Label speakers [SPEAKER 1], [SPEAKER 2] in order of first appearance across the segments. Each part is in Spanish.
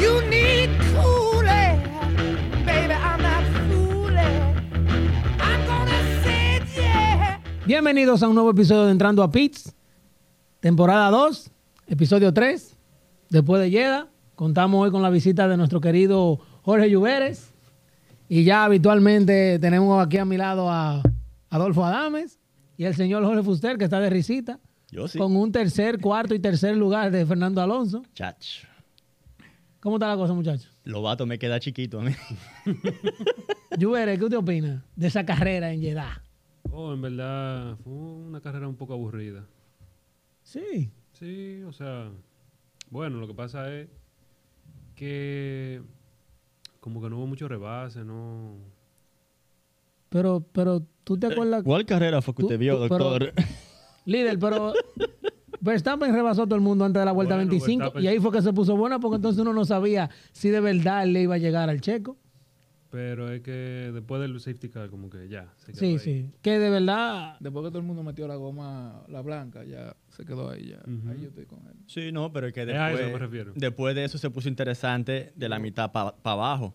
[SPEAKER 1] You need cool air, baby. I'm not fooling. I'm gonna say it, yeah.
[SPEAKER 2] Bienvenidos a un nuevo episodio de Entrando a Pits, temporada 2, episodio 3. Después de Yeda, contamos hoy con la visita de nuestro querido Jorge Lluveres. Y ya habitualmente tenemos aquí a mi lado a Adolfo Adames y el señor Jorge Fuster, que está de risita,
[SPEAKER 3] Yo sí.
[SPEAKER 2] con un tercer, cuarto y tercer lugar de Fernando Alonso.
[SPEAKER 3] Chach.
[SPEAKER 2] ¿Cómo está la cosa, muchachos?
[SPEAKER 3] Lobato me queda chiquito a mí.
[SPEAKER 2] Lluveres, ¿qué usted opina de esa carrera en Yeda?
[SPEAKER 4] Oh, en verdad, fue una carrera un poco aburrida.
[SPEAKER 2] Sí.
[SPEAKER 4] Sí, o sea, bueno, lo que pasa es que como que no hubo mucho rebase, no...
[SPEAKER 2] Pero, pero, ¿tú te acuerdas?
[SPEAKER 3] ¿Cuál carrera fue que
[SPEAKER 2] Tú-
[SPEAKER 3] usted vio,
[SPEAKER 2] tú- pero-
[SPEAKER 3] doctor?
[SPEAKER 2] Líder, pero Verstappen rebasó a todo el mundo antes de la vuelta
[SPEAKER 4] Bueno,
[SPEAKER 2] 25
[SPEAKER 4] Verstappen-
[SPEAKER 2] y ahí fue que se puso buena porque entonces uno no sabía si de verdad él le iba a llegar al checo.
[SPEAKER 4] Pero es que después del safety car, como que ya, se quedó
[SPEAKER 2] Sí,
[SPEAKER 4] ahí.
[SPEAKER 2] sí. Que de verdad,
[SPEAKER 5] Después que todo el mundo metió la goma, la blanca, ya se quedó ahí. Ya.
[SPEAKER 4] Ujú.
[SPEAKER 5] Ahí yo estoy con él.
[SPEAKER 3] Sí, no, pero es que
[SPEAKER 4] Es a eso
[SPEAKER 3] después,
[SPEAKER 4] me refiero.
[SPEAKER 3] después de eso se puso interesante de la mitad para abajo,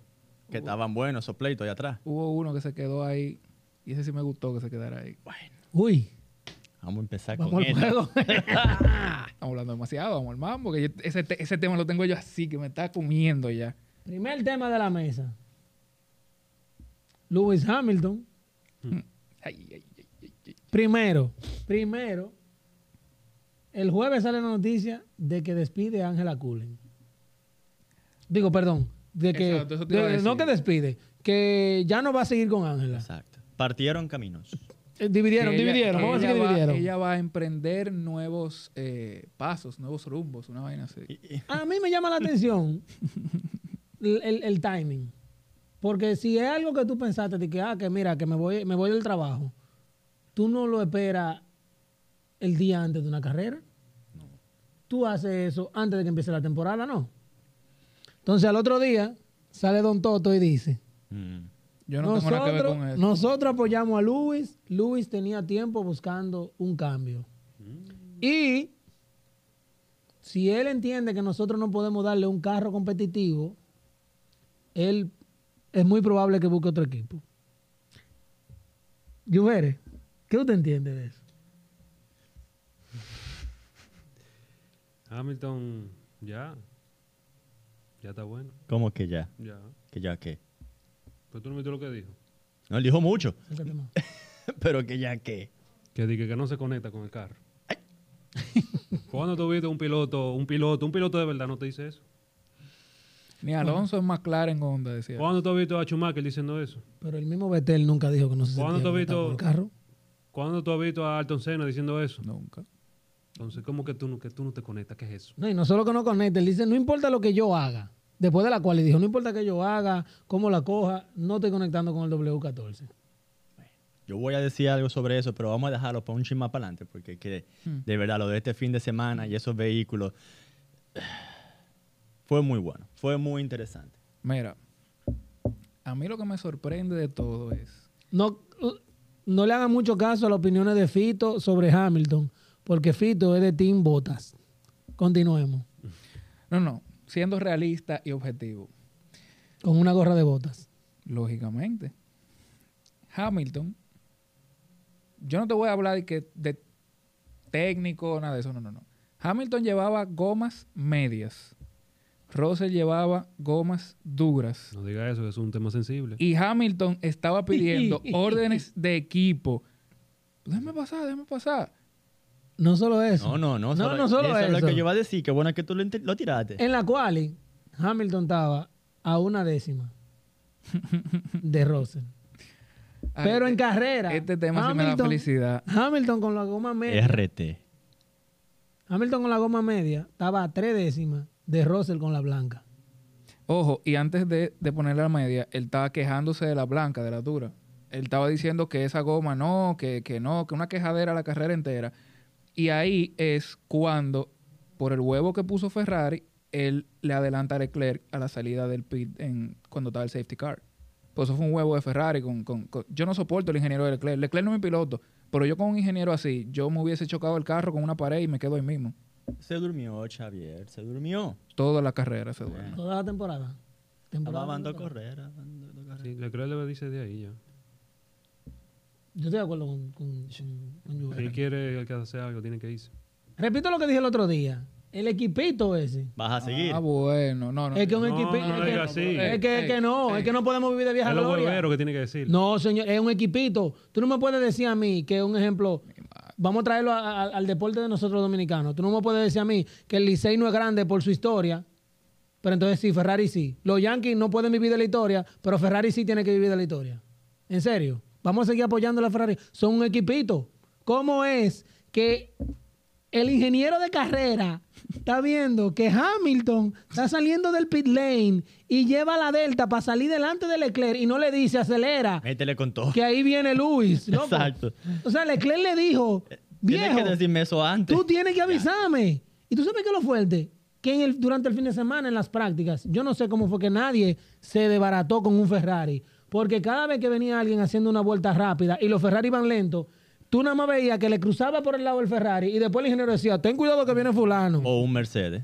[SPEAKER 3] que estaban buenos esos pleitos allá atrás.
[SPEAKER 5] Hubo uno que se quedó ahí y ese sí me gustó que se quedara ahí.
[SPEAKER 2] uy,
[SPEAKER 3] Vamos a empezar
[SPEAKER 2] vamos
[SPEAKER 3] con
[SPEAKER 2] al
[SPEAKER 3] esto.
[SPEAKER 2] juego.
[SPEAKER 5] Estamos hablando demasiado, vamos al mambo, que yo- ese, te- ese tema lo tengo yo así, que me está comiendo ya.
[SPEAKER 2] Primer tema de la mesa. Lewis Hamilton.
[SPEAKER 5] Ay, ay, ay, ay, ay.
[SPEAKER 2] Primero, primero, el jueves sale la noticia de que despide a Ángela Cullen. Digo, perdón, de que
[SPEAKER 5] Exacto, eso te iba a
[SPEAKER 2] de- no que
[SPEAKER 5] decir.
[SPEAKER 2] despide, que ya no va a seguir con Ángela.
[SPEAKER 3] Exacto. Partieron caminos.
[SPEAKER 2] Eh, Dividieron,
[SPEAKER 5] Que ella-
[SPEAKER 2] dividieron,
[SPEAKER 5] que
[SPEAKER 2] vamos a decir
[SPEAKER 5] ella
[SPEAKER 2] que
[SPEAKER 5] va-
[SPEAKER 2] dividieron.
[SPEAKER 5] Ella va a emprender nuevos eh, pasos, nuevos rumbos, una vaina así.
[SPEAKER 3] Y- y-
[SPEAKER 2] A mí me llama la atención el, el- el timing. Porque si es algo que tú pensaste de que, ah, que mira, que me voy, me voy del trabajo, tú no lo esperas el día antes de una carrera. Tú haces eso antes de que empiece la temporada, ¿no? Entonces al otro día sale Don Toto y dice,
[SPEAKER 3] Mm.
[SPEAKER 5] Yo no tengo nada que ver con eso.
[SPEAKER 2] nosotros apoyamos a Luis. Luis tenía tiempo buscando un cambio. Y si él entiende que nosotros no podemos darle un carro competitivo, él es muy probable que busque otro equipo. Lluveres, ¿qué usted entiende de eso?
[SPEAKER 4] Hamilton, ya. Ya está bueno,
[SPEAKER 3] ¿Cómo que ya?
[SPEAKER 4] ya.
[SPEAKER 3] ¿Que ya qué?
[SPEAKER 4] Pero tú no viste lo que dijo.
[SPEAKER 3] No, él dijo mucho,
[SPEAKER 2] Acércate más.
[SPEAKER 3] pero que ya qué.
[SPEAKER 4] Que dije que no se conecta con el carro. ¿Cuándo tú viste un piloto, un piloto, un piloto de verdad no te dice eso?
[SPEAKER 5] Ni Alonso es más claro en onda, decía.
[SPEAKER 4] ¿Cuándo tú has visto a Schumacher diciendo eso?
[SPEAKER 2] Pero el mismo Betel nunca dijo que no se
[SPEAKER 4] ¿Cuándo
[SPEAKER 2] sentía
[SPEAKER 4] tú has
[SPEAKER 2] conectado
[SPEAKER 4] visto-
[SPEAKER 2] con el carro.
[SPEAKER 4] ¿Cuándo tú has visto a Ayrton Senna diciendo eso?
[SPEAKER 5] Nunca.
[SPEAKER 4] Entonces, ¿cómo que tú, no- que tú no te conectas? ¿Qué es eso?
[SPEAKER 2] No, y no solo que no conecte, él dice, no importa lo que yo haga. Después de la cual le dijo, no importa que yo haga, cómo la coja, no estoy conectando con el W14.
[SPEAKER 3] Yo voy a decir algo sobre eso, pero vamos a dejarlo para un chin más para adelante, porque que,
[SPEAKER 2] Hmm.
[SPEAKER 3] de verdad lo de este fin de semana y esos vehículos fue muy bueno, fue muy interesante.
[SPEAKER 5] Mira, a mí lo que me sorprende de todo es
[SPEAKER 2] No, no le hagan mucho caso a las opiniones de Fito sobre Hamilton, porque Fito es de Team Botas. Continuemos.
[SPEAKER 5] No, no. Siendo realista y objetivo,
[SPEAKER 2] Con una gorra de botas.
[SPEAKER 5] lógicamente. Hamilton, yo no te voy a hablar de, que, de técnico, nada de eso, no, no, no. Hamilton llevaba gomas medias. Russell llevaba gomas duras.
[SPEAKER 4] No digas eso, que es un tema sensible.
[SPEAKER 5] Y Hamilton estaba pidiendo órdenes de equipo. Déjame pasar, déjame pasar.
[SPEAKER 2] No solo eso.
[SPEAKER 3] No, no, no.
[SPEAKER 2] No, no solo
[SPEAKER 3] eso. es
[SPEAKER 2] eso. Eh,
[SPEAKER 3] lo que yo iba a decir. Qué bueno que tú lo, inte- lo tiraste.
[SPEAKER 2] En la cual Hamilton estaba a una décima de Russell.
[SPEAKER 5] Ay,
[SPEAKER 2] Pero en
[SPEAKER 5] eh,
[SPEAKER 2] carrera.
[SPEAKER 5] Este tema sí me da
[SPEAKER 2] Hamilton-
[SPEAKER 5] felicidad.
[SPEAKER 2] Hamilton con la goma media.
[SPEAKER 3] RT.
[SPEAKER 2] Hamilton con la goma media estaba a tres décimas de Russell con la blanca.
[SPEAKER 5] Ojo, y antes de, de poner la media, él estaba quejándose de la blanca, de la dura. Él estaba diciendo que esa goma no, que, que no, que una quejadera la carrera entera. Y ahí es cuando, por el huevo que puso Ferrari, él le adelanta a Leclerc a la salida del pit en, cuando estaba el safety car. Por Pues eso fue un huevo de Ferrari. Con, con- con- yo no soporto el ingeniero de Leclerc. Leclerc no es mi piloto. Pero yo con un ingeniero así, yo me hubiese chocado el carro con una pared y me quedo ahí mismo.
[SPEAKER 3] Se durmió, Xavier, se durmió.
[SPEAKER 2] Ah,
[SPEAKER 5] Toda la carrera se duerme.
[SPEAKER 2] Toda la temporada. temporada
[SPEAKER 3] Abandonó
[SPEAKER 2] completa.
[SPEAKER 3] correr, abandonó correr.
[SPEAKER 4] Sí, le creo que le dice de ahí ya.
[SPEAKER 2] Yo estoy de acuerdo con, con, con- con Juve.
[SPEAKER 4] Si él quiere alcanzarse algo, tiene que irse.
[SPEAKER 2] Repito lo que dije el otro día. El equipito ese.
[SPEAKER 3] Vas a seguir.
[SPEAKER 5] Ah, bueno. No, no.
[SPEAKER 2] Es que un
[SPEAKER 4] No,
[SPEAKER 2] equipi-
[SPEAKER 4] no lo
[SPEAKER 2] es que-
[SPEAKER 4] digas así.
[SPEAKER 2] Es que, es que no,
[SPEAKER 5] Ey,
[SPEAKER 2] es que no podemos vivir de vieja
[SPEAKER 4] Es lo
[SPEAKER 2] gloria.
[SPEAKER 4] huevero que tiene que decir.
[SPEAKER 2] No, señor, es un equipito. Tú no me puedes decir a mí que un ejemplo, vamos a traerlo a- a- al deporte de nosotros dominicanos. Tú no me puedes decir a mí que el Licey no es grande por su historia, pero entonces sí, Ferrari sí. Los Yankees no pueden vivir de la historia, pero Ferrari sí tiene que vivir de la historia. En serio, vamos a seguir apoyando a la Ferrari. Son un equipito. ¿Cómo es que el ingeniero de carrera está viendo que Hamilton está saliendo del pit lane y lleva la delta para salir delante de Leclerc y no le dice acelera?
[SPEAKER 3] Métele con todo.
[SPEAKER 2] que ahí viene Luis. loco.
[SPEAKER 3] Exacto.
[SPEAKER 2] O sea, Leclerc le dijo,
[SPEAKER 3] Tienes
[SPEAKER 2] viejo,
[SPEAKER 3] que decirme eso antes.
[SPEAKER 2] tú tienes que avisarme. Y tú sabes que lo fuerte, que en el, durante el fin de semana en las prácticas, yo no sé cómo fue que nadie se desbarató con un Ferrari. Porque cada vez que venía alguien haciendo una vuelta rápida y los Ferrari iban lentos, tú nada más veías que le cruzaba por el lado el Ferrari y después el ingeniero decía, ten cuidado que viene fulano.
[SPEAKER 3] O un Mercedes.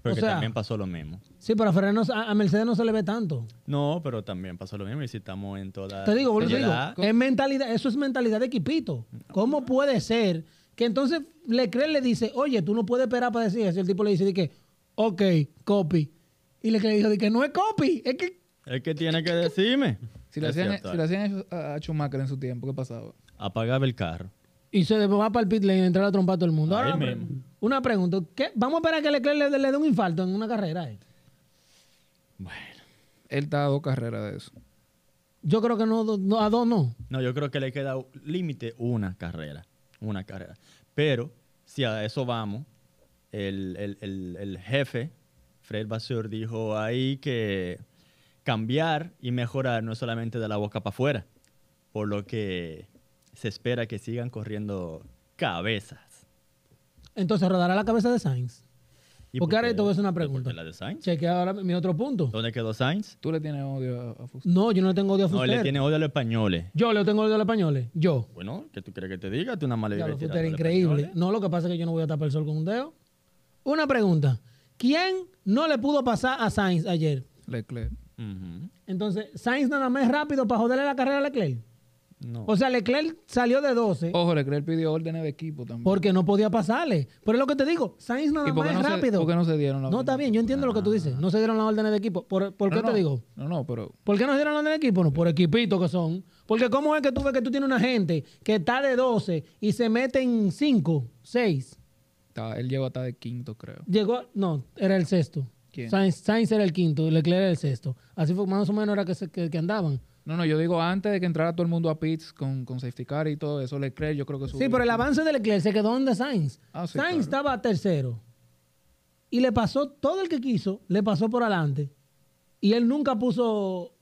[SPEAKER 3] Porque
[SPEAKER 2] O sea-
[SPEAKER 3] también pasó lo mismo.
[SPEAKER 2] Sí, pero a, Ferrari no- a a Mercedes no se le ve tanto.
[SPEAKER 3] No, pero también pasó lo mismo y si estamos en toda...
[SPEAKER 2] Te digo, boludo, te digo,
[SPEAKER 3] sociedad,
[SPEAKER 2] es mentalidad, eso es mentalidad de equipito. ¿Cómo puede ser que entonces Leclerc le dice, oye, tú no puedes esperar para decir eso? Y el tipo le dice, de que, ok, copy. Y Leclerc dijo, de que no es copy, es que...
[SPEAKER 3] El que tiene que decirme.
[SPEAKER 5] Si le
[SPEAKER 3] Es
[SPEAKER 5] hacían, e,
[SPEAKER 3] cierto, eh.
[SPEAKER 5] si le hacían a, a Schumacher en su tiempo, ¿qué pasaba?
[SPEAKER 3] Apagaba el carro.
[SPEAKER 2] Y se va para el pit lane, entrar a trompar a todo el mundo.
[SPEAKER 3] Ahí
[SPEAKER 2] Ahora, una pre-
[SPEAKER 3] mismo.
[SPEAKER 2] una pregunta, ¿qué? vamos a esperar que Leclerc le, le dé un infarto en una carrera. eh?
[SPEAKER 5] Él está a dos carreras de eso.
[SPEAKER 2] Yo creo que no, do- no, a dos no.
[SPEAKER 3] No, yo creo que le queda u- límite una carrera. Una carrera. Pero, si a eso vamos, el, el- el- el jefe, Fred Basur, dijo ahí que cambiar y mejorar no es solamente de la boca para afuera, por lo que se espera que sigan corriendo cabezas.
[SPEAKER 2] Entonces rodará la cabeza de Sainz.
[SPEAKER 3] ¿Y
[SPEAKER 2] Porque ahora
[SPEAKER 3] qué?
[SPEAKER 2] te voy a hacer una
[SPEAKER 3] ¿Y por qué
[SPEAKER 2] pregunta.
[SPEAKER 3] la de Sainz?
[SPEAKER 2] Chequea ahora mi otro punto.
[SPEAKER 3] ¿Dónde quedó Sainz?
[SPEAKER 5] Tú le tienes odio a, a Fuster.
[SPEAKER 2] No, yo no le tengo odio a
[SPEAKER 3] No,
[SPEAKER 2] Fuster.
[SPEAKER 3] le tiene odio a los españoles.
[SPEAKER 2] Yo le tengo odio a los españoles, yo.
[SPEAKER 3] Bueno, ¿qué tú crees que te diga? Tú una mala
[SPEAKER 2] Ya, lo fue usted increíble. No, lo que pasa es que yo no voy a tapar el sol con un dedo. Una pregunta. ¿Quién no le pudo pasar a Sainz ayer?
[SPEAKER 5] Leclerc.
[SPEAKER 2] Entonces, Sainz nada más es rápido para joderle la carrera a Leclerc.
[SPEAKER 3] No.
[SPEAKER 2] O sea, Leclerc salió de 12
[SPEAKER 5] Ojo, Leclerc pidió órdenes de equipo también.
[SPEAKER 2] porque no podía pasarle. Pero es lo que te digo, Sainz nada
[SPEAKER 5] por
[SPEAKER 2] más
[SPEAKER 5] qué
[SPEAKER 2] es
[SPEAKER 5] no se-
[SPEAKER 2] rápido.
[SPEAKER 5] por qué no se dieron la
[SPEAKER 2] No,
[SPEAKER 5] orden?
[SPEAKER 2] está bien, yo entiendo lo que tú dices. No se dieron las órdenes de equipo. ¿Por, por qué
[SPEAKER 5] No,
[SPEAKER 2] te
[SPEAKER 5] no.
[SPEAKER 2] digo?
[SPEAKER 5] No, no, pero
[SPEAKER 2] ¿Por qué no dieron orden de equipo? No, por equipito que son. Porque ¿cómo es que tú ves que tú tienes una gente que está de 12 y se mete en 5, 6?
[SPEAKER 5] está- él llegó hasta de quinto, creo.
[SPEAKER 2] Llegó, no, era el sexto.
[SPEAKER 5] ¿Quién?
[SPEAKER 2] Sainz, Sainz era el quinto, Leclerc era el sexto. Así fue más o menos era que, se- que, que andaban.
[SPEAKER 5] No, no, yo digo antes de que entrara todo el mundo a pits con, con safety car y todo eso, Leclerc yo creo que
[SPEAKER 2] Sí,
[SPEAKER 5] subió.
[SPEAKER 2] pero el avance de Leclerc se quedó donde Sainz.
[SPEAKER 5] Ah, sí,
[SPEAKER 2] Sainz
[SPEAKER 5] claro.
[SPEAKER 2] estaba tercero. Y le pasó todo el que quiso, le pasó por adelante. Y él nunca puso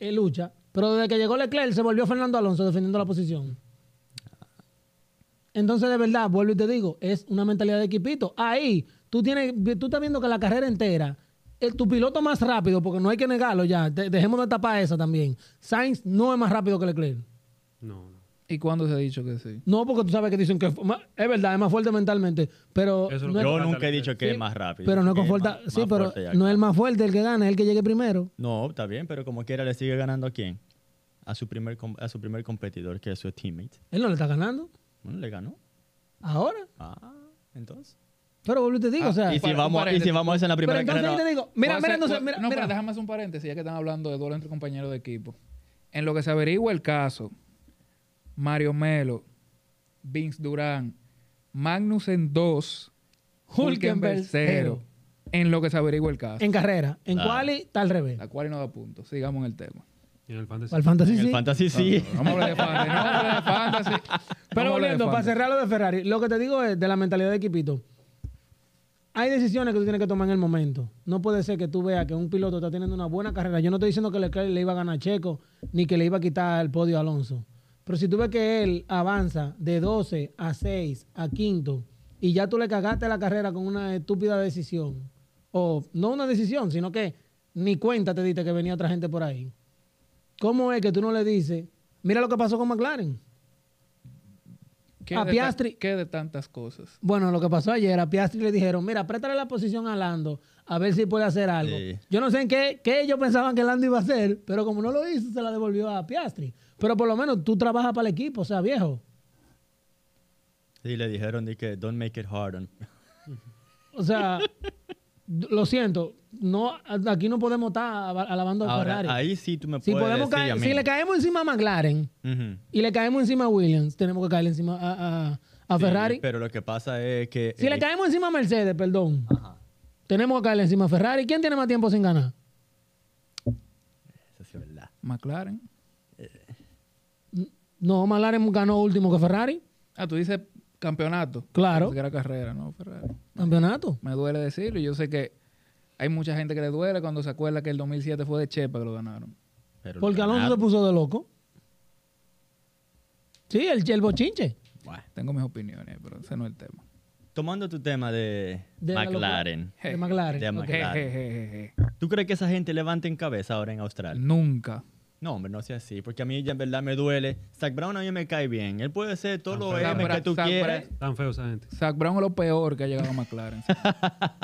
[SPEAKER 2] eh, lucha. Pero desde que llegó Leclerc se volvió Fernando Alonso defendiendo la posición. Entonces, de verdad, vuelvo y te digo, es una mentalidad de equipito. Ahí, tú tienes, tú estás viendo que la carrera entera, eh, tu piloto más rápido, porque no hay que negarlo ya, de- dejemos de tapar esa también. Sainz no es más rápido que Leclerc.
[SPEAKER 4] No, no.
[SPEAKER 5] ¿Y cuándo se ha dicho que sí?
[SPEAKER 2] No, porque tú sabes que dicen que es ma- es verdad, es más fuerte mentalmente, pero
[SPEAKER 4] Eso es lo
[SPEAKER 2] no
[SPEAKER 4] que
[SPEAKER 2] es,
[SPEAKER 3] Yo
[SPEAKER 4] Nunca
[SPEAKER 3] nunca he
[SPEAKER 4] le-
[SPEAKER 3] dicho que
[SPEAKER 2] sí,
[SPEAKER 3] es más rápido.
[SPEAKER 2] pero no
[SPEAKER 3] que
[SPEAKER 2] con
[SPEAKER 3] es
[SPEAKER 2] fuerza-
[SPEAKER 3] más-
[SPEAKER 2] sí,
[SPEAKER 3] más
[SPEAKER 2] pero
[SPEAKER 3] fuerte ya.
[SPEAKER 2] no es el más fuerte el que gana, es el que llegue primero.
[SPEAKER 3] No, está bien, pero como quiera le sigue ganando a quién? A su primer, com- a su primer competidor, que es su teammate.
[SPEAKER 2] Él no le está ganando
[SPEAKER 3] Bueno, le ganó.
[SPEAKER 2] ahora,
[SPEAKER 3] Ah, entonces.
[SPEAKER 2] pero vuelvo y te digo, o sea,
[SPEAKER 3] Ah, y, si
[SPEAKER 5] para-
[SPEAKER 3] vamos,
[SPEAKER 5] para-
[SPEAKER 3] y si vamos a hacer en la
[SPEAKER 2] pero
[SPEAKER 3] primera
[SPEAKER 2] entonces yo
[SPEAKER 3] carrera.
[SPEAKER 2] te digo, mira,
[SPEAKER 5] Puedo
[SPEAKER 2] mira,
[SPEAKER 5] hacer-
[SPEAKER 2] entonces,
[SPEAKER 5] puedo-
[SPEAKER 2] mira,
[SPEAKER 5] no,
[SPEAKER 2] mira.
[SPEAKER 5] pero déjame hacer un paréntesis, ya que están hablando de duelo entre compañeros de equipo. En lo que se averigua el caso, Mario Melo, Vince Durán, Magnussen 2, Hulkenberg
[SPEAKER 2] Hülkenberg
[SPEAKER 5] 0.
[SPEAKER 2] cero.
[SPEAKER 5] En lo que se averigua el caso.
[SPEAKER 2] en carrera, en
[SPEAKER 3] Ah.
[SPEAKER 2] quali está al revés.
[SPEAKER 5] La cual no da puntos. Sigamos en el tema.
[SPEAKER 4] Y en el fantasy.
[SPEAKER 2] Para el fantasy
[SPEAKER 3] en el
[SPEAKER 2] sí.
[SPEAKER 3] fantasy sí.
[SPEAKER 2] Ah,
[SPEAKER 5] No, no, no, vamos a hablar de fantasy. No vamos a hablar de fantasy.
[SPEAKER 2] Pero
[SPEAKER 5] Vamos a hablar de
[SPEAKER 2] volviendo, para
[SPEAKER 5] fantasy.
[SPEAKER 2] cerrar lo de Ferrari, lo que te digo es de la mentalidad de equipito. Hay decisiones que tú tienes que tomar en el momento. No puede ser que tú veas que un piloto está teniendo una buena carrera. Yo no estoy diciendo que Leclerc le iba a ganar a Checo ni que le iba a quitar el podio a Alonso. Pero si tú ves que él avanza de 12 a 6 a quinto y ya tú le cagaste la carrera con una estúpida decisión, o no una decisión, sino que ni cuenta te diste que venía otra gente por ahí ¿Cómo es que tú no le dices, mira lo que pasó con McLaren?
[SPEAKER 5] ¿Qué
[SPEAKER 2] A
[SPEAKER 5] de ta-
[SPEAKER 2] Piastri-
[SPEAKER 5] ¿Qué de tantas cosas?
[SPEAKER 2] Bueno, lo que pasó ayer, a Piastri le dijeron, mira, préstale la posición a Lando, a ver si puede hacer algo.
[SPEAKER 3] Sí.
[SPEAKER 2] Yo no sé en qué, qué ellos pensaban que Lando iba a hacer, pero como no lo hizo, se la devolvió a Piastri. Pero por lo menos tú trabajas para el equipo, o sea, viejo.
[SPEAKER 3] Sí, le dijeron de que don't make it hard on.
[SPEAKER 2] O sea, d- lo siento, no, aquí no podemos estar aba- alabando a
[SPEAKER 3] Ahora,
[SPEAKER 2] Ferrari.
[SPEAKER 3] ahí sí tú me
[SPEAKER 2] si,
[SPEAKER 3] puedes
[SPEAKER 2] podemos
[SPEAKER 3] decir
[SPEAKER 2] caer-
[SPEAKER 3] a mí.
[SPEAKER 2] si le caemos encima a McLaren
[SPEAKER 3] Ujú.
[SPEAKER 2] y le caemos encima a Williams, tenemos que caerle encima a, a- a
[SPEAKER 3] Sí,
[SPEAKER 2] Ferrari.
[SPEAKER 3] pero lo que pasa es que...
[SPEAKER 2] si le
[SPEAKER 3] eh,
[SPEAKER 2] caemos encima a Mercedes, perdón, tenemos que caerle encima a Ferrari. ¿Quién tiene más tiempo sin ganar?
[SPEAKER 3] Eso sí es verdad.
[SPEAKER 5] McLaren.
[SPEAKER 2] No, McLaren ganó último que Ferrari.
[SPEAKER 5] Ah, tú dices campeonato.
[SPEAKER 2] Claro.
[SPEAKER 5] Pensé que era carrera, no, Ferrari.
[SPEAKER 2] Campeonato.
[SPEAKER 5] Me duele decirlo. Yo sé que hay mucha gente que le duele cuando se acuerda que el 2007 fue de Chepa que lo ganaron.
[SPEAKER 3] Pero
[SPEAKER 2] Porque Alonso se
[SPEAKER 3] ganaron.
[SPEAKER 2] puso de loco. Sí, el, el bochinche.
[SPEAKER 3] Bueno,
[SPEAKER 5] Tengo mis opiniones, pero ese no es el tema.
[SPEAKER 3] tomando tu tema de,
[SPEAKER 2] De la
[SPEAKER 3] McLaren.
[SPEAKER 2] locura. De McLaren.
[SPEAKER 3] De
[SPEAKER 2] ok.
[SPEAKER 5] Je,
[SPEAKER 3] McLaren.
[SPEAKER 5] je, je, je,
[SPEAKER 3] ¿Tú crees que esa gente levanta en cabeza ahora en
[SPEAKER 5] je.
[SPEAKER 3] Australia?
[SPEAKER 5] Nunca.
[SPEAKER 3] No, hombre, no sea así, porque a mí ya en verdad me duele. Zach Brown a mí me cae bien. Él puede ser todo lo
[SPEAKER 5] Zach
[SPEAKER 3] M que
[SPEAKER 5] Brown-
[SPEAKER 3] tú
[SPEAKER 5] Zach
[SPEAKER 3] quieras.
[SPEAKER 5] Brown-
[SPEAKER 4] Tan feo esa gente.
[SPEAKER 5] Zach Brown es lo peor que ha llegado a McLaren.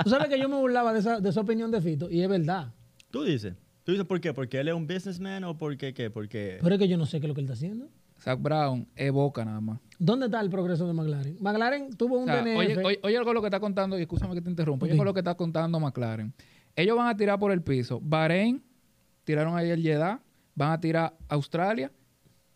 [SPEAKER 2] Tú sabes que yo me burlaba de esa, de esa opinión de Fito y es verdad.
[SPEAKER 3] Tú dices. ¿Tú dices por qué? ¿Porque él es un businessman o porque qué? Porque...
[SPEAKER 2] Pero es que yo no sé qué es lo que él está haciendo.
[SPEAKER 5] Zach Brown evoca nada más.
[SPEAKER 2] ¿Dónde está el progreso de McLaren? McLaren tuvo un
[SPEAKER 5] O sea,
[SPEAKER 2] DNF.
[SPEAKER 5] oye, oye, oye algo lo que está contando, y escúchame que te interrumpa, oye
[SPEAKER 2] Ok.
[SPEAKER 5] algo lo que está contando McLaren. Ellos van a tirar por el piso. Bahrein, tiraron ayer Jeddah, van a tirar Australia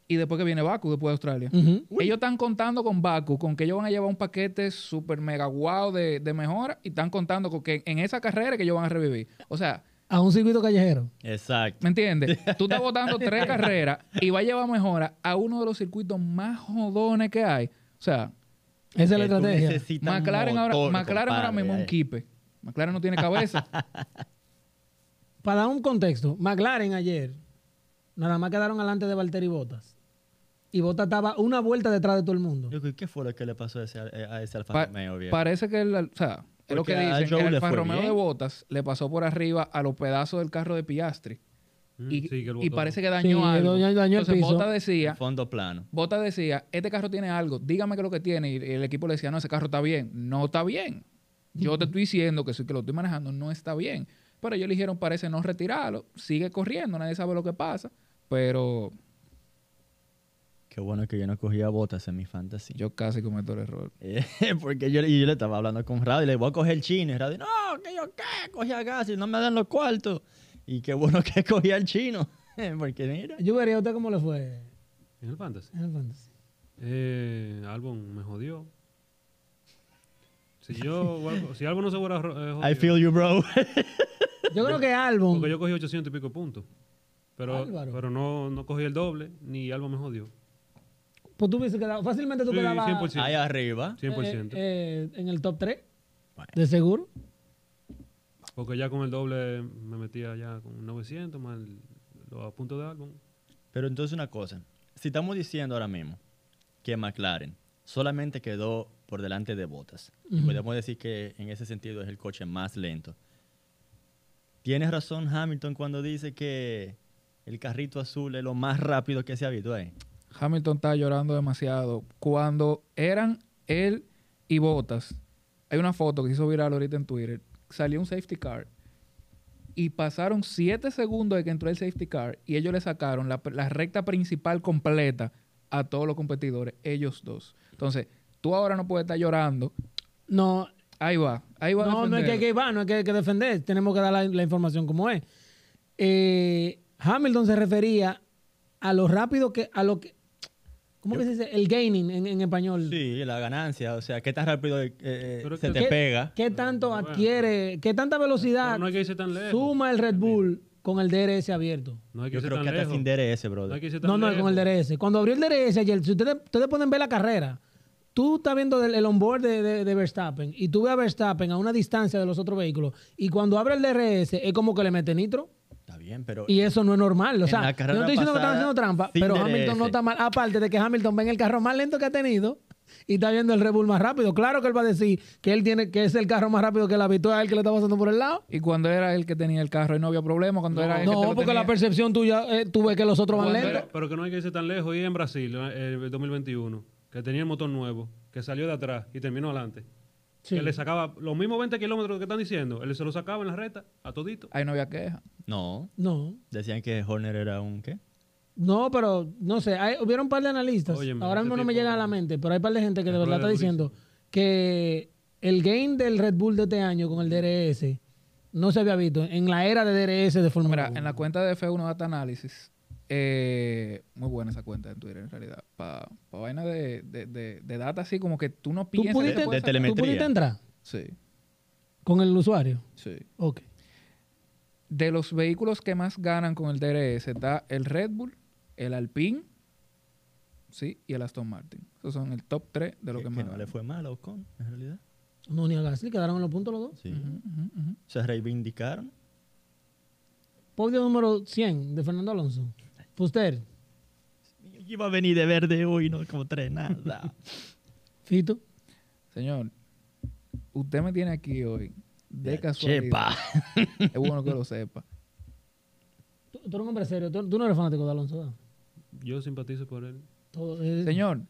[SPEAKER 5] y después que viene Baku, después de Australia.
[SPEAKER 2] Ujú.
[SPEAKER 5] Ellos están contando con Baku, con que ellos van a llevar un paquete super mega guau de, de mejora y están contando con que en esa carrera que ellos van a revivir. O sea,
[SPEAKER 2] A un circuito callejero.
[SPEAKER 3] Exacto.
[SPEAKER 5] ¿me entiendes? Tú estás votando tres carreras y vas a llevar mejora a uno de los circuitos más jodones que hay. O sea,
[SPEAKER 2] Esa es la
[SPEAKER 3] Que tú
[SPEAKER 2] estrategia.
[SPEAKER 3] necesitas
[SPEAKER 5] McLaren, ahora,
[SPEAKER 3] motor,
[SPEAKER 5] McLaren ahora
[SPEAKER 3] compadre, eh.
[SPEAKER 5] mismo es
[SPEAKER 3] ahí.
[SPEAKER 5] un kipe. McLaren no tiene cabeza.
[SPEAKER 2] Para dar un contexto, McLaren ayer nada más quedaron alante de Valtteri Bottas. Y Bottas estaba una vuelta detrás de todo el mundo.
[SPEAKER 3] Loco, ¿y ¿Qué fue lo que le pasó a ese, a ese Alfa
[SPEAKER 5] Pa-
[SPEAKER 3] Romeo, viejo?
[SPEAKER 5] parece que el, o sea, es lo
[SPEAKER 3] Porque
[SPEAKER 5] que
[SPEAKER 3] a
[SPEAKER 5] dicen,
[SPEAKER 3] Joe
[SPEAKER 5] el
[SPEAKER 3] le
[SPEAKER 5] Alfa
[SPEAKER 3] fue
[SPEAKER 5] Romeo
[SPEAKER 3] bien.
[SPEAKER 5] de Botas le pasó por arriba a los pedazos del carro de Piastri.
[SPEAKER 4] Mm,
[SPEAKER 5] Y,
[SPEAKER 4] sí, que el
[SPEAKER 5] y
[SPEAKER 4] botón.
[SPEAKER 5] parece que dañó
[SPEAKER 2] Sí,
[SPEAKER 5] algo.
[SPEAKER 2] dañó- dañó el
[SPEAKER 5] Entonces
[SPEAKER 2] piso.
[SPEAKER 5] Botas decía,
[SPEAKER 3] Fondo plano.
[SPEAKER 5] Botas decía, este carro tiene algo, dígame qué es lo que tiene. Y el equipo le decía, no, ese carro está bien. No está bien. Yo te estoy diciendo que sí que lo estoy manejando, no está bien. Pero ellos eligieron, parece no retirarlo, sigue corriendo, nadie sabe lo que pasa. Pero
[SPEAKER 3] Qué bueno que yo no cogía botas en mi fantasía.
[SPEAKER 5] yo casi cometo el error.
[SPEAKER 3] Eh, Porque yo, y yo le estaba hablando con Radio y le voy a coger el chino. Y Radio, no, que yo qué, cogía gas y no me dan los cuartos. Y qué bueno que cogía el chino. Porque mira.
[SPEAKER 2] Yo vería a usted cómo le fue
[SPEAKER 4] En el fantasy.
[SPEAKER 2] en el fantasy.
[SPEAKER 4] Eh, Albon me jodió. Si yo, si Albon no se hubiera ro- eh, jodido.
[SPEAKER 3] I feel you, bro.
[SPEAKER 2] Yo creo que Albon.
[SPEAKER 4] Porque yo cogí 800 y pico puntos. Pero,
[SPEAKER 2] Álvaro.
[SPEAKER 4] pero no, no cogí el doble, ni Albon me jodió.
[SPEAKER 2] Pues tú hubiese quedado. Fácilmente tú
[SPEAKER 4] Sí,
[SPEAKER 2] quedabas.
[SPEAKER 4] 100%.
[SPEAKER 3] Ahí arriba.
[SPEAKER 2] eh,
[SPEAKER 4] 100%.
[SPEAKER 2] eh, en el top 3.
[SPEAKER 3] Bueno.
[SPEAKER 2] De seguro.
[SPEAKER 4] Porque ya con el doble me metía ya con 900 más el- los puntos de Albon.
[SPEAKER 3] Pero entonces una cosa. Si estamos diciendo ahora mismo que McLaren solamente quedó por delante de botas. Y podemos decir que en ese sentido es el coche más lento. Tienes razón Hamilton cuando dice que el carrito azul es lo más rápido que se ha visto ahí.
[SPEAKER 5] Hamilton está llorando demasiado. Cuando eran él y Bottas, hay una foto que se hizo viral ahorita en Twitter. Salió un safety car y pasaron 7 segundos de que entró el safety car y ellos le sacaron la, la recta principal completa a todos los competidores, ellos dos. Entonces, tú ahora no puedes estar llorando.
[SPEAKER 2] No,
[SPEAKER 5] Ahí va, ahí va. a
[SPEAKER 2] No, no es que hay
[SPEAKER 5] defenderlo.
[SPEAKER 2] que va, no es que hay que defender. Tenemos que dar la, la información como es. Eh, Hamilton se refería a lo rápido que, a lo que, ¿cómo que se dice? El gaining en, en español.
[SPEAKER 3] Sí, la ganancia, o sea, qué tan rápido eh, eh,
[SPEAKER 4] Pero
[SPEAKER 3] se
[SPEAKER 4] que-
[SPEAKER 3] te
[SPEAKER 2] ¿Qué,
[SPEAKER 3] pega.
[SPEAKER 2] ¿Qué tanto
[SPEAKER 4] Bueno.
[SPEAKER 2] adquiere, qué tanta velocidad
[SPEAKER 4] Pero no hay que irse tan lejos.
[SPEAKER 2] suma el Red Bull con el DRS abierto?
[SPEAKER 4] No hay que
[SPEAKER 3] Yo
[SPEAKER 4] irse
[SPEAKER 3] creo
[SPEAKER 4] tan
[SPEAKER 3] que hasta
[SPEAKER 4] lejos.
[SPEAKER 3] sin DRS, brother.
[SPEAKER 4] No hay que irse tan
[SPEAKER 2] No, no,
[SPEAKER 4] lejos.
[SPEAKER 2] con el DRS. Cuando abrió el DRS ayer, si ustedes, ustedes pueden ver la carrera, tú estás viendo el, el onboard de, de- de Verstappen y tú ves a Verstappen a una distancia de los otros vehículos y cuando abre el DRS es como que le mete nitro.
[SPEAKER 3] Está bien, pero
[SPEAKER 2] Y eso no es normal. O
[SPEAKER 3] En
[SPEAKER 2] sea,
[SPEAKER 3] la
[SPEAKER 2] yo
[SPEAKER 3] carrera
[SPEAKER 2] no estoy diciendo que están
[SPEAKER 3] pasada,
[SPEAKER 2] haciendo trampa,
[SPEAKER 3] sin
[SPEAKER 2] pero
[SPEAKER 3] DRS.
[SPEAKER 2] Hamilton no está mal. Aparte de que Hamilton va en el carro más lento que ha tenido y está viendo el Red Bull más rápido. Claro que él va a decir que él tiene que es el carro más rápido que la victoria a él que le está pasando por el lado.
[SPEAKER 5] Y cuando era él que tenía el carro y no había problema, cuando era él que
[SPEAKER 2] No,
[SPEAKER 5] te lo
[SPEAKER 2] porque
[SPEAKER 5] tenía-
[SPEAKER 2] la percepción tuya, eh, tú ves que los otros van lentos.
[SPEAKER 4] Pero, pero que no hay que irse tan lejos. Y en Brasil, eh, el 2021, que tenía el motor nuevo, que salió de atrás y terminó adelante.
[SPEAKER 2] Sí.
[SPEAKER 4] Que le sacaba los mismos 20 kilómetros que están diciendo. Él se lo sacaba en la recta a todito.
[SPEAKER 5] Ahí no había queja.
[SPEAKER 3] No,
[SPEAKER 2] No,
[SPEAKER 3] decían que Horner era un qué.
[SPEAKER 2] no, pero no sé. Hay, hubieron un par de analistas.
[SPEAKER 4] Óyeme,
[SPEAKER 2] Ahora
[SPEAKER 4] este
[SPEAKER 2] mismo no me
[SPEAKER 4] tipo-
[SPEAKER 2] llega a la mente, pero hay un par de gente que de
[SPEAKER 4] Rueda
[SPEAKER 2] verdad está
[SPEAKER 4] durísimo.
[SPEAKER 2] diciendo que el gain del Red Bull de este año con el DRS no se había visto en la era de DRS de Fórmula
[SPEAKER 5] Mira,
[SPEAKER 2] 1.
[SPEAKER 5] en la cuenta de F1 Data Analysis, eh, muy buena esa cuenta en Twitter en realidad, para vaina de, de, de- de data así como que tú no
[SPEAKER 2] ¿Tú
[SPEAKER 5] piensas que
[SPEAKER 2] pudiste,
[SPEAKER 5] te puedes
[SPEAKER 3] De
[SPEAKER 5] sacar.
[SPEAKER 2] ¿Tú
[SPEAKER 3] telemetría.
[SPEAKER 2] pudiste entrar
[SPEAKER 5] Sí,
[SPEAKER 2] con el usuario?
[SPEAKER 5] sí.
[SPEAKER 2] Ok.
[SPEAKER 5] De los vehículos que más ganan con el DRS está el Red Bull, el Alpine, sí, y el Aston Martin. Esos son el top 3 de lo que,
[SPEAKER 3] que,
[SPEAKER 5] más
[SPEAKER 3] no
[SPEAKER 5] ganan.
[SPEAKER 3] le fue mal a Ocon, en realidad.
[SPEAKER 2] No, ni a Gasly, quedaron en los puntos los dos.
[SPEAKER 3] Sí.
[SPEAKER 5] Ujú, ujú, ujú.
[SPEAKER 3] Se reivindicaron.
[SPEAKER 2] Podio número 100 de Fernando Alonso. Fuster,
[SPEAKER 3] Yo Iba a venir de verde hoy, no encontré nada.
[SPEAKER 2] Fito.
[SPEAKER 5] Señor, usted me tiene aquí hoy, de
[SPEAKER 3] Ya,
[SPEAKER 5] casualidad. Es bueno que lo sepa.
[SPEAKER 2] Tú, tú eres un hombre serio, tú, tú no eres fanático de Alonso. ¿verdad?
[SPEAKER 4] Yo simpatizo por él.
[SPEAKER 2] Todo, eh,
[SPEAKER 5] Señor,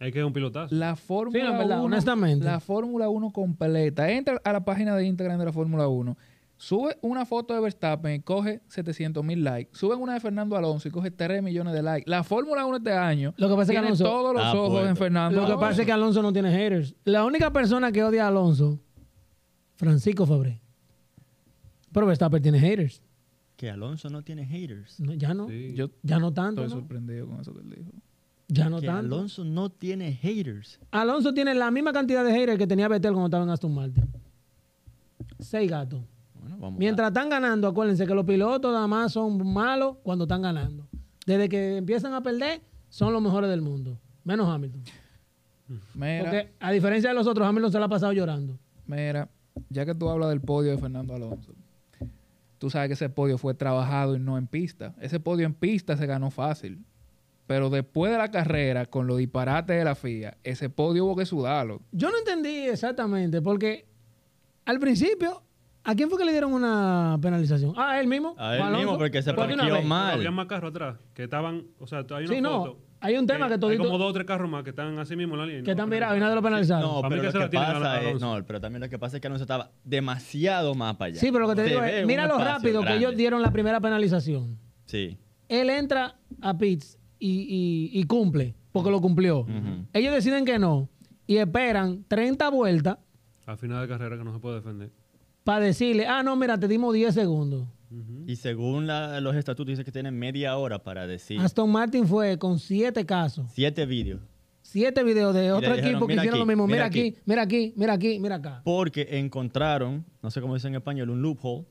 [SPEAKER 4] Es que es un pilotazo.
[SPEAKER 5] La Fórmula
[SPEAKER 2] Sí, la verdad,
[SPEAKER 5] 1,
[SPEAKER 2] honestamente.
[SPEAKER 5] La Fórmula 1 completa. Entra a la página de Instagram de la Fórmula 1. Sube una foto de Verstappen y coge 700 mil likes. Suben una de Fernando Alonso y coge 3 millones de likes. La Fórmula 1 este año
[SPEAKER 2] Lo que pasa es que
[SPEAKER 5] tiene
[SPEAKER 2] Alonso-
[SPEAKER 5] todos los
[SPEAKER 3] Ah,
[SPEAKER 5] ojos
[SPEAKER 3] bueno.
[SPEAKER 5] en Fernando
[SPEAKER 2] Lo que pasa
[SPEAKER 5] Alonso.
[SPEAKER 2] es que Alonso no tiene haters. La única persona que odia a Alonso, Francisco Fabré. Pero Verstappen tiene haters.
[SPEAKER 3] que Alonso no tiene haters.
[SPEAKER 2] No, ya no.
[SPEAKER 4] Sí.
[SPEAKER 5] Yo
[SPEAKER 2] Ya no tanto.
[SPEAKER 5] estoy
[SPEAKER 2] ¿no?
[SPEAKER 5] sorprendido con eso que él dijo.
[SPEAKER 2] Ya no
[SPEAKER 3] que
[SPEAKER 2] tanto. Alonso?
[SPEAKER 3] Alonso no tiene haters.
[SPEAKER 2] tiene la misma cantidad de haters que tenía Vettel cuando estaba en Aston Martin. Seis gatos.
[SPEAKER 3] Bueno, vamos.
[SPEAKER 2] Mientras están ganando, acuérdense que los pilotos nada más son malos cuando están ganando. Desde que empiezan a perder, son los mejores del mundo. Menos Hamilton.
[SPEAKER 5] Mira,
[SPEAKER 2] Porque a diferencia de los otros, Hamilton se la ha pasado llorando.
[SPEAKER 5] mira, ya que tú hablas del podio de Fernando Alonso, tú sabes que ese podio fue trabajado y no en pista. Ese podio en pista se ganó fácil. Pero después de la carrera, con los disparates de la FIA, ese podio hubo que sudarlo.
[SPEAKER 2] Yo no entendí exactamente, porque al principio, ¿a quién fue que le dieron una penalización? Ah, ¿a él mismo.
[SPEAKER 3] A él
[SPEAKER 2] Alonso?
[SPEAKER 3] mismo, porque se
[SPEAKER 2] Fue de una
[SPEAKER 3] parqueó
[SPEAKER 2] vez.
[SPEAKER 3] mal.
[SPEAKER 4] Había más carros atrás que estaban, o sea, hay una
[SPEAKER 2] Sí, no,
[SPEAKER 4] foto
[SPEAKER 2] hay un tema que
[SPEAKER 4] Hay
[SPEAKER 2] todito-
[SPEAKER 4] como dos o tres carros más que están así mismo en la línea.
[SPEAKER 2] Que están
[SPEAKER 4] No,
[SPEAKER 2] virados y nadie lo penalizaron.
[SPEAKER 3] No,
[SPEAKER 4] Para mí
[SPEAKER 3] pero
[SPEAKER 4] que
[SPEAKER 3] lo
[SPEAKER 4] se
[SPEAKER 3] que
[SPEAKER 4] la tienen a
[SPEAKER 3] pasa es,
[SPEAKER 4] Alonso.
[SPEAKER 3] no, pero también lo que pasa es que Alonso estaba demasiado más para allá.
[SPEAKER 2] sí, pero lo que te
[SPEAKER 3] Se
[SPEAKER 2] digo
[SPEAKER 3] ve
[SPEAKER 2] es,
[SPEAKER 3] un
[SPEAKER 2] mira lo
[SPEAKER 3] espacio
[SPEAKER 2] rápido que ellos
[SPEAKER 3] grande.
[SPEAKER 2] dieron la primera penalización.
[SPEAKER 3] Sí.
[SPEAKER 2] Él entra a pits y, y- y cumple, porque lo cumplió. Ellos deciden que no y esperan 30 vueltas
[SPEAKER 4] Al final de carrera que no se puede defender.
[SPEAKER 2] para decirle, ah, no, mira, te dimos 10 segundos.
[SPEAKER 4] Ujú.
[SPEAKER 3] Y según la- los estatutos dice que tienen media hora para decir
[SPEAKER 2] Aston Martin fue con 7 casos.
[SPEAKER 3] siete vídeos.
[SPEAKER 2] siete videos de otro
[SPEAKER 3] dijeron,
[SPEAKER 2] equipo que
[SPEAKER 3] "Mira
[SPEAKER 2] hicieron
[SPEAKER 3] aquí,
[SPEAKER 2] lo mismo. Mira
[SPEAKER 3] mira
[SPEAKER 2] aquí,
[SPEAKER 3] aquí".
[SPEAKER 2] mira aquí, mira aquí, mira acá.
[SPEAKER 3] Porque encontraron, no sé cómo dice en español, un loophole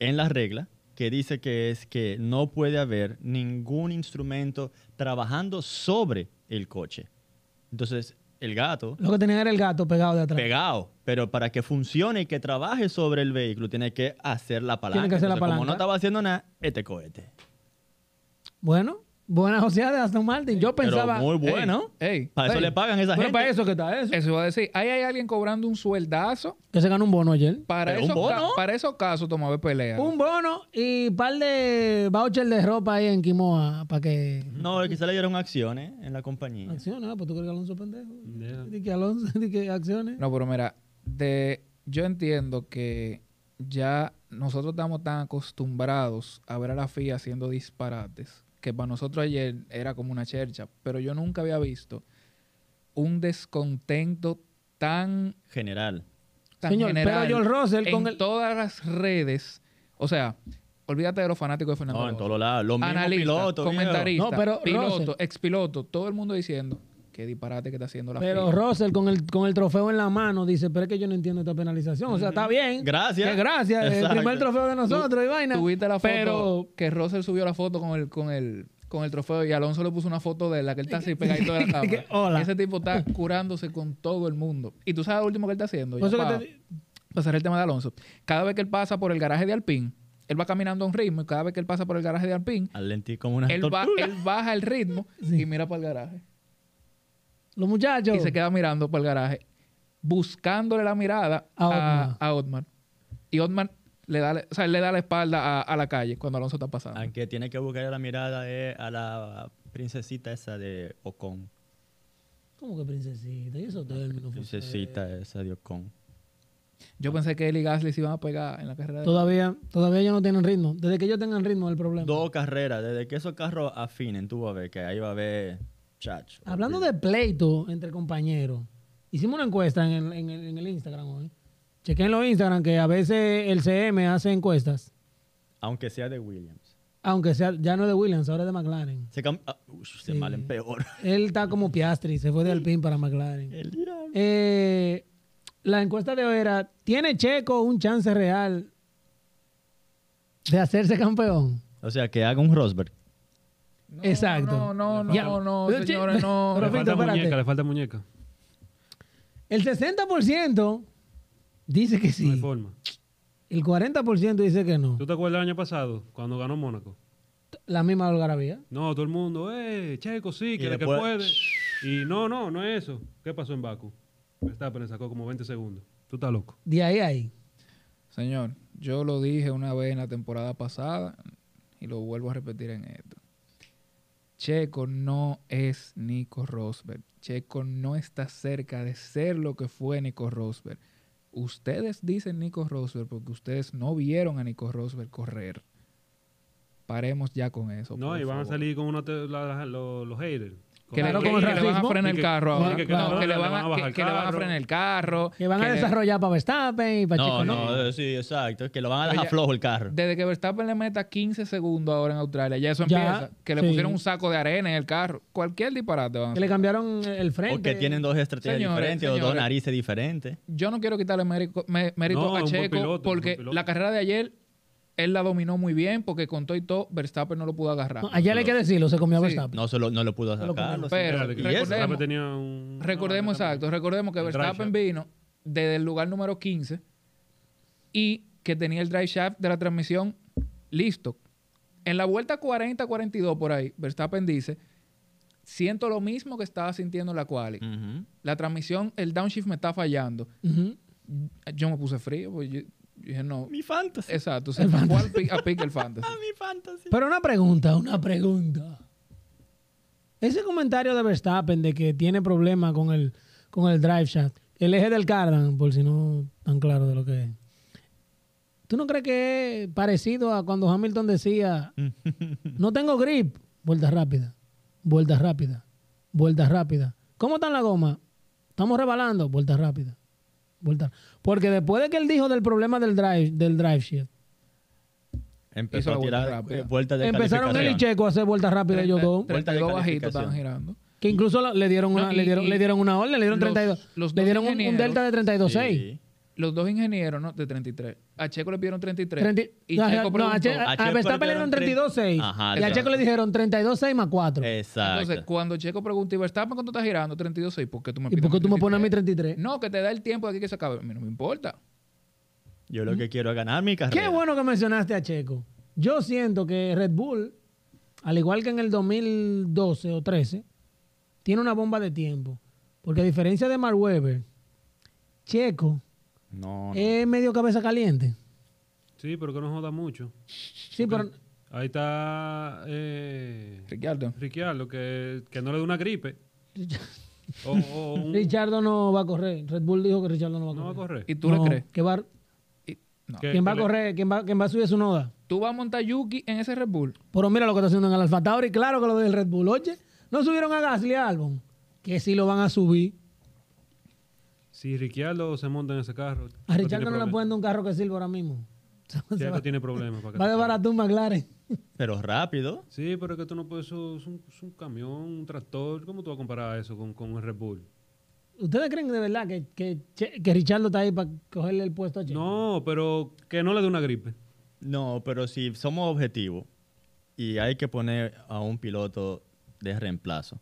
[SPEAKER 3] en la regla que dice que es que no puede haber ningún instrumento trabajando sobre el coche. Entonces, el gato
[SPEAKER 2] Lo que tenía era el gato pegado de atrás.
[SPEAKER 3] pegado, pero para que funcione y que trabaje sobre el vehículo tiene que hacer la palanca.
[SPEAKER 2] Tiene que hacer la
[SPEAKER 3] Entonces, Como
[SPEAKER 2] palanca.
[SPEAKER 3] no estaba haciendo nada, este cohete.
[SPEAKER 2] Bueno, buena sociedad de Aston Martin. Yo pensaba.
[SPEAKER 3] pero muy bueno.
[SPEAKER 5] Ey,
[SPEAKER 3] para eso
[SPEAKER 5] ey.
[SPEAKER 3] le pagan a esa
[SPEAKER 2] Bueno,
[SPEAKER 3] gente.
[SPEAKER 2] para eso que está eso.
[SPEAKER 5] Eso iba a decir. Ahí hay alguien cobrando un sueldazo
[SPEAKER 2] Que se ganó un bono ayer.
[SPEAKER 5] para,
[SPEAKER 3] Pero un
[SPEAKER 5] esos, ca-
[SPEAKER 3] bono.
[SPEAKER 5] para esos casos, Tomás pelea.
[SPEAKER 2] Un bono y un par de voucher de ropa ahí en Quimoa para que.
[SPEAKER 3] No, quizá le dieron acciones en la compañía.
[SPEAKER 2] Acciones, ah, pues tú crees que Alonso es pendejo.
[SPEAKER 4] Ya.
[SPEAKER 2] Di que Alonso, di que acciones.
[SPEAKER 5] No, pero mira, de, yo entiendo que ya nosotros estamos tan acostumbrados a ver a la FIA haciendo disparates que para nosotros ayer era como una chercha. Pero yo nunca había visto un descontento tan,
[SPEAKER 3] General.
[SPEAKER 5] tan
[SPEAKER 2] Señor, pero
[SPEAKER 5] general
[SPEAKER 2] George Russell
[SPEAKER 5] en
[SPEAKER 2] con el-
[SPEAKER 5] todas las redes. O sea, olvídate de los fanáticos de Fernando
[SPEAKER 3] No, en
[SPEAKER 5] Alonso.
[SPEAKER 3] todos lados. Los mismos
[SPEAKER 5] analistas,
[SPEAKER 3] pilotos. viejo.
[SPEAKER 5] comentaristas,
[SPEAKER 2] No, pero, Russell.
[SPEAKER 5] pilotos, expilotos, todo el mundo diciendo qué disparate que está haciendo la
[SPEAKER 2] Pero
[SPEAKER 5] FIA.
[SPEAKER 2] Russell con el, con el trofeo en la mano dice, pero es que yo no entiendo esta penalización. O sea, está bien.
[SPEAKER 3] Gracias.
[SPEAKER 2] Que gracias. El
[SPEAKER 3] Exacto.
[SPEAKER 2] primer trofeo de nosotros y vaina.
[SPEAKER 5] Tuviste la foto
[SPEAKER 2] Pero
[SPEAKER 5] que Russell subió la foto con el con el con el trofeo y Alonso le puso una foto de la que él está así pegadito de la cámara.
[SPEAKER 2] hola.
[SPEAKER 5] Ese tipo está curándose con todo el mundo. Y tú sabes lo último que él está haciendo.
[SPEAKER 2] Por
[SPEAKER 5] Ya
[SPEAKER 2] Pues eso que
[SPEAKER 5] pa-
[SPEAKER 2] te di-
[SPEAKER 5] para cerrar el tema de Alonso. Cada vez que él pasa por el garaje de Alpine, él va caminando a un ritmo y cada vez que él pasa por el garaje de Alpine,
[SPEAKER 3] Al lenti- como una
[SPEAKER 5] él, ba-
[SPEAKER 3] tortuga.
[SPEAKER 5] él baja el ritmo y mira para el garaje.
[SPEAKER 2] Los muchachos.
[SPEAKER 5] y se queda mirando por el garaje, buscándole la mirada
[SPEAKER 2] A Otmar.
[SPEAKER 5] a, a Otmar. Y Otmar le da, la- o sea, él le da la espalda a, a la calle cuando Alonso está pasando.
[SPEAKER 3] Al que tiene que buscar la mirada es a la princesita esa de Ocon.
[SPEAKER 2] ¿Cómo que princesita? Y esos términos.
[SPEAKER 3] Princesita esa de Ocon.
[SPEAKER 5] Yo pensé que él y Gasly se iban a pegar en la carrera. de-
[SPEAKER 2] Todavía, todavía ellos no tienen ritmo. Desde que ellos tengan ritmo es el problema.
[SPEAKER 3] Dos carreras, desde que esos carros afinen, tú vas a ver que ahí va a haber chacho.
[SPEAKER 2] Hablando de pleito entre compañeros, hicimos una encuesta en el, en el- en el Instagram hoy. Chequen los Instagram que a veces el CM hace encuestas,
[SPEAKER 3] Aunque sea de Williams.
[SPEAKER 2] aunque sea ya no es de Williams, ahora es de McLaren.
[SPEAKER 3] Se, cam- ah, ush, se
[SPEAKER 2] Sí.
[SPEAKER 3] malen peor.
[SPEAKER 2] Él está como Piastri, se fue de Alpine para McLaren.
[SPEAKER 3] El Irán.
[SPEAKER 2] Eh, la encuesta de hoy era, ¿tiene Checo un chance real de hacerse campeón?
[SPEAKER 3] O sea, que haga un Rosberg.
[SPEAKER 5] No,
[SPEAKER 2] Exacto.
[SPEAKER 5] No, no, no,
[SPEAKER 2] Ya.
[SPEAKER 5] no,
[SPEAKER 2] Pero, che-
[SPEAKER 5] señores, no.
[SPEAKER 2] Pero,
[SPEAKER 4] Le falta
[SPEAKER 2] Fito, espérate.
[SPEAKER 4] muñeca, le falta muñeca.
[SPEAKER 2] El 60% dice que
[SPEAKER 4] No hay
[SPEAKER 2] sí,
[SPEAKER 4] forma.
[SPEAKER 2] el 40% dice que no.
[SPEAKER 4] ¿Tú te acuerdas el año pasado, cuando ganó Mónaco?
[SPEAKER 2] La misma algarabía.
[SPEAKER 4] No, todo el mundo, eh, Checo, sí, que, el que
[SPEAKER 3] después-
[SPEAKER 4] puede. Y no, no, no es eso. ¿Qué pasó en Baku? Verstappen le sacó como 20 segundos. Tú estás loco.
[SPEAKER 2] De ahí a ahí.
[SPEAKER 5] Señor, yo lo dije una vez en la temporada pasada y lo vuelvo a repetir en esto. Checo no es Nico Rosberg. Checo no está cerca de ser lo que fue Nico Rosberg. Ustedes dicen Nico Rosberg porque ustedes no vieron a Nico Rosberg correr. Paremos ya con eso.
[SPEAKER 4] No,
[SPEAKER 5] por
[SPEAKER 4] y van a
[SPEAKER 5] favor.
[SPEAKER 4] salir con una te- la- la- los, los haters. Con-
[SPEAKER 5] Que, le-
[SPEAKER 2] Claro,
[SPEAKER 5] que-
[SPEAKER 2] con el
[SPEAKER 5] que le van a
[SPEAKER 2] racismo.
[SPEAKER 5] frenar
[SPEAKER 4] Y
[SPEAKER 5] el
[SPEAKER 4] que-
[SPEAKER 5] carro
[SPEAKER 4] y
[SPEAKER 5] ahora.
[SPEAKER 4] que-
[SPEAKER 5] Que,
[SPEAKER 4] que no,
[SPEAKER 5] le van
[SPEAKER 4] bajar
[SPEAKER 5] a,
[SPEAKER 4] el
[SPEAKER 5] que- que le van a
[SPEAKER 4] carro.
[SPEAKER 5] frenar el carro.
[SPEAKER 2] Que van a
[SPEAKER 5] le-
[SPEAKER 2] desarrollar para Verstappen y para
[SPEAKER 3] No,
[SPEAKER 2] Checo. No,
[SPEAKER 3] no, eh, sí, exacto. Que lo van a dejar
[SPEAKER 5] Oye,
[SPEAKER 3] flojo el carro.
[SPEAKER 5] Desde que Verstappen le meta 15 segundos ahora en Australia, ya eso
[SPEAKER 2] Ya,
[SPEAKER 5] empieza. Que le
[SPEAKER 2] sí.
[SPEAKER 5] pusieron un saco de arena en el carro. Cualquier disparate. van
[SPEAKER 2] Que
[SPEAKER 5] a hacer.
[SPEAKER 2] le cambiaron el frente.
[SPEAKER 3] O que tienen dos estrategias
[SPEAKER 5] Señores,
[SPEAKER 3] diferentes o dos
[SPEAKER 5] señores.
[SPEAKER 3] narices diferentes.
[SPEAKER 5] Yo no quiero quitarle mérico- mé- mérito
[SPEAKER 4] No,
[SPEAKER 5] a
[SPEAKER 4] es un buen
[SPEAKER 5] Checo
[SPEAKER 4] piloto, es un buen
[SPEAKER 5] porque
[SPEAKER 4] piloto.
[SPEAKER 5] la carrera de ayer él la dominó muy bien porque con todo y todo Verstappen no lo pudo agarrar.
[SPEAKER 2] No, ayer hay que decirlo, se comió a
[SPEAKER 5] Sí.
[SPEAKER 2] Verstappen.
[SPEAKER 3] No, se lo- no lo pudo
[SPEAKER 2] No lo
[SPEAKER 3] sacar.
[SPEAKER 2] pudo.
[SPEAKER 3] lo
[SPEAKER 5] Pero,
[SPEAKER 3] sacaron. Y
[SPEAKER 5] recordemos-
[SPEAKER 3] eso-
[SPEAKER 4] Verstappen tenía un-
[SPEAKER 5] Recordemos,
[SPEAKER 4] no,
[SPEAKER 5] exacto, recordemos que
[SPEAKER 4] El drive
[SPEAKER 5] Verstappen
[SPEAKER 4] shaft.
[SPEAKER 5] vino desde el lugar número 15 y que tenía el drive shaft de la transmisión listo. En la vuelta 40-42 por ahí, Verstappen dice, siento lo mismo que estaba sintiendo en la quali.
[SPEAKER 4] Mm.
[SPEAKER 3] Ujú.
[SPEAKER 5] La transmisión, el downshift me está fallando.
[SPEAKER 2] Ujú.
[SPEAKER 5] Yo me puse frío, pues yo, yo dije, no.
[SPEAKER 3] Mi fantasy.
[SPEAKER 5] Exacto, se fue al pick, a pick el fantasy.
[SPEAKER 3] Mi fantasy.
[SPEAKER 2] Pero una pregunta, una pregunta. Ese comentario de Verstappen de que tiene problemas con el, con el drive shaft, el eje del Cardan, por si no tan claro de lo que es. ¿Tú no crees que es parecido a cuando Hamilton decía, no tengo grip? Vuelta rápida, vuelta rápida, vuelta rápida. ¿Cómo están la goma? Estamos rebalando, vuelta rápida, vuelta. Porque después de que él dijo del problema del drive, del drive shift,
[SPEAKER 3] Empezó
[SPEAKER 5] Hizo la
[SPEAKER 3] a tirar
[SPEAKER 5] vuelta rápida.
[SPEAKER 3] eh, vueltas de
[SPEAKER 2] Empezaron él y
[SPEAKER 3] calificación.
[SPEAKER 2] Checo a hacer vueltas rápidas ellos dos.
[SPEAKER 3] Vuelta de
[SPEAKER 5] 32 bajitos estaban
[SPEAKER 3] calificación.
[SPEAKER 5] girando.
[SPEAKER 2] Que incluso la- le dieron una,
[SPEAKER 5] No, y-
[SPEAKER 2] le dieron,
[SPEAKER 5] y
[SPEAKER 2] le dieron una orden, le dieron
[SPEAKER 5] los-
[SPEAKER 2] 32.
[SPEAKER 5] los
[SPEAKER 2] le
[SPEAKER 5] dos
[SPEAKER 2] dieron un- un,
[SPEAKER 5] ingenieros-
[SPEAKER 2] delta de 32.6.
[SPEAKER 3] Sí.
[SPEAKER 5] Los dos ingenieros, ¿no? De 33. A Checo le pidieron 33.
[SPEAKER 2] Treinta y-
[SPEAKER 5] y
[SPEAKER 2] no,
[SPEAKER 5] Checo
[SPEAKER 2] no, a,
[SPEAKER 5] preguntó,
[SPEAKER 2] Che- a-
[SPEAKER 3] A
[SPEAKER 2] a
[SPEAKER 3] Checo
[SPEAKER 2] Verstappen
[SPEAKER 3] le
[SPEAKER 2] le dieron
[SPEAKER 3] dieron
[SPEAKER 2] 32.6.
[SPEAKER 3] Ajá,
[SPEAKER 2] Y a Checo
[SPEAKER 3] exacto. Eh,
[SPEAKER 2] le dijeron 32.6 más 4.
[SPEAKER 3] Ah, Exacto.
[SPEAKER 5] Entonces, cuando Checo pregunta, ¿y Verstappen cuánto estás girando? 32.6. ¿Por qué tú me
[SPEAKER 2] ¿Y
[SPEAKER 5] pides
[SPEAKER 2] por qué tú me pones a mí
[SPEAKER 5] 33?
[SPEAKER 2] 33?
[SPEAKER 5] No, que te da el tiempo de aquí que se acabe. A mí no me importa.
[SPEAKER 3] Yo lo que quiero es ganar mi carrera.
[SPEAKER 2] Qué bueno que mencionaste a Checo. Yo siento que Red Bull, al igual que en el 2012 o 13, tiene una bomba de tiempo. Porque a diferencia de Mark Webber, Checo
[SPEAKER 3] No, no.
[SPEAKER 2] es medio cabeza caliente.
[SPEAKER 4] Sí, pero que no joda mucho.
[SPEAKER 2] Sí, pero
[SPEAKER 4] Ahí está eh,
[SPEAKER 5] Ricardo.
[SPEAKER 4] Ricciardo, que, que no le dé una gripe. O, o un-
[SPEAKER 2] Richardo no va a correr. Red Bull dijo que Richardo no va a correr.
[SPEAKER 4] no va a correr.
[SPEAKER 5] ¿Y tú
[SPEAKER 2] No,
[SPEAKER 5] le crees?
[SPEAKER 2] que va-
[SPEAKER 5] Y- no.
[SPEAKER 4] Que-
[SPEAKER 2] ¿Quién va a
[SPEAKER 4] que le-
[SPEAKER 2] correr? ¿Quién va, quién va a subir su noda?
[SPEAKER 5] ¿Tú vas a montar Yuki en ese Red Bull?
[SPEAKER 2] Pero mira lo que está haciendo en el Alfa Tauri. Claro que lo del Red Bull. Oye, no subieron a Gasly a Albon. Que sí lo van a subir.
[SPEAKER 4] Si Ricciardo se monta en ese carro.
[SPEAKER 2] A
[SPEAKER 4] Checo
[SPEAKER 2] Richardo
[SPEAKER 4] tiene
[SPEAKER 2] no le
[SPEAKER 4] problemas.
[SPEAKER 2] pueden dar un carro que sirva ahora mismo. Se va- se
[SPEAKER 4] Checo
[SPEAKER 2] va,
[SPEAKER 4] tiene problemas. Para que
[SPEAKER 2] va
[SPEAKER 4] te-
[SPEAKER 2] de barato un McLaren.
[SPEAKER 3] Pero rápido.
[SPEAKER 4] Sí, pero es que tú no puedes. Eso es un, es un camión, un tractor. ¿Cómo tú vas a comparar eso con, con el Red Bull?
[SPEAKER 2] ¿Ustedes creen de verdad que, que, Che- que Richardo está ahí para cogerle el puesto a Checo?
[SPEAKER 4] No, pero que no le dé una gripe.
[SPEAKER 3] No, pero si somos objetivos y hay que poner a un piloto de reemplazo,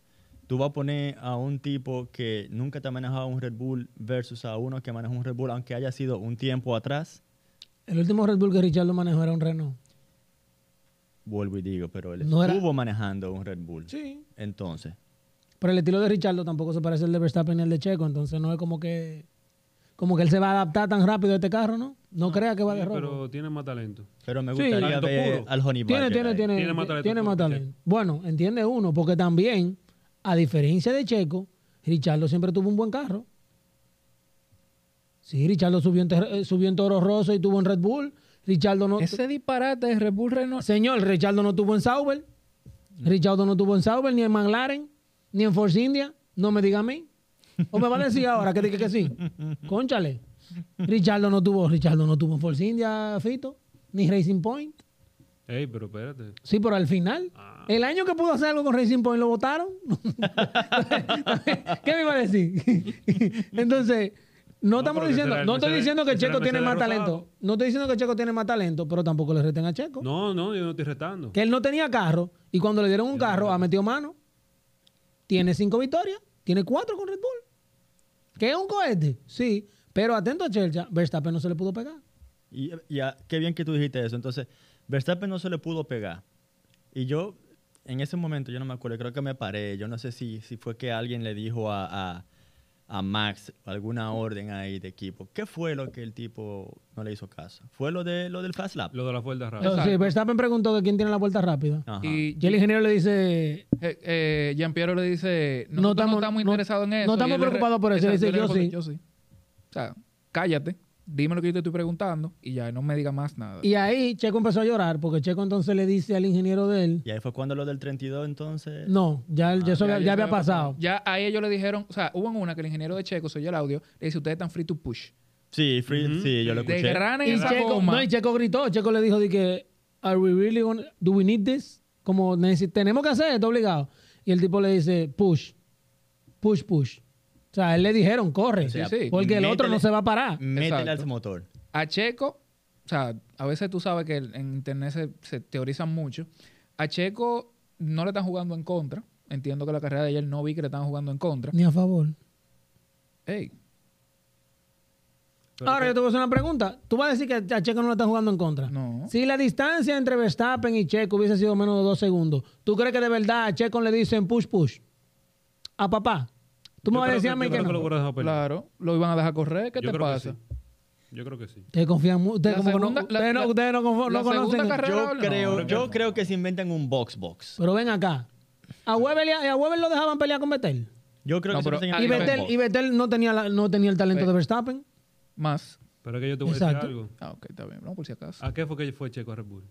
[SPEAKER 3] tú vas a poner a un tipo que nunca te ha manejado un Red Bull versus a uno que maneja un Red Bull, aunque haya sido un tiempo atrás,
[SPEAKER 2] El último Red Bull que Richardo manejó era un Renault.
[SPEAKER 3] vuelvo y digo, pero él
[SPEAKER 2] No era-
[SPEAKER 3] estuvo manejando un Red Bull.
[SPEAKER 2] Sí.
[SPEAKER 3] Entonces,
[SPEAKER 2] Pero el estilo de Richardo tampoco se parece al de Verstappen ni al de Checo, entonces no es como que como que él se va a adaptar tan rápido a este carro, ¿no? No, crea que va de
[SPEAKER 4] Sí,
[SPEAKER 2] rojo.
[SPEAKER 4] pero tiene más talento.
[SPEAKER 3] Pero me
[SPEAKER 2] Sí.
[SPEAKER 3] gustaría
[SPEAKER 4] Talento
[SPEAKER 3] ver
[SPEAKER 4] puro.
[SPEAKER 3] al Honey
[SPEAKER 2] Tiene,
[SPEAKER 3] Badger
[SPEAKER 2] tiene,
[SPEAKER 3] ahí.
[SPEAKER 2] tiene,
[SPEAKER 4] Tiene más talento
[SPEAKER 2] tiene
[SPEAKER 4] que
[SPEAKER 2] más
[SPEAKER 4] Checo.
[SPEAKER 2] talento. Bueno, entiende uno, porque también, a diferencia de Checo, Richardo siempre tuvo un buen carro. Sí, Richardo subió en, ter- eh, subió en Toro Rosso y tuvo en Red Bull. Richardo no.
[SPEAKER 5] Ese disparate de Red Bull Renault.
[SPEAKER 2] Señor, Richardo no tuvo en Sauber. Richardo no tuvo en Sauber, ni en McLaren, ni en Force India. No me diga a mí. O me van a decir ahora que dije que sí. Conchale. Richardo no tuvo, Richardo no tuvo en Force India, Fito, ni Racing Point.
[SPEAKER 4] Ey, pero espérate.
[SPEAKER 2] Sí, pero al final,
[SPEAKER 4] Ah.
[SPEAKER 2] el año que pudo hacer algo con Racing Point lo votaron. ¿Qué me iba a decir? Entonces, no,
[SPEAKER 4] No,
[SPEAKER 2] estamos
[SPEAKER 4] pero
[SPEAKER 2] diciendo,
[SPEAKER 4] ese era el
[SPEAKER 2] no estoy
[SPEAKER 4] Mercedes-
[SPEAKER 2] diciendo que
[SPEAKER 4] ese era
[SPEAKER 2] Checo
[SPEAKER 4] el
[SPEAKER 2] tiene más
[SPEAKER 4] Mercedes
[SPEAKER 2] talento.
[SPEAKER 4] rosado.
[SPEAKER 2] No estoy diciendo que Checo tiene más talento, pero tampoco le reten a Checo.
[SPEAKER 4] No, no, yo no estoy retando.
[SPEAKER 2] Que él no tenía carro y cuando le dieron un carro, ha metido mano. Tiene cinco victorias, tiene cuatro con Red Bull. Que es un cohete, sí. Pero atento a Chelsea, Verstappen no se le pudo pegar.
[SPEAKER 3] Y, y a- qué bien que tú dijiste eso. Entonces, Verstappen no se le pudo pegar. Y yo, en ese momento, yo no me acuerdo, creo que me paré. Yo no sé si, si fue que alguien le dijo a, a- a Max alguna orden ahí de equipo. ¿Qué fue lo que el tipo no le hizo caso? ¿Fue lo, de, lo del fast lap?
[SPEAKER 4] Lo de la fuerza
[SPEAKER 2] Pero
[SPEAKER 4] rara.
[SPEAKER 5] Exacto.
[SPEAKER 2] sí, Verstappen preguntó que quién tiene la vuelta rápida.
[SPEAKER 3] Ajá.
[SPEAKER 5] Y
[SPEAKER 2] Y el ingeniero le dice,
[SPEAKER 5] eh, eh, Gian Piero le dice: Nosotros no estamos,
[SPEAKER 2] estamos- no-
[SPEAKER 5] interesados en
[SPEAKER 2] no
[SPEAKER 5] eso.
[SPEAKER 2] estamos
[SPEAKER 5] Y él le re-
[SPEAKER 2] preocupados por eso. Él
[SPEAKER 5] Exacto,
[SPEAKER 2] dice,
[SPEAKER 5] él le
[SPEAKER 2] "Yo sí".
[SPEAKER 5] responde, Yo sí. O sea, cállate, dime lo que yo te estoy preguntando y ya no me diga más nada.
[SPEAKER 2] Y ahí Checo empezó a llorar porque Checo entonces le dice al ingeniero de él,
[SPEAKER 3] Y ahí fue cuando lo del 32, entonces...
[SPEAKER 2] no, ya, Ah, ya eso había- ya había pasado.
[SPEAKER 5] Ya a ellos le dijeron, o sea, hubo en una que el ingeniero de Checo, soy el audio, le dice, ustedes están free to push.
[SPEAKER 3] Sí, free- sí, yo lo
[SPEAKER 5] De
[SPEAKER 3] escuché.
[SPEAKER 5] gran
[SPEAKER 2] Y
[SPEAKER 5] esa
[SPEAKER 2] Checo,
[SPEAKER 5] goma.
[SPEAKER 2] no, y Checo gritó, Checo le dijo de que, Are we really gonna- do we need this? Como "Necesi- tenemos que hacer esto obligado. Y el tipo le dice, push, push, push. O sea, a él le dijeron, corre,
[SPEAKER 5] sea, sí.
[SPEAKER 2] porque el otro
[SPEAKER 3] métele-
[SPEAKER 2] no se va a parar.
[SPEAKER 3] Métele al
[SPEAKER 5] Exacto.
[SPEAKER 3] motor.
[SPEAKER 5] A Checo, o sea, a veces tú sabes que el- en internet se, se teorizan mucho. A Checo no le están jugando en contra. Entiendo que la carrera de ayer no vi que le están jugando en contra.
[SPEAKER 2] Ni a favor.
[SPEAKER 5] Ey,
[SPEAKER 4] Pero
[SPEAKER 2] Ahora
[SPEAKER 4] que-
[SPEAKER 2] yo te voy a hacer una pregunta. Tú vas a decir que a Checo no le están jugando en contra.
[SPEAKER 5] No.
[SPEAKER 2] Si la distancia entre Verstappen y Checo hubiese sido menos de dos segundos, ¿tú crees que de verdad a Checo le dicen push push? A papá. Tú me
[SPEAKER 4] yo
[SPEAKER 2] vas a
[SPEAKER 4] creo
[SPEAKER 2] decir
[SPEAKER 4] que-
[SPEAKER 2] a
[SPEAKER 4] yo
[SPEAKER 2] mí que
[SPEAKER 4] creo lo
[SPEAKER 2] no.
[SPEAKER 4] hubieras dejado pelear.
[SPEAKER 5] claro, lo iban a dejar correr. ¿Qué
[SPEAKER 4] Yo
[SPEAKER 5] te
[SPEAKER 4] creo que
[SPEAKER 5] pasa?
[SPEAKER 4] sí. Yo creo que sí.
[SPEAKER 2] Ustedes confían mucho. Ustedes
[SPEAKER 5] La
[SPEAKER 2] como que
[SPEAKER 5] segunda-
[SPEAKER 2] no,
[SPEAKER 5] la-
[SPEAKER 2] ustedes no,
[SPEAKER 5] la-
[SPEAKER 2] ustedes no confo-
[SPEAKER 5] la
[SPEAKER 2] no
[SPEAKER 5] segunda
[SPEAKER 2] conocen.
[SPEAKER 5] carrera-
[SPEAKER 3] Yo
[SPEAKER 5] no,
[SPEAKER 3] creo,
[SPEAKER 5] no,
[SPEAKER 3] yo
[SPEAKER 5] no.
[SPEAKER 3] creo que se inventan un box box.
[SPEAKER 2] Pero ven acá. A Weber, y a- a Weber lo dejaban pelear con Vettel.
[SPEAKER 3] Yo creo
[SPEAKER 5] No,
[SPEAKER 3] que
[SPEAKER 5] pero-
[SPEAKER 3] se
[SPEAKER 5] Ah,
[SPEAKER 2] Y
[SPEAKER 3] inventan un
[SPEAKER 2] Vettel,
[SPEAKER 3] box
[SPEAKER 2] y
[SPEAKER 3] box.
[SPEAKER 2] Vettel no, tenía la- no tenía el talento de Verstappen.
[SPEAKER 5] Más.
[SPEAKER 4] Pero es que yo te voy a
[SPEAKER 2] Exacto.
[SPEAKER 4] decir algo.
[SPEAKER 5] Ah, ok, está bien. No, por si acaso.
[SPEAKER 4] ¿A qué fue que fue Checo a Red Bull?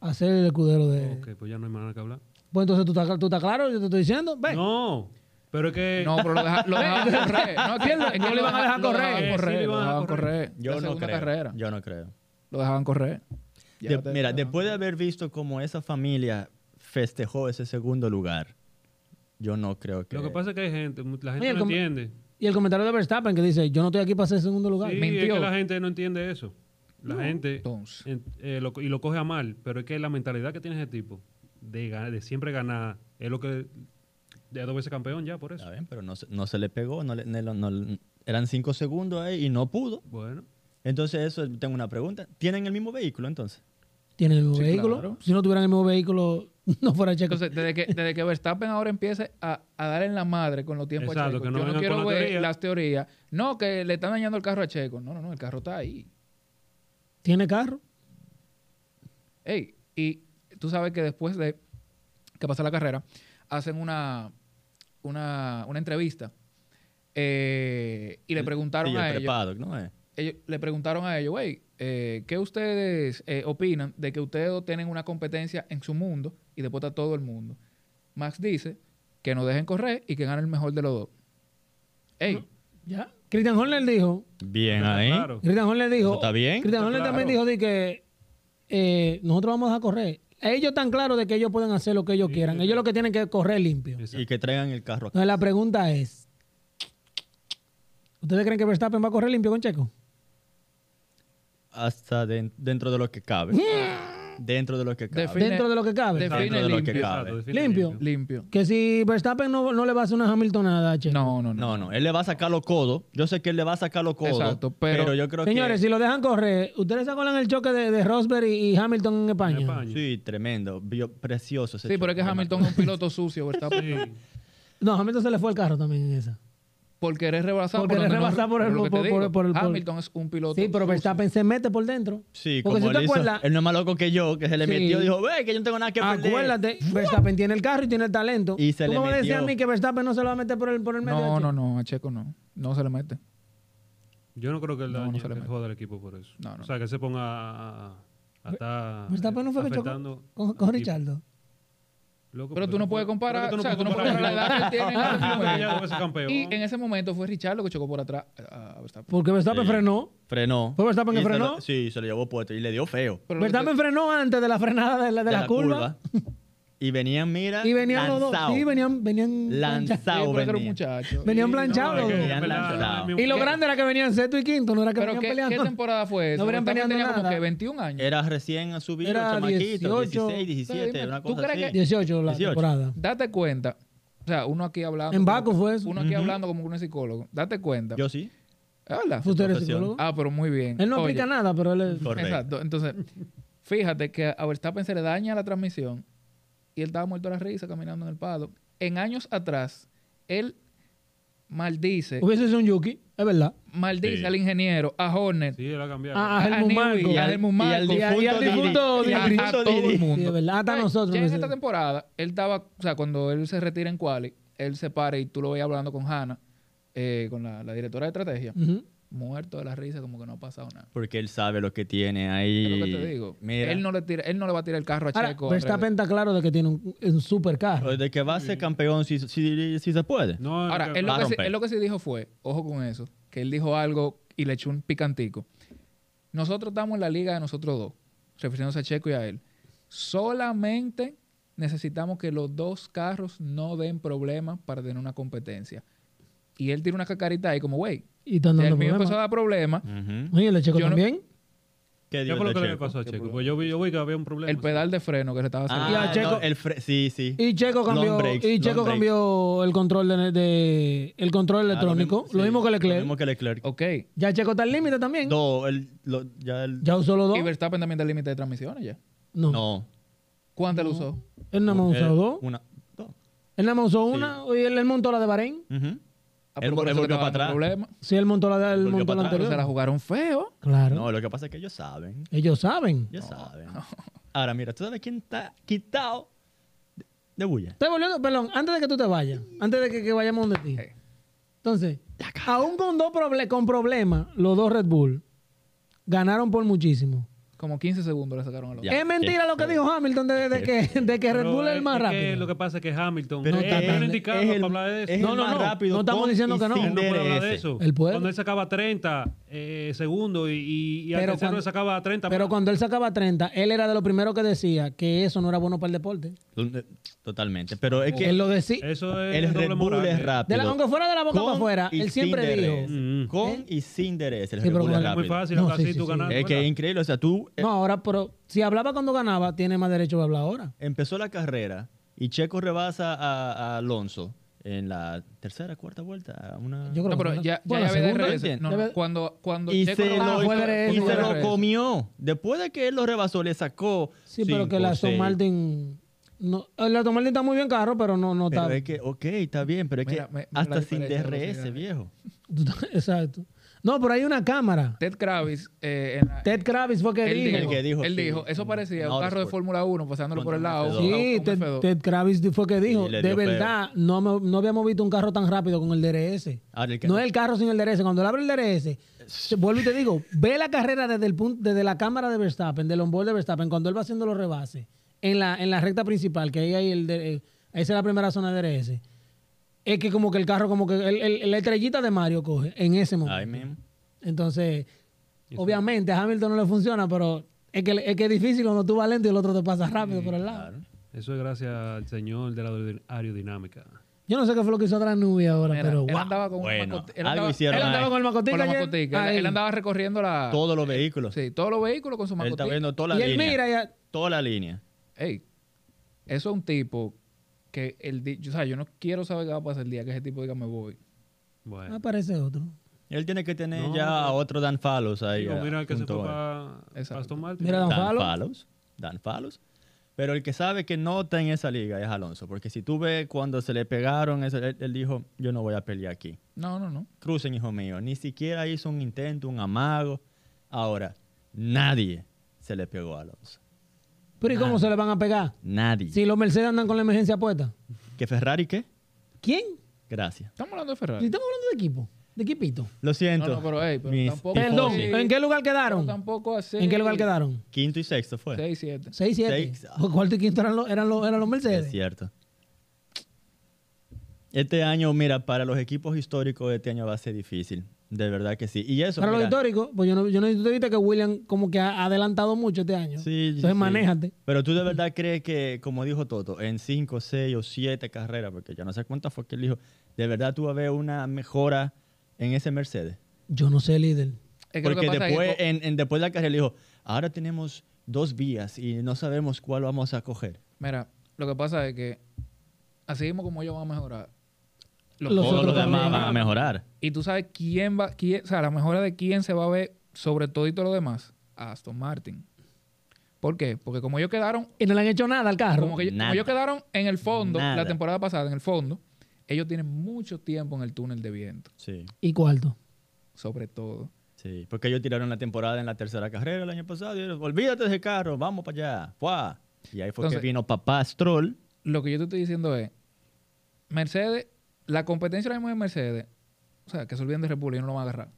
[SPEAKER 2] A ser el escudero de...
[SPEAKER 4] Ok, pues ya no hay más nada que hablar.
[SPEAKER 2] Pues entonces tú estás tú estás claro, yo te estoy diciendo. Ven.
[SPEAKER 4] No, pero es que...
[SPEAKER 5] No, pero lo deja- lo dejaban correr. No, es que- es que
[SPEAKER 2] No le
[SPEAKER 5] lo
[SPEAKER 2] iban a dejar
[SPEAKER 5] deja- lo
[SPEAKER 2] correr.
[SPEAKER 5] dejaban
[SPEAKER 4] Sí,
[SPEAKER 5] correr,
[SPEAKER 4] le
[SPEAKER 5] Lo
[SPEAKER 4] iban a
[SPEAKER 5] dejaban
[SPEAKER 4] correr.
[SPEAKER 5] correr.
[SPEAKER 3] Yo
[SPEAKER 5] La
[SPEAKER 3] no
[SPEAKER 5] segunda
[SPEAKER 3] creo.
[SPEAKER 5] carrera.
[SPEAKER 3] Yo no creo.
[SPEAKER 5] Lo dejaban correr.
[SPEAKER 3] De-
[SPEAKER 5] Ya te-
[SPEAKER 3] mira,
[SPEAKER 5] te-
[SPEAKER 3] después de haber visto cómo esa familia festejó ese segundo lugar, yo no creo que...
[SPEAKER 4] Lo que pasa es que hay gente, mu- la gente
[SPEAKER 2] Oye,
[SPEAKER 4] no
[SPEAKER 2] como-
[SPEAKER 4] entiende.
[SPEAKER 2] Y el comentario de Verstappen que dice, yo no estoy aquí para ser segundo lugar.
[SPEAKER 4] Sí, es
[SPEAKER 5] mintió.
[SPEAKER 4] que la gente no entiende eso. La gente...
[SPEAKER 5] Entonces.
[SPEAKER 4] en- eh, lo co- y lo coge a mal, pero es que la mentalidad que tiene ese tipo de, ga- de siempre ganar es lo que... De dos veces campeón ya, por eso.
[SPEAKER 3] Está bien, pero no, se- no se le pegó, no le- no- no- eran cinco segundos ahí y no pudo.
[SPEAKER 4] Bueno,
[SPEAKER 3] Entonces eso, tengo una pregunta. ¿Tienen el mismo vehículo entonces?
[SPEAKER 2] Tienen el mismo
[SPEAKER 5] Sí,
[SPEAKER 2] vehículo.
[SPEAKER 5] claro.
[SPEAKER 2] Si no tuvieran el mismo vehículo, no fuera Checo.
[SPEAKER 5] Entonces, desde que, desde que Verstappen ahora empiece a, a dar en la madre con los tiempos a
[SPEAKER 4] Exacto,
[SPEAKER 5] Checo,
[SPEAKER 4] que no
[SPEAKER 5] yo no
[SPEAKER 4] vengan
[SPEAKER 5] quiero
[SPEAKER 4] con la
[SPEAKER 5] ver
[SPEAKER 4] teoría.
[SPEAKER 5] las teorías. No, que le están dañando el carro a Checo. No, no, no, el carro está ahí.
[SPEAKER 2] Tiene carro.
[SPEAKER 5] Ey, y tú sabes que después de que pasa la carrera, hacen una, una, una entrevista eh, y le preguntaron
[SPEAKER 3] Sí,
[SPEAKER 5] a
[SPEAKER 3] el
[SPEAKER 5] ellos,
[SPEAKER 3] prepado, ¿no es?
[SPEAKER 5] ellos- le preguntaron a ellos, güey, eh, ¿qué ustedes eh, opinan de que ustedes dos tienen una competencia en su mundo y después está todo el mundo? Max dice que no dejen correr y que gane el mejor de los dos. Ey,
[SPEAKER 2] Ya. Christian Horner dijo,
[SPEAKER 3] Bien
[SPEAKER 4] Está
[SPEAKER 3] ahí.
[SPEAKER 4] claro.
[SPEAKER 2] Christian Horner dijo,
[SPEAKER 3] Eso está bien.
[SPEAKER 2] Christian
[SPEAKER 4] Está
[SPEAKER 2] Horner
[SPEAKER 4] claro.
[SPEAKER 2] también dijo de que eh, nosotros vamos a dejar correr. Ellos están claros de que ellos pueden hacer lo que ellos quieran. Ellos lo que tienen que es correr limpio.
[SPEAKER 4] exacto.
[SPEAKER 3] Y que traigan el carro acá.
[SPEAKER 2] Entonces la pregunta es, ¿ustedes creen que Verstappen va a correr limpio con Checo?
[SPEAKER 3] Hasta den- dentro de lo que cabe. dentro de lo que cabe.
[SPEAKER 5] Define-
[SPEAKER 2] Dentro de lo que cabe.
[SPEAKER 5] define
[SPEAKER 3] Dentro de lo que
[SPEAKER 5] limpio.
[SPEAKER 3] cabe.
[SPEAKER 4] Exacto, define
[SPEAKER 2] Limpio.
[SPEAKER 5] Limpio.
[SPEAKER 2] Que si Verstappen no, no le va a hacer una Hamiltonada a Checo.
[SPEAKER 5] No, no, no.
[SPEAKER 3] No, no, él le va a sacar los codos. Yo sé que él le va a sacar los codos.
[SPEAKER 5] Exacto,
[SPEAKER 3] Exacto,
[SPEAKER 5] pero-
[SPEAKER 3] pero, yo creo
[SPEAKER 2] Señores,
[SPEAKER 3] que...
[SPEAKER 2] si lo dejan correr, ¿ustedes se acuerdan el choque de, de Rosberg y, y Hamilton en España?
[SPEAKER 4] En España.
[SPEAKER 3] Sí, tremendo. bio- precioso ese
[SPEAKER 5] Sí, pero es que
[SPEAKER 3] choque.
[SPEAKER 5] Hamilton es un piloto sucio, Verstappen.
[SPEAKER 4] Sí.
[SPEAKER 2] No, Hamilton se le fue el carro también en esa.
[SPEAKER 5] Por querer rebasar
[SPEAKER 2] Por querer
[SPEAKER 5] donde
[SPEAKER 2] rebasar por el-
[SPEAKER 5] lo que te
[SPEAKER 2] por- por-
[SPEAKER 5] digo,
[SPEAKER 2] por el- por-
[SPEAKER 5] Hamilton es un piloto.
[SPEAKER 2] Sí, pero
[SPEAKER 5] sucio.
[SPEAKER 2] Verstappen se mete por dentro.
[SPEAKER 3] Sí,
[SPEAKER 2] Porque
[SPEAKER 3] como
[SPEAKER 2] si
[SPEAKER 3] él,
[SPEAKER 2] te
[SPEAKER 3] hizo-
[SPEAKER 2] acuerdas-
[SPEAKER 3] él no es más loco que yo, que se le
[SPEAKER 2] Sí.
[SPEAKER 3] metió y dijo, ve, que yo no tengo nada que perder.
[SPEAKER 2] Acuérdate, Ah, Verstappen tiene el carro y tiene el talento.
[SPEAKER 3] Y se
[SPEAKER 2] ¿Tú
[SPEAKER 3] le
[SPEAKER 2] me vas a decir a
[SPEAKER 3] metió.
[SPEAKER 2] mí que Verstappen no se lo va a meter por el, por el medio?
[SPEAKER 5] No,
[SPEAKER 2] Che?
[SPEAKER 5] no, no, a Checo no. No se le mete.
[SPEAKER 4] Yo no creo que él
[SPEAKER 5] No, no
[SPEAKER 4] dañe-
[SPEAKER 5] se le
[SPEAKER 4] que
[SPEAKER 5] mete.
[SPEAKER 4] joda al equipo por eso.
[SPEAKER 5] No, no.
[SPEAKER 4] O sea, que se ponga a, a- a estar
[SPEAKER 2] Verstappen no fue que chocó
[SPEAKER 4] afectando
[SPEAKER 2] con,
[SPEAKER 4] al
[SPEAKER 2] con
[SPEAKER 4] equipo.
[SPEAKER 2] Richardo.
[SPEAKER 4] Loco,
[SPEAKER 5] Pero tú no puedes comparar,
[SPEAKER 4] pero es
[SPEAKER 5] o
[SPEAKER 4] que
[SPEAKER 5] sea, tú no puedes comparar la edad que él tiene.
[SPEAKER 4] Ah,
[SPEAKER 5] con
[SPEAKER 4] yo
[SPEAKER 5] el
[SPEAKER 4] ya con ese
[SPEAKER 5] juego.
[SPEAKER 4] campeón.
[SPEAKER 5] Y en ese momento fue Richard lo que chocó por atrás eh, a a Verstappen.
[SPEAKER 2] Porque Verstappen
[SPEAKER 3] Sí.
[SPEAKER 2] frenó.
[SPEAKER 3] Frenó.
[SPEAKER 2] ¿Fue Verstappen que
[SPEAKER 3] Y se
[SPEAKER 2] frenó?
[SPEAKER 3] lo- sí, se lo llevó puesto y le dio feo.
[SPEAKER 5] Pero lo que te-
[SPEAKER 2] Verstappen frenó antes de la frenada de la, de la curva.
[SPEAKER 3] Y venían, mira,
[SPEAKER 2] Y venían los dos.
[SPEAKER 3] lanzado.
[SPEAKER 2] Sí, venían. venían
[SPEAKER 5] Sí,
[SPEAKER 3] Lanzado
[SPEAKER 5] pero era un
[SPEAKER 3] venía.
[SPEAKER 5] muchacho.
[SPEAKER 2] Venían
[SPEAKER 5] Y-
[SPEAKER 2] planchados.
[SPEAKER 4] No, es que
[SPEAKER 3] Venían
[SPEAKER 4] en verdad,
[SPEAKER 3] lanzados.
[SPEAKER 4] mi-
[SPEAKER 2] Y lo
[SPEAKER 5] ¿Qué?
[SPEAKER 2] grande era que venían sexto y quinto, no era que
[SPEAKER 5] Pero
[SPEAKER 2] venían
[SPEAKER 5] ¿qué,
[SPEAKER 2] peleando.
[SPEAKER 5] qué temporada fue esa?
[SPEAKER 2] No venían
[SPEAKER 5] Verstappen
[SPEAKER 2] peleando
[SPEAKER 5] tenía como
[SPEAKER 2] nada.
[SPEAKER 5] que 21 años.
[SPEAKER 3] Era recién a subir
[SPEAKER 2] Era
[SPEAKER 3] los chamaquitos,
[SPEAKER 2] 18,
[SPEAKER 3] 16, 17,
[SPEAKER 5] dime,
[SPEAKER 3] una
[SPEAKER 5] ¿tú
[SPEAKER 3] cosa
[SPEAKER 5] crees
[SPEAKER 3] así.
[SPEAKER 5] que-
[SPEAKER 2] 18 la
[SPEAKER 3] 18.
[SPEAKER 2] temporada.
[SPEAKER 5] Date cuenta. O sea, uno aquí hablando.
[SPEAKER 2] En
[SPEAKER 5] como-
[SPEAKER 2] Baku fue eso.
[SPEAKER 5] Uno aquí hablando como un psicólogo. Date cuenta.
[SPEAKER 3] Yo sí.
[SPEAKER 5] Hola.
[SPEAKER 2] ¿Usted eres
[SPEAKER 3] Profesión.
[SPEAKER 2] psicólogo?
[SPEAKER 5] Ah, pero muy bien.
[SPEAKER 2] Él no
[SPEAKER 5] Oye,
[SPEAKER 2] aplica nada, pero él es...
[SPEAKER 3] Correcto.
[SPEAKER 5] Exacto. Entonces, fíjate que a Verstappen se le daña la transmisión y él estaba muerto a la risa caminando en el pado. En años atrás, él maldice,
[SPEAKER 2] Hubiese sido un Yuki, es verdad.
[SPEAKER 5] maldice
[SPEAKER 3] Sí.
[SPEAKER 5] al ingeniero, a Horner,
[SPEAKER 4] Sí, él ha cambiado.
[SPEAKER 2] Ah, a
[SPEAKER 5] a
[SPEAKER 2] Helmut
[SPEAKER 5] Newey,
[SPEAKER 2] Marko.
[SPEAKER 5] a Helmut
[SPEAKER 3] Y al-
[SPEAKER 5] Marko,
[SPEAKER 3] y al-
[SPEAKER 2] Y al
[SPEAKER 3] Didi.
[SPEAKER 2] difunto
[SPEAKER 5] y
[SPEAKER 2] Didi.
[SPEAKER 5] a-
[SPEAKER 3] Didi.
[SPEAKER 5] a todo el
[SPEAKER 2] Sí, es
[SPEAKER 5] mundo.
[SPEAKER 2] verdad. Hasta
[SPEAKER 5] Ay,
[SPEAKER 2] nosotros.
[SPEAKER 5] Ya en
[SPEAKER 2] hubiese-
[SPEAKER 5] esta temporada, él estaba, o sea, cuando él se retira en quali, él se para y tú lo veías hablando con Hannah, eh, con la, la directora de estrategia,
[SPEAKER 2] Ujú.
[SPEAKER 5] muerto de la risa, como que no ha pasado nada.
[SPEAKER 3] Porque él sabe lo que tiene ahí.
[SPEAKER 5] Es lo que te digo.
[SPEAKER 3] Mira,
[SPEAKER 5] Él no le tira, él no le va a tirar el carro a
[SPEAKER 2] Ahora,
[SPEAKER 5] Checo. al
[SPEAKER 2] Verstappen
[SPEAKER 5] revés.
[SPEAKER 2] está claro de que tiene un, un super carro.
[SPEAKER 3] de que va a ser campeón si, si, si se puede.
[SPEAKER 4] no, no,
[SPEAKER 5] Ahora,
[SPEAKER 4] que-
[SPEAKER 5] él
[SPEAKER 3] va
[SPEAKER 5] lo,
[SPEAKER 3] a
[SPEAKER 5] que sí,
[SPEAKER 3] romper.
[SPEAKER 5] él lo que sí dijo fue, ojo con eso, que él dijo algo y le echó un picantico. Nosotros estamos en la liga de nosotros dos, refiriéndose a Checo y a él. Solamente necesitamos que los dos carros no den problemas para tener una competencia. Y él tira una cacarita ahí como, güey,
[SPEAKER 2] Y están
[SPEAKER 5] si el
[SPEAKER 2] dando
[SPEAKER 5] mío empezó a
[SPEAKER 2] problemas.
[SPEAKER 5] dar problemas,
[SPEAKER 3] Ujú.
[SPEAKER 2] Oye, el Checo
[SPEAKER 5] Yo no-
[SPEAKER 2] también.
[SPEAKER 3] ¿Qué
[SPEAKER 4] ¿Qué
[SPEAKER 3] dio
[SPEAKER 4] fue lo
[SPEAKER 3] de
[SPEAKER 4] que le
[SPEAKER 3] Checo?
[SPEAKER 4] pasó a Checo? Pues yo vi, yo vi que había un problema.
[SPEAKER 5] el pedal de freno que se estaba
[SPEAKER 3] Ah,
[SPEAKER 5] saliendo.
[SPEAKER 2] Y a
[SPEAKER 3] no,
[SPEAKER 2] Checo-
[SPEAKER 3] el fre- sí, sí.
[SPEAKER 2] Y Checo cambió,
[SPEAKER 3] Long breaks,
[SPEAKER 2] y Checo
[SPEAKER 3] long breaks.
[SPEAKER 2] cambió el control de, de- el control
[SPEAKER 3] Ah, lo
[SPEAKER 2] electrónico.
[SPEAKER 3] sí,
[SPEAKER 2] lo mismo que Leclerc.
[SPEAKER 3] Lo mismo que Leclerc.
[SPEAKER 5] Ok.
[SPEAKER 2] Ya Checo está al límite también.
[SPEAKER 3] No, él, lo- ya él-
[SPEAKER 2] Ya usó los dos.
[SPEAKER 5] Y Verstappen también está al límite de transmisiones ya.
[SPEAKER 2] No.
[SPEAKER 3] No.
[SPEAKER 5] ¿Cuánto lo usó?
[SPEAKER 2] Él nada más
[SPEAKER 3] Él-
[SPEAKER 2] usó dos.
[SPEAKER 3] Una, dos.
[SPEAKER 2] Él nada más usó una. Y él, él montó la de Bahrein.
[SPEAKER 3] Ujú. Él
[SPEAKER 5] Ah, pero por
[SPEAKER 3] vol- él
[SPEAKER 5] eso le
[SPEAKER 3] volvió
[SPEAKER 5] estaba
[SPEAKER 3] para
[SPEAKER 5] dando
[SPEAKER 3] atrás.
[SPEAKER 5] problemas.
[SPEAKER 2] Sí, él montó la de él
[SPEAKER 3] Volvió
[SPEAKER 2] montó la
[SPEAKER 3] para atrás.
[SPEAKER 5] Pero se la
[SPEAKER 2] anterior.
[SPEAKER 5] jugaron feo.
[SPEAKER 2] Claro.
[SPEAKER 3] No, lo que pasa es que ellos saben.
[SPEAKER 2] Ellos saben.
[SPEAKER 3] Ellos saben. Ahora, mira, ¿tú sabes quién está quitado de- de bulla?
[SPEAKER 2] Estoy volviendo, perdón, antes de que tú te vayas, antes de que, que vayamos donde ti.
[SPEAKER 5] Eh.
[SPEAKER 2] Entonces, aún con dos proble- con problemas, los dos Red Bull ganaron por muchísimo.
[SPEAKER 5] Como 15 segundos le sacaron a los.
[SPEAKER 3] Ya,
[SPEAKER 2] es mentira
[SPEAKER 3] qué
[SPEAKER 2] lo que dijo Hamilton de, de que, de que Red
[SPEAKER 4] Pero
[SPEAKER 2] Bull es el más
[SPEAKER 4] que
[SPEAKER 2] rápido.
[SPEAKER 4] lo que pasa es que Hamilton
[SPEAKER 3] Pero
[SPEAKER 4] no
[SPEAKER 2] está
[SPEAKER 4] está
[SPEAKER 2] tan-
[SPEAKER 4] indicado
[SPEAKER 3] es el-
[SPEAKER 4] para hablar de eso.
[SPEAKER 3] es
[SPEAKER 2] No,
[SPEAKER 3] el
[SPEAKER 2] no,
[SPEAKER 3] más
[SPEAKER 2] no.
[SPEAKER 3] rápido
[SPEAKER 2] No estamos
[SPEAKER 3] con
[SPEAKER 2] diciendo
[SPEAKER 3] y
[SPEAKER 2] que no.
[SPEAKER 3] sin
[SPEAKER 4] Él no puede hablar de
[SPEAKER 3] DRS.
[SPEAKER 4] eso.
[SPEAKER 2] Él puede.
[SPEAKER 4] Cuando él sacaba 30 eh, segundos y, y, y al
[SPEAKER 2] Pero
[SPEAKER 4] tercero
[SPEAKER 2] cuando-
[SPEAKER 4] le sacaba 30.
[SPEAKER 2] Pero cuando él sacaba 30, él era de los primeros que decía que eso no era bueno para el deporte.
[SPEAKER 3] Totalmente. Pero es que
[SPEAKER 2] él lo decía.
[SPEAKER 4] eso es
[SPEAKER 3] el
[SPEAKER 4] doble
[SPEAKER 3] Red Bull
[SPEAKER 4] moral,
[SPEAKER 3] es
[SPEAKER 4] eh.
[SPEAKER 2] De
[SPEAKER 3] rápido.
[SPEAKER 2] la- aunque fuera de la boca
[SPEAKER 3] Con
[SPEAKER 2] para afuera,
[SPEAKER 3] y
[SPEAKER 2] él
[SPEAKER 3] sin
[SPEAKER 2] siempre
[SPEAKER 3] DRS.
[SPEAKER 2] dijo. ¿Eh?
[SPEAKER 4] Mm. Ah,
[SPEAKER 3] Con y sin DRS. El
[SPEAKER 2] Sí,
[SPEAKER 3] Red
[SPEAKER 2] pero
[SPEAKER 3] Bull
[SPEAKER 2] con
[SPEAKER 3] es
[SPEAKER 2] el-
[SPEAKER 4] Es muy
[SPEAKER 3] rápido.
[SPEAKER 4] fácil
[SPEAKER 2] No,
[SPEAKER 4] hablar
[SPEAKER 2] sí,
[SPEAKER 4] así,
[SPEAKER 2] sí,
[SPEAKER 4] tú
[SPEAKER 2] sí.
[SPEAKER 4] ganas.
[SPEAKER 3] Es que es increíble. O sea, tú eh,
[SPEAKER 2] No, ahora, pero si hablaba cuando ganaba, tiene más derecho a hablar ahora.
[SPEAKER 3] empezó la carrera y Checo rebasa a, a Alonso en la tercera, cuarta vuelta. Una...
[SPEAKER 2] Yo creo
[SPEAKER 5] No, pero
[SPEAKER 2] que-
[SPEAKER 5] ya, ya,
[SPEAKER 2] Bueno,
[SPEAKER 5] ya ve
[SPEAKER 2] segunda,
[SPEAKER 5] DRS.
[SPEAKER 3] ¿entiendes?
[SPEAKER 5] No, no,
[SPEAKER 2] Ya ve-
[SPEAKER 5] cuando, cuando
[SPEAKER 3] y
[SPEAKER 5] Checo
[SPEAKER 3] se,
[SPEAKER 5] lo-
[SPEAKER 2] Ah,
[SPEAKER 3] lo,
[SPEAKER 2] fue DRS,
[SPEAKER 3] y se
[SPEAKER 2] fue
[SPEAKER 3] lo
[SPEAKER 2] DRS.
[SPEAKER 3] comió. Después de que él lo rebasó, le sacó.
[SPEAKER 2] Sí, pero que
[SPEAKER 3] cinco,
[SPEAKER 2] la Aston
[SPEAKER 3] seis.
[SPEAKER 2] Martin. No, el Aston Martin está muy bien carro, pero no, no
[SPEAKER 3] Pero
[SPEAKER 2] está.
[SPEAKER 3] es que, ok, está bien, pero es
[SPEAKER 5] Mira,
[SPEAKER 3] que
[SPEAKER 5] me- me la
[SPEAKER 3] hasta sin
[SPEAKER 5] diferencia
[SPEAKER 3] DRS,
[SPEAKER 5] de velocidad.
[SPEAKER 3] viejo.
[SPEAKER 2] Exacto. No, pero hay una cámara.
[SPEAKER 5] Ted Kravis. eh, en la-
[SPEAKER 2] Ted Kravis fue que
[SPEAKER 5] él dijo,
[SPEAKER 2] dijo.
[SPEAKER 3] El que dijo,
[SPEAKER 5] él
[SPEAKER 3] sí.
[SPEAKER 5] dijo, eso parecía un
[SPEAKER 3] Ahora
[SPEAKER 5] carro de
[SPEAKER 3] Sport.
[SPEAKER 5] Fórmula 1 pasándolo por el
[SPEAKER 3] Contra
[SPEAKER 5] lado.
[SPEAKER 3] un
[SPEAKER 5] un-
[SPEAKER 2] Sí,
[SPEAKER 5] un
[SPEAKER 2] Ted,
[SPEAKER 5] F2.
[SPEAKER 2] Ted Kravis fue que dijo.
[SPEAKER 3] Sí, le
[SPEAKER 2] de
[SPEAKER 3] dio
[SPEAKER 2] verdad, no, me- no habíamos visto un carro tan rápido con el DRS.
[SPEAKER 3] Ahora, el que-
[SPEAKER 2] No es el carro sin el DRS. Cuando él abre el DRS, se- vuelvo y te digo, ve la carrera desde el punto, desde la cámara de Verstappen, del onboard de Verstappen, cuando él va haciendo los rebases, en la, en la recta principal, que ahí hay el DRS, esa es la primera zona de DRS. Es que como que el carro, como que el, el- la estrellita de Mario coge en ese momento.
[SPEAKER 3] Ahí mismo.
[SPEAKER 2] Entonces, obviamente a Hamilton no le funciona, pero es que, es que es difícil cuando tú vas lento y el otro te pasa rápido por el lado.
[SPEAKER 3] Claro.
[SPEAKER 4] Eso es gracias al señor de la aerodi- aerodinámica.
[SPEAKER 2] Yo no sé qué fue lo que hizo atrás Nube ahora,
[SPEAKER 5] Mira,
[SPEAKER 2] pero
[SPEAKER 5] él
[SPEAKER 2] wow.
[SPEAKER 5] andaba con una
[SPEAKER 3] Bueno,
[SPEAKER 5] macot- él
[SPEAKER 3] algo
[SPEAKER 5] andaba-
[SPEAKER 3] hicieron
[SPEAKER 5] él
[SPEAKER 3] ahí.
[SPEAKER 5] andaba
[SPEAKER 2] con el macotica
[SPEAKER 5] con la
[SPEAKER 2] ayer.
[SPEAKER 5] macotica. ah, Él,
[SPEAKER 2] Ahí.
[SPEAKER 5] él andaba recorriendo la.
[SPEAKER 3] Todos los vehículos.
[SPEAKER 5] Ah, eh, Sí, todos los vehículos con su
[SPEAKER 3] Él está
[SPEAKER 5] macotica.
[SPEAKER 3] viendo toda la
[SPEAKER 2] y él
[SPEAKER 3] línea.
[SPEAKER 2] mira, ya,
[SPEAKER 3] Toda la línea.
[SPEAKER 5] Ey, eso es un tipo que el di- o sea, yo no quiero saber qué va a pasar el día que ese tipo diga me voy.
[SPEAKER 4] Bueno.
[SPEAKER 2] aparece otro.
[SPEAKER 3] Él tiene que tener
[SPEAKER 4] No,
[SPEAKER 3] ya a otro Dan Fallows ahí.
[SPEAKER 4] Digo,
[SPEAKER 3] ah,
[SPEAKER 4] mira que se
[SPEAKER 3] junto
[SPEAKER 4] fue
[SPEAKER 3] a él.
[SPEAKER 4] para
[SPEAKER 5] Exacto.
[SPEAKER 4] Aston Martin.
[SPEAKER 2] Mira, Dan
[SPEAKER 3] Dan
[SPEAKER 2] Fallows.
[SPEAKER 3] Fallows. Dan Fallows. Pero el que sabe que no está en esa liga es Alonso, porque si tú ves cuando se le pegaron, eso- él, él dijo, yo no voy a pelear aquí.
[SPEAKER 5] No, no, no.
[SPEAKER 3] Crucen, hijo mío, ni siquiera hizo un intento, un amago. Ahora, nadie se le pegó a Alonso.
[SPEAKER 2] Pero ¿y cómo se le van a pegar?
[SPEAKER 3] Nadie.
[SPEAKER 2] Si los Mercedes andan con la emergencia puesta.
[SPEAKER 3] ¿Que Ferrari qué?
[SPEAKER 2] ¿Quién?
[SPEAKER 3] Gracias.
[SPEAKER 5] Estamos hablando de
[SPEAKER 2] Si
[SPEAKER 5] Ferrari.
[SPEAKER 2] estamos hablando de equipo, de equipito.
[SPEAKER 3] Lo siento.
[SPEAKER 5] No, no, pero, ey, pero
[SPEAKER 3] mis
[SPEAKER 5] tampoco-
[SPEAKER 3] tifosi.
[SPEAKER 2] Perdón,
[SPEAKER 5] sí.
[SPEAKER 2] ¿en qué lugar
[SPEAKER 5] Pero
[SPEAKER 2] quedaron?
[SPEAKER 5] tampoco así.
[SPEAKER 2] ¿En qué lugar quedaron? Pues.
[SPEAKER 3] Quinto y sexto fue.
[SPEAKER 5] 6, 7.
[SPEAKER 2] 6, 7.
[SPEAKER 3] Seis.
[SPEAKER 2] Cuarto y quinto eran los, eran los, eran los
[SPEAKER 3] Es
[SPEAKER 2] Mercedes.
[SPEAKER 3] cierto. Este año, mira, para los equipos históricos, este año va a ser difícil. De verdad que sí. Y eso.
[SPEAKER 2] Para los
[SPEAKER 3] mira,
[SPEAKER 2] históricos, pues yo no, yo no tú te viste que William como que ha adelantado mucho este año.
[SPEAKER 3] Sí,
[SPEAKER 2] Entonces
[SPEAKER 3] sí.
[SPEAKER 2] manéjate.
[SPEAKER 3] Pero tú de verdad crees que, como dijo Toto, en 5, 6 o 7 carreras, porque ya no sé cuántas fue que él dijo, de verdad tú vas a ver una mejora en ese Mercedes.
[SPEAKER 2] Yo no sé, líder.
[SPEAKER 5] Es que lo
[SPEAKER 3] Porque
[SPEAKER 5] que pasa es que
[SPEAKER 3] después,
[SPEAKER 5] co-
[SPEAKER 3] en, en- después de la carrera, él dijo, ahora tenemos dos vías y no sabemos cuál vamos a coger.
[SPEAKER 5] Mira, lo que pasa es que así mismo como ellos van a mejorar.
[SPEAKER 2] Los
[SPEAKER 3] Todos los
[SPEAKER 2] otros
[SPEAKER 3] demás
[SPEAKER 2] también.
[SPEAKER 3] van a mejorar.
[SPEAKER 5] Y tú sabes quién va, quién, o sea, la mejora de quién se va a ver sobre todo y todo lo demás. Aston Martin. ¿Por qué? Porque como ellos quedaron,
[SPEAKER 2] Y no le han hecho nada al carro.
[SPEAKER 5] como, que, como
[SPEAKER 3] Nada.
[SPEAKER 5] ellos quedaron en el fondo,
[SPEAKER 3] Nada.
[SPEAKER 5] la temporada pasada, en el fondo, ellos tienen mucho tiempo en el túnel de viento,
[SPEAKER 3] Sí,
[SPEAKER 2] Y cuarto.
[SPEAKER 5] sobre todo.
[SPEAKER 3] sí. Porque ellos tiraron la temporada en la tercera carrera el año pasado y dijeron, olvídate de ese carro, vamos para allá. ¡Fua! Y ahí fue
[SPEAKER 5] Entonces-
[SPEAKER 3] que vino papá Stroll.
[SPEAKER 5] Lo que yo te estoy diciendo es, Mercedes, la competencia ahora mismo de Mercedes, o sea, que se olviden de Red Bull y no lo van a agarrar.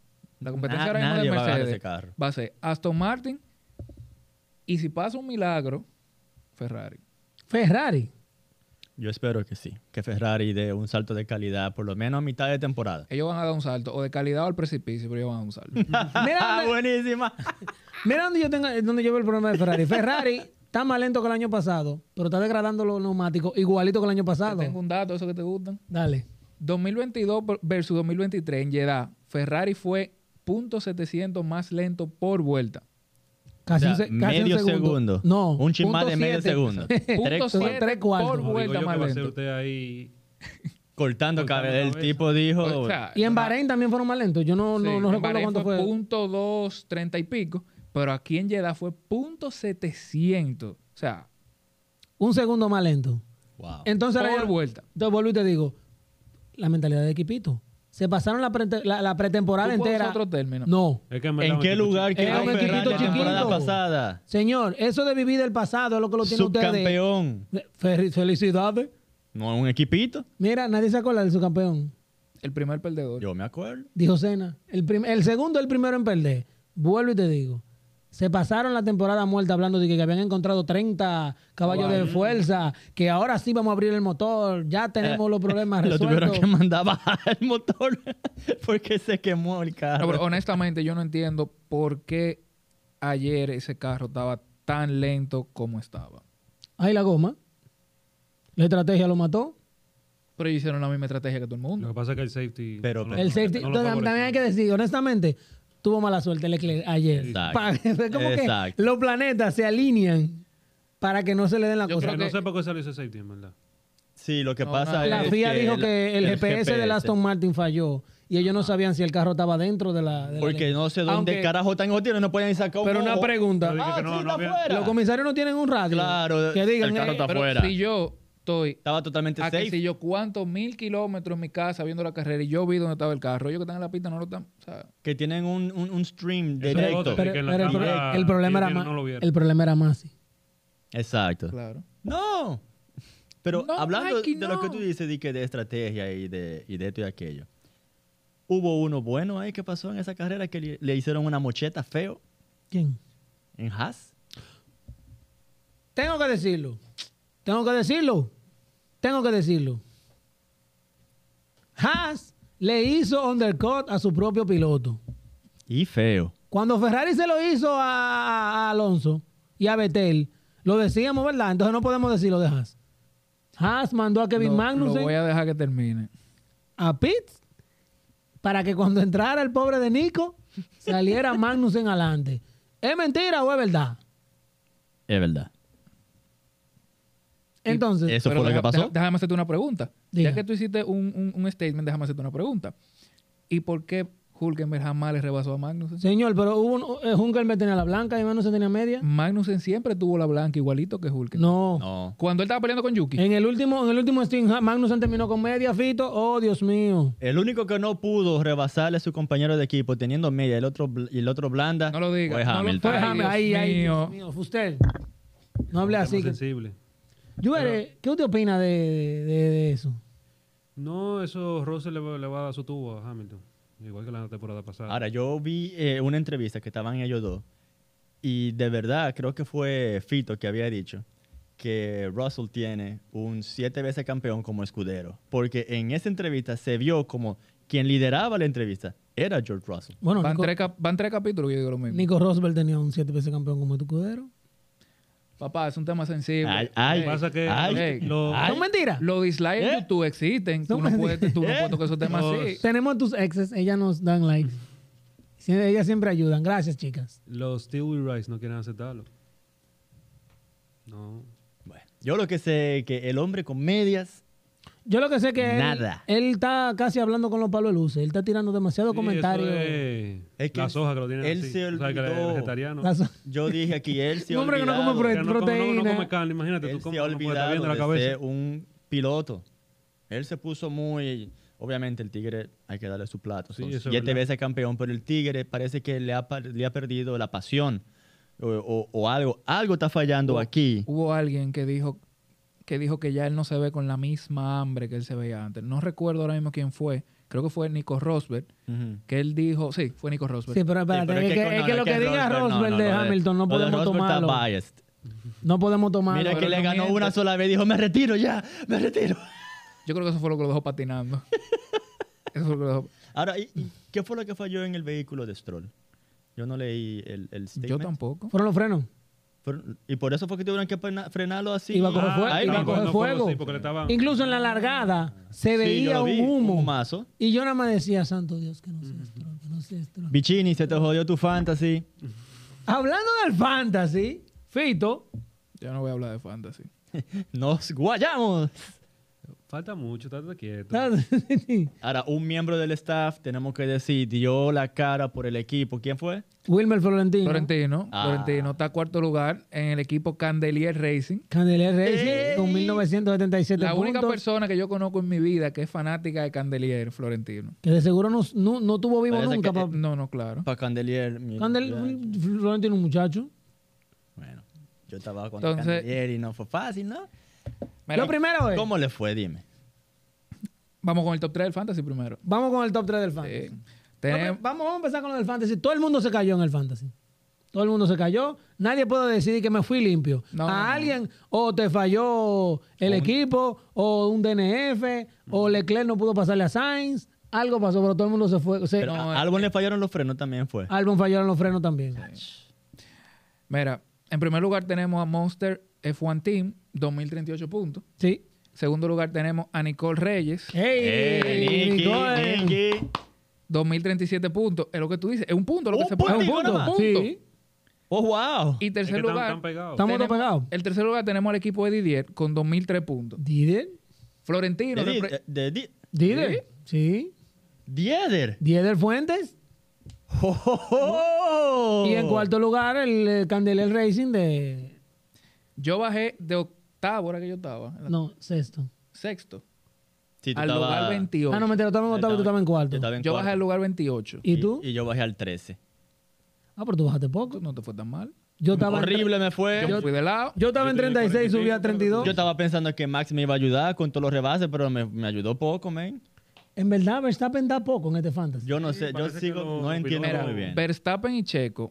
[SPEAKER 5] La competencia
[SPEAKER 3] Na-
[SPEAKER 5] ahora mismo de
[SPEAKER 3] nadie va a agarrar
[SPEAKER 5] Mercedes
[SPEAKER 3] ese carro.
[SPEAKER 5] va a ser Aston Martin y si pasa un milagro, Ferrari.
[SPEAKER 2] Ferrari.
[SPEAKER 3] Yo espero que sí, que Ferrari dé un salto de calidad, por lo menos a mitad de temporada.
[SPEAKER 5] Ellos van a dar un salto, o de calidad o al precipicio, pero ellos van a dar un salto.
[SPEAKER 2] Mira
[SPEAKER 3] ¡Ah,
[SPEAKER 2] dónde,
[SPEAKER 3] buenísima!
[SPEAKER 2] mira dónde yo tengo, eh, dónde yo veo el problema de Ferrari. Ferrari está más lento que el año pasado, pero está degradando los neumáticos igualito que el año pasado.
[SPEAKER 5] Tengo un dato, eso que te gustan.
[SPEAKER 2] Dale.
[SPEAKER 5] 2022 ver- versus 2023 en Jeddah, Ferrari fue .700 más lento por vuelta.
[SPEAKER 3] O
[SPEAKER 2] Casi,
[SPEAKER 3] sea,
[SPEAKER 2] un se- casi un
[SPEAKER 3] medio segundo.
[SPEAKER 2] No.
[SPEAKER 3] Un chin más
[SPEAKER 5] punto
[SPEAKER 3] de medio
[SPEAKER 5] siete.
[SPEAKER 3] segundo. Tres
[SPEAKER 5] Punto
[SPEAKER 3] cu-
[SPEAKER 2] cuartos.
[SPEAKER 5] siete
[SPEAKER 2] Tres
[SPEAKER 5] por
[SPEAKER 2] cuartos.
[SPEAKER 4] Como digo yo
[SPEAKER 5] vuelta
[SPEAKER 4] que
[SPEAKER 5] más
[SPEAKER 4] va a ser
[SPEAKER 5] lento.
[SPEAKER 4] usted ahí.
[SPEAKER 3] cortando
[SPEAKER 4] Cortando
[SPEAKER 3] cabeza. El
[SPEAKER 4] cabeza.
[SPEAKER 3] tipo dijo.
[SPEAKER 5] O sea,
[SPEAKER 2] Y en
[SPEAKER 5] ajá,
[SPEAKER 2] Bahrein también fueron más lentos. Yo no,
[SPEAKER 5] sí,
[SPEAKER 2] no,
[SPEAKER 5] en
[SPEAKER 2] no recuerdo
[SPEAKER 5] Bahrein
[SPEAKER 2] cuánto fue.
[SPEAKER 5] Punto dos, treinta y pico, pero aquí en Jeddah fue punto 700. O sea,
[SPEAKER 2] Un segundo más lento.
[SPEAKER 3] wow.
[SPEAKER 2] Entonces,
[SPEAKER 5] por
[SPEAKER 2] ahora yo-
[SPEAKER 5] vuelta.
[SPEAKER 2] Entonces vuelvo y te digo, la mentalidad de equipito. Se pasaron la, prete- la, la pretemporada
[SPEAKER 5] Tú pones
[SPEAKER 2] entera.
[SPEAKER 5] otro término.
[SPEAKER 2] No.
[SPEAKER 4] Es que en verdad
[SPEAKER 3] ¿En
[SPEAKER 4] un
[SPEAKER 3] qué
[SPEAKER 4] equipo
[SPEAKER 3] lugar
[SPEAKER 4] chiquito.
[SPEAKER 2] Era
[SPEAKER 3] quedó
[SPEAKER 2] un
[SPEAKER 3] Ferrari
[SPEAKER 2] equipito
[SPEAKER 3] la temporada
[SPEAKER 2] chiquito.
[SPEAKER 3] pasada?
[SPEAKER 2] Señor, eso de vivir del pasado es lo que lo tiene
[SPEAKER 3] Subcampeón.
[SPEAKER 2] usted. de- Fe- Felicidades.
[SPEAKER 3] No es un equipito.
[SPEAKER 2] Mira, nadie se acuerda del subcampeón.
[SPEAKER 5] El primer perdedor.
[SPEAKER 3] Yo me acuerdo.
[SPEAKER 2] Dijo Cena. El, prim- el segundo, el primero en perder. Vuelvo y te digo. Se pasaron la temporada muerta hablando de que, que habían encontrado 30 caballos de fuerza, que ahora sí vamos a abrir el motor, ya tenemos los problemas
[SPEAKER 3] Eh, Lo tuvieron
[SPEAKER 2] resueltos.
[SPEAKER 3] que mandar bajar el motor porque se quemó el
[SPEAKER 5] No,
[SPEAKER 3] carro.
[SPEAKER 5] pero honestamente yo no entiendo por qué ayer ese carro estaba tan lento como estaba.
[SPEAKER 2] Ahí la goma. La estrategia lo mató.
[SPEAKER 5] Pero ellos hicieron la misma estrategia que todo el
[SPEAKER 4] Lo
[SPEAKER 5] mundo.
[SPEAKER 4] que pasa es que el safety.
[SPEAKER 3] Pero-
[SPEAKER 4] no lo-
[SPEAKER 2] El safety.
[SPEAKER 4] no lo
[SPEAKER 2] tam- también hay que
[SPEAKER 4] favoreció.
[SPEAKER 2] decir, honestamente, tuvo mala suerte Leclerc ayer.
[SPEAKER 3] Exacto.
[SPEAKER 2] Pa- es como
[SPEAKER 3] Exacto.
[SPEAKER 2] que los planetas se alinean para que no se le den la
[SPEAKER 5] Yo
[SPEAKER 2] cosa.
[SPEAKER 5] creo
[SPEAKER 4] No
[SPEAKER 5] que-
[SPEAKER 4] sé por qué salió ese safety, en verdad.
[SPEAKER 3] Sí, lo que
[SPEAKER 5] No,
[SPEAKER 3] pasa
[SPEAKER 5] no.
[SPEAKER 3] es.
[SPEAKER 2] La FIA
[SPEAKER 3] que
[SPEAKER 2] dijo que el, GPS, del
[SPEAKER 3] GPS.
[SPEAKER 2] Aston Martin falló y ellos no sabían si el carro estaba dentro de la. de la
[SPEAKER 3] Porque
[SPEAKER 2] ley.
[SPEAKER 3] no sé dónde
[SPEAKER 2] Aunque-
[SPEAKER 3] carajo están los tiros, no pueden sacar un
[SPEAKER 2] Pero una
[SPEAKER 3] ojo.
[SPEAKER 2] pregunta.
[SPEAKER 4] Yo dije
[SPEAKER 3] Ah,
[SPEAKER 4] que no,
[SPEAKER 3] sí,
[SPEAKER 4] no
[SPEAKER 3] está
[SPEAKER 4] había-
[SPEAKER 3] afuera.
[SPEAKER 2] Los comisarios no tienen un radio.
[SPEAKER 3] Claro,
[SPEAKER 2] Que digan,
[SPEAKER 3] el carro
[SPEAKER 2] eh,
[SPEAKER 3] está
[SPEAKER 5] Pero
[SPEAKER 3] afuera.
[SPEAKER 5] si yo estoy
[SPEAKER 3] Estaba totalmente
[SPEAKER 5] a Ah, que
[SPEAKER 3] safe.
[SPEAKER 5] si yo cuántos mil kilómetros en mi casa viendo la carrera y yo vi dónde estaba el carro, ellos que están en la pista no lo están. O sea,
[SPEAKER 3] Que tienen un, un, un stream
[SPEAKER 4] Eso es
[SPEAKER 3] directo.
[SPEAKER 4] otro.
[SPEAKER 2] pero,
[SPEAKER 4] que en la
[SPEAKER 2] pero el, pro-
[SPEAKER 4] cámara
[SPEAKER 2] el problema era
[SPEAKER 4] ellos
[SPEAKER 2] más.
[SPEAKER 4] no lo vieron.
[SPEAKER 2] el problema era Masi.
[SPEAKER 3] Exacto.
[SPEAKER 5] claro.
[SPEAKER 3] No. Pero
[SPEAKER 5] No,
[SPEAKER 3] hablando
[SPEAKER 5] Mikey,
[SPEAKER 3] de lo que
[SPEAKER 5] no.
[SPEAKER 3] tú dices, de, que de estrategia y de, y de esto y aquello. Hubo uno bueno ahí que pasó en esa carrera que le, le hicieron una mocheta feo
[SPEAKER 2] ¿Quién?
[SPEAKER 3] en Haas.
[SPEAKER 2] Tengo que decirlo. Tengo que decirlo. Tengo que decirlo. Haas le hizo undercut a su propio piloto.
[SPEAKER 3] Y feo.
[SPEAKER 2] Cuando Ferrari se lo hizo a, a- a Alonso y a Betel, lo decíamos, ¿verdad? Entonces no podemos decirlo de Haas. Haas mandó a Kevin
[SPEAKER 5] Lo-
[SPEAKER 2] Magnussen
[SPEAKER 5] Lo voy
[SPEAKER 2] a...
[SPEAKER 5] a dejar que termine.
[SPEAKER 2] Pitts para que cuando entrara el pobre de Nico saliera Magnussen adelante. ¿Es mentira o es verdad?
[SPEAKER 3] Es verdad.
[SPEAKER 2] Entonces,
[SPEAKER 3] Eso
[SPEAKER 5] Pero
[SPEAKER 3] fue lo
[SPEAKER 5] deja-
[SPEAKER 3] que pasó.
[SPEAKER 5] deja- déjame hacerte una pregunta.
[SPEAKER 2] Diga.
[SPEAKER 5] Ya que tú hiciste un, un- un statement, déjame hacerte una pregunta. ¿Y por qué Hulkenberg jamás le rebasó a Magnussen.
[SPEAKER 2] Señor, pero hubo un, eh, Hulkenberg tenía la blanca y Magnussen tenía media.
[SPEAKER 5] Magnussen siempre tuvo la blanca igualito que Hulkenberg.
[SPEAKER 2] No. Eh,
[SPEAKER 3] No.
[SPEAKER 5] Cuando él estaba peleando con Yuki.
[SPEAKER 2] En el último, en el último Steam, ja, Magnussen terminó con media, Fito. Oh, Dios mío.
[SPEAKER 3] El único que no pudo rebasarle a su compañero de equipo teniendo media el otro, bl- y el otro blanda
[SPEAKER 5] No lo diga,
[SPEAKER 3] fue
[SPEAKER 5] no lo-
[SPEAKER 3] Hamilton.
[SPEAKER 2] Fue
[SPEAKER 5] Ay,
[SPEAKER 2] Hamilton.
[SPEAKER 5] Dios
[SPEAKER 2] Ahí, ahí,
[SPEAKER 5] mío.
[SPEAKER 2] Dios mío. Fue Usted. No hable
[SPEAKER 4] Estamos
[SPEAKER 2] así. que-
[SPEAKER 4] sensibles.
[SPEAKER 2] Yure, ¿qué usted opina de, de- de eso?
[SPEAKER 4] No, eso Russell le va, le va a dar su tubo a Hamilton. Igual que la temporada pasada.
[SPEAKER 3] Ahora, yo vi eh, una entrevista que estaban ellos dos y de verdad creo que fue Fito que había dicho que Russell tiene un siete veces campeón como escudero. Porque en esa entrevista se vio como quien lideraba la entrevista era George Russell.
[SPEAKER 2] Bueno,
[SPEAKER 5] Van
[SPEAKER 2] Nico,
[SPEAKER 5] tres, cap- van tres capítulos, yo digo lo mismo.
[SPEAKER 2] Nico Rosberg tenía un siete veces campeón como escudero.
[SPEAKER 5] Papá, es un tema sensible.
[SPEAKER 3] Ay, ay,
[SPEAKER 5] Ey,
[SPEAKER 4] Pasa que
[SPEAKER 3] ay,
[SPEAKER 5] ey.
[SPEAKER 4] lo-
[SPEAKER 3] ay.
[SPEAKER 2] ¿Son mentiras?
[SPEAKER 5] Los dislikes
[SPEAKER 3] ¿Eh?
[SPEAKER 5] en YouTube existen.
[SPEAKER 2] No
[SPEAKER 5] Tú no,
[SPEAKER 2] me
[SPEAKER 5] puedes, tú no
[SPEAKER 3] digas.
[SPEAKER 5] puedes tocar esos temas así.
[SPEAKER 2] Tenemos tus exes, ellas nos dan likes. Sí, ellas siempre ayudan. Gracias, chicas.
[SPEAKER 4] los Stewie Rice no quieren aceptarlo. No.
[SPEAKER 3] Bueno, yo lo que sé es que el hombre con medias
[SPEAKER 2] Yo lo que sé que él-
[SPEAKER 3] Nada.
[SPEAKER 2] Él, está casi hablando con los palos de luces. Él está tirando demasiado
[SPEAKER 4] Sí,
[SPEAKER 2] comentario.
[SPEAKER 4] eso es
[SPEAKER 3] Es que
[SPEAKER 4] las hojas que lo tienen
[SPEAKER 3] él
[SPEAKER 4] así.
[SPEAKER 3] se
[SPEAKER 4] O sea, que
[SPEAKER 3] olvidó.
[SPEAKER 4] el vegetariano.
[SPEAKER 2] Las-
[SPEAKER 3] Yo dije aquí, él se ha
[SPEAKER 2] Un hombre que no come
[SPEAKER 3] olvidado-
[SPEAKER 2] proteína.
[SPEAKER 4] Que no, come- no- no
[SPEAKER 2] proteína.
[SPEAKER 4] come carne, imagínate
[SPEAKER 3] Él
[SPEAKER 4] tú cómo
[SPEAKER 3] se ha
[SPEAKER 4] no puedes estar
[SPEAKER 3] olvidado
[SPEAKER 4] viendo la
[SPEAKER 3] de
[SPEAKER 4] cabeza.
[SPEAKER 3] ser un piloto. Él se puso muy... Obviamente el Tigre hay que darle su plato.
[SPEAKER 4] Sí,
[SPEAKER 3] Son
[SPEAKER 4] eso es
[SPEAKER 3] siete
[SPEAKER 4] verdad.
[SPEAKER 3] veces campeón, pero el Tigre parece que le ha, par- le ha perdido la pasión o, o- o algo. Algo está fallando aquí.
[SPEAKER 5] Hubo alguien que dijo que dijo que ya él no se ve con la misma hambre que él se veía antes. No recuerdo ahora mismo quién fue. Creo que fue Nico Rosberg.
[SPEAKER 3] Ujú.
[SPEAKER 5] Que él dijo... Sí, fue Nico Rosberg.
[SPEAKER 2] Sí, pero
[SPEAKER 3] Sí,
[SPEAKER 2] espérate,
[SPEAKER 3] pero
[SPEAKER 2] es, que,
[SPEAKER 3] con-
[SPEAKER 2] es
[SPEAKER 3] no,
[SPEAKER 2] que lo que diga
[SPEAKER 3] Rosberg, no,
[SPEAKER 2] Rosberg
[SPEAKER 3] no,
[SPEAKER 2] de
[SPEAKER 3] lo
[SPEAKER 2] Hamilton no
[SPEAKER 3] lo de
[SPEAKER 2] podemos
[SPEAKER 3] Rosberg está
[SPEAKER 2] tomarlo.
[SPEAKER 3] biased.
[SPEAKER 2] No podemos tomarlo.
[SPEAKER 3] Mira que
[SPEAKER 5] pero
[SPEAKER 3] le
[SPEAKER 5] no
[SPEAKER 3] ganó
[SPEAKER 5] mientas.
[SPEAKER 3] una sola vez y dijo, me retiro ya, me retiro.
[SPEAKER 5] Yo creo que eso fue lo que lo dejó patinando. eso fue lo que lo dejó...
[SPEAKER 3] Ahora, ¿y- y ¿qué fue lo que falló en el vehículo de Stroll? Yo no leí el, el
[SPEAKER 5] Yo
[SPEAKER 3] statement.
[SPEAKER 5] tampoco.
[SPEAKER 2] Fueron los frenos.
[SPEAKER 3] Fueron- Y por eso fue que tuvieron que frena- frenarlo así.
[SPEAKER 2] Iba a coger
[SPEAKER 4] Ah,
[SPEAKER 2] fuego.
[SPEAKER 3] ahí
[SPEAKER 2] iba a
[SPEAKER 3] no,
[SPEAKER 2] coger
[SPEAKER 4] no,
[SPEAKER 2] fuego.
[SPEAKER 4] sí, porque le estaban-
[SPEAKER 2] Incluso en la largada se
[SPEAKER 3] Sí, yo
[SPEAKER 2] veía
[SPEAKER 3] lo vi,
[SPEAKER 2] un humo.
[SPEAKER 3] humazo.
[SPEAKER 2] y yo nada más decía, santo Dios, que no sea Stroll, que no sea Stroll".
[SPEAKER 3] Bichini, se te jodió tu fantasy.
[SPEAKER 2] Hablando del fantasy, Fito,
[SPEAKER 5] Yo no voy a hablar de fantasy.
[SPEAKER 3] Nos guayamos.
[SPEAKER 4] Falta mucho, estate quieto.
[SPEAKER 3] Ahora, un miembro del staff, tenemos que decir, dio la cara por el equipo. ¿Quién fue?
[SPEAKER 2] Wilmer Florentino,
[SPEAKER 5] Florentino.
[SPEAKER 3] Ah.
[SPEAKER 5] Florentino está cuarto lugar en el equipo Candelier Racing.
[SPEAKER 2] Candelier Racing con 1977
[SPEAKER 5] La única
[SPEAKER 2] puntos,
[SPEAKER 5] persona que yo conozco en mi vida que es fanática de Candelier, Florentino.
[SPEAKER 2] que de seguro no, no, no tuvo vivo
[SPEAKER 3] Parece
[SPEAKER 2] nunca.
[SPEAKER 3] que-
[SPEAKER 2] pa-
[SPEAKER 5] No, no, claro.
[SPEAKER 3] Para Candelier. mi-
[SPEAKER 2] Candel- Florentino, un muchacho.
[SPEAKER 3] Bueno, yo estaba con
[SPEAKER 5] Entonces-
[SPEAKER 3] Candelier y no fue fácil, ¿no?
[SPEAKER 5] Mira,
[SPEAKER 2] lo primero es,
[SPEAKER 3] ¿Cómo le fue? Dime.
[SPEAKER 5] Vamos con el top 3 del fantasy primero.
[SPEAKER 2] vamos con el top 3 del fantasy.
[SPEAKER 5] Eh,
[SPEAKER 2] No,
[SPEAKER 5] tenemos-
[SPEAKER 2] pero Vamos, vamos a empezar con lo del fantasy. Todo el mundo se cayó en el fantasy. Todo el mundo se cayó. Nadie puede decidir que me fui limpio.
[SPEAKER 5] No,
[SPEAKER 2] a
[SPEAKER 5] no, no.
[SPEAKER 2] alguien o te falló el equipo o un DNF o Leclerc no pudo pasarle a Sainz. Algo pasó, pero todo el mundo se fue. Se,
[SPEAKER 3] Pero a Albon le fallaron los frenos también fue.
[SPEAKER 2] Albon fallaron los frenos también.
[SPEAKER 5] mira, en primer lugar tenemos a Monster F1 Team, 2038 puntos.
[SPEAKER 2] Sí.
[SPEAKER 5] Segundo lugar tenemos a Nicole Reyes,
[SPEAKER 2] ¡Ey!
[SPEAKER 3] ¡Eh, Nicky,
[SPEAKER 2] Nicole.
[SPEAKER 3] Nicky!
[SPEAKER 5] 2037 puntos. Es lo que tú dices, es un punto lo
[SPEAKER 3] Un
[SPEAKER 5] que se
[SPEAKER 3] puntico
[SPEAKER 5] es un punto,
[SPEAKER 3] nada más.
[SPEAKER 5] punto.
[SPEAKER 2] Sí.
[SPEAKER 3] ¡Oh, wow!
[SPEAKER 5] Y
[SPEAKER 4] Es que
[SPEAKER 5] tercer
[SPEAKER 4] están-
[SPEAKER 5] lugar,
[SPEAKER 4] están pegados.
[SPEAKER 2] Estamos todos
[SPEAKER 5] tenemos-
[SPEAKER 2] pegados.
[SPEAKER 5] el tercer lugar tenemos al equipo de Didier con 2003 puntos.
[SPEAKER 2] ¿Dider?
[SPEAKER 5] Florentino,
[SPEAKER 3] De, di-
[SPEAKER 5] repre-
[SPEAKER 3] de di-
[SPEAKER 2] ¿Dider? Sí.
[SPEAKER 3] Dieder.
[SPEAKER 2] ¿Dieder Fuentes?
[SPEAKER 3] ¡Oh, oh, oh!
[SPEAKER 2] Y en cuarto lugar, el eh, Candelier Racing de...
[SPEAKER 5] yo bajé de octavo, ahora que yo estaba, en la-
[SPEAKER 2] No, sexto.
[SPEAKER 5] sexto,
[SPEAKER 3] Sí, tú
[SPEAKER 5] al
[SPEAKER 3] estabas-
[SPEAKER 5] lugar 28.
[SPEAKER 2] Ah, no, mentira, estaba en octavo y tú estabas en
[SPEAKER 3] yo
[SPEAKER 2] cuarto.
[SPEAKER 3] estaba en
[SPEAKER 5] yo bajé
[SPEAKER 3] cuarto.
[SPEAKER 5] al lugar 28.
[SPEAKER 2] ¿Y tú?
[SPEAKER 3] Y yo bajé al 13.
[SPEAKER 2] Ah, pero tú bajaste poco.
[SPEAKER 5] Tú No te fue tan mal.
[SPEAKER 2] Yo estaba, en-
[SPEAKER 3] Horrible me fue.
[SPEAKER 5] Yo,
[SPEAKER 3] Eh, Yo,
[SPEAKER 5] fui de lado.
[SPEAKER 2] yo estaba en
[SPEAKER 4] Yo tenía
[SPEAKER 2] 36,
[SPEAKER 4] 45,
[SPEAKER 2] subí a 32.
[SPEAKER 3] yo estaba pensando que Max me iba a ayudar con todos los rebases, pero me, me ayudó poco, man.
[SPEAKER 2] En verdad, Verstappen da poco en este fantasy.
[SPEAKER 3] Yo no
[SPEAKER 4] Sí,
[SPEAKER 3] sé, yo
[SPEAKER 4] parece que
[SPEAKER 3] sigo,
[SPEAKER 4] lo-
[SPEAKER 3] no
[SPEAKER 4] lo
[SPEAKER 3] entiendo
[SPEAKER 4] piloto-
[SPEAKER 5] Mira,
[SPEAKER 3] muy bien.
[SPEAKER 5] Verstappen y Checo,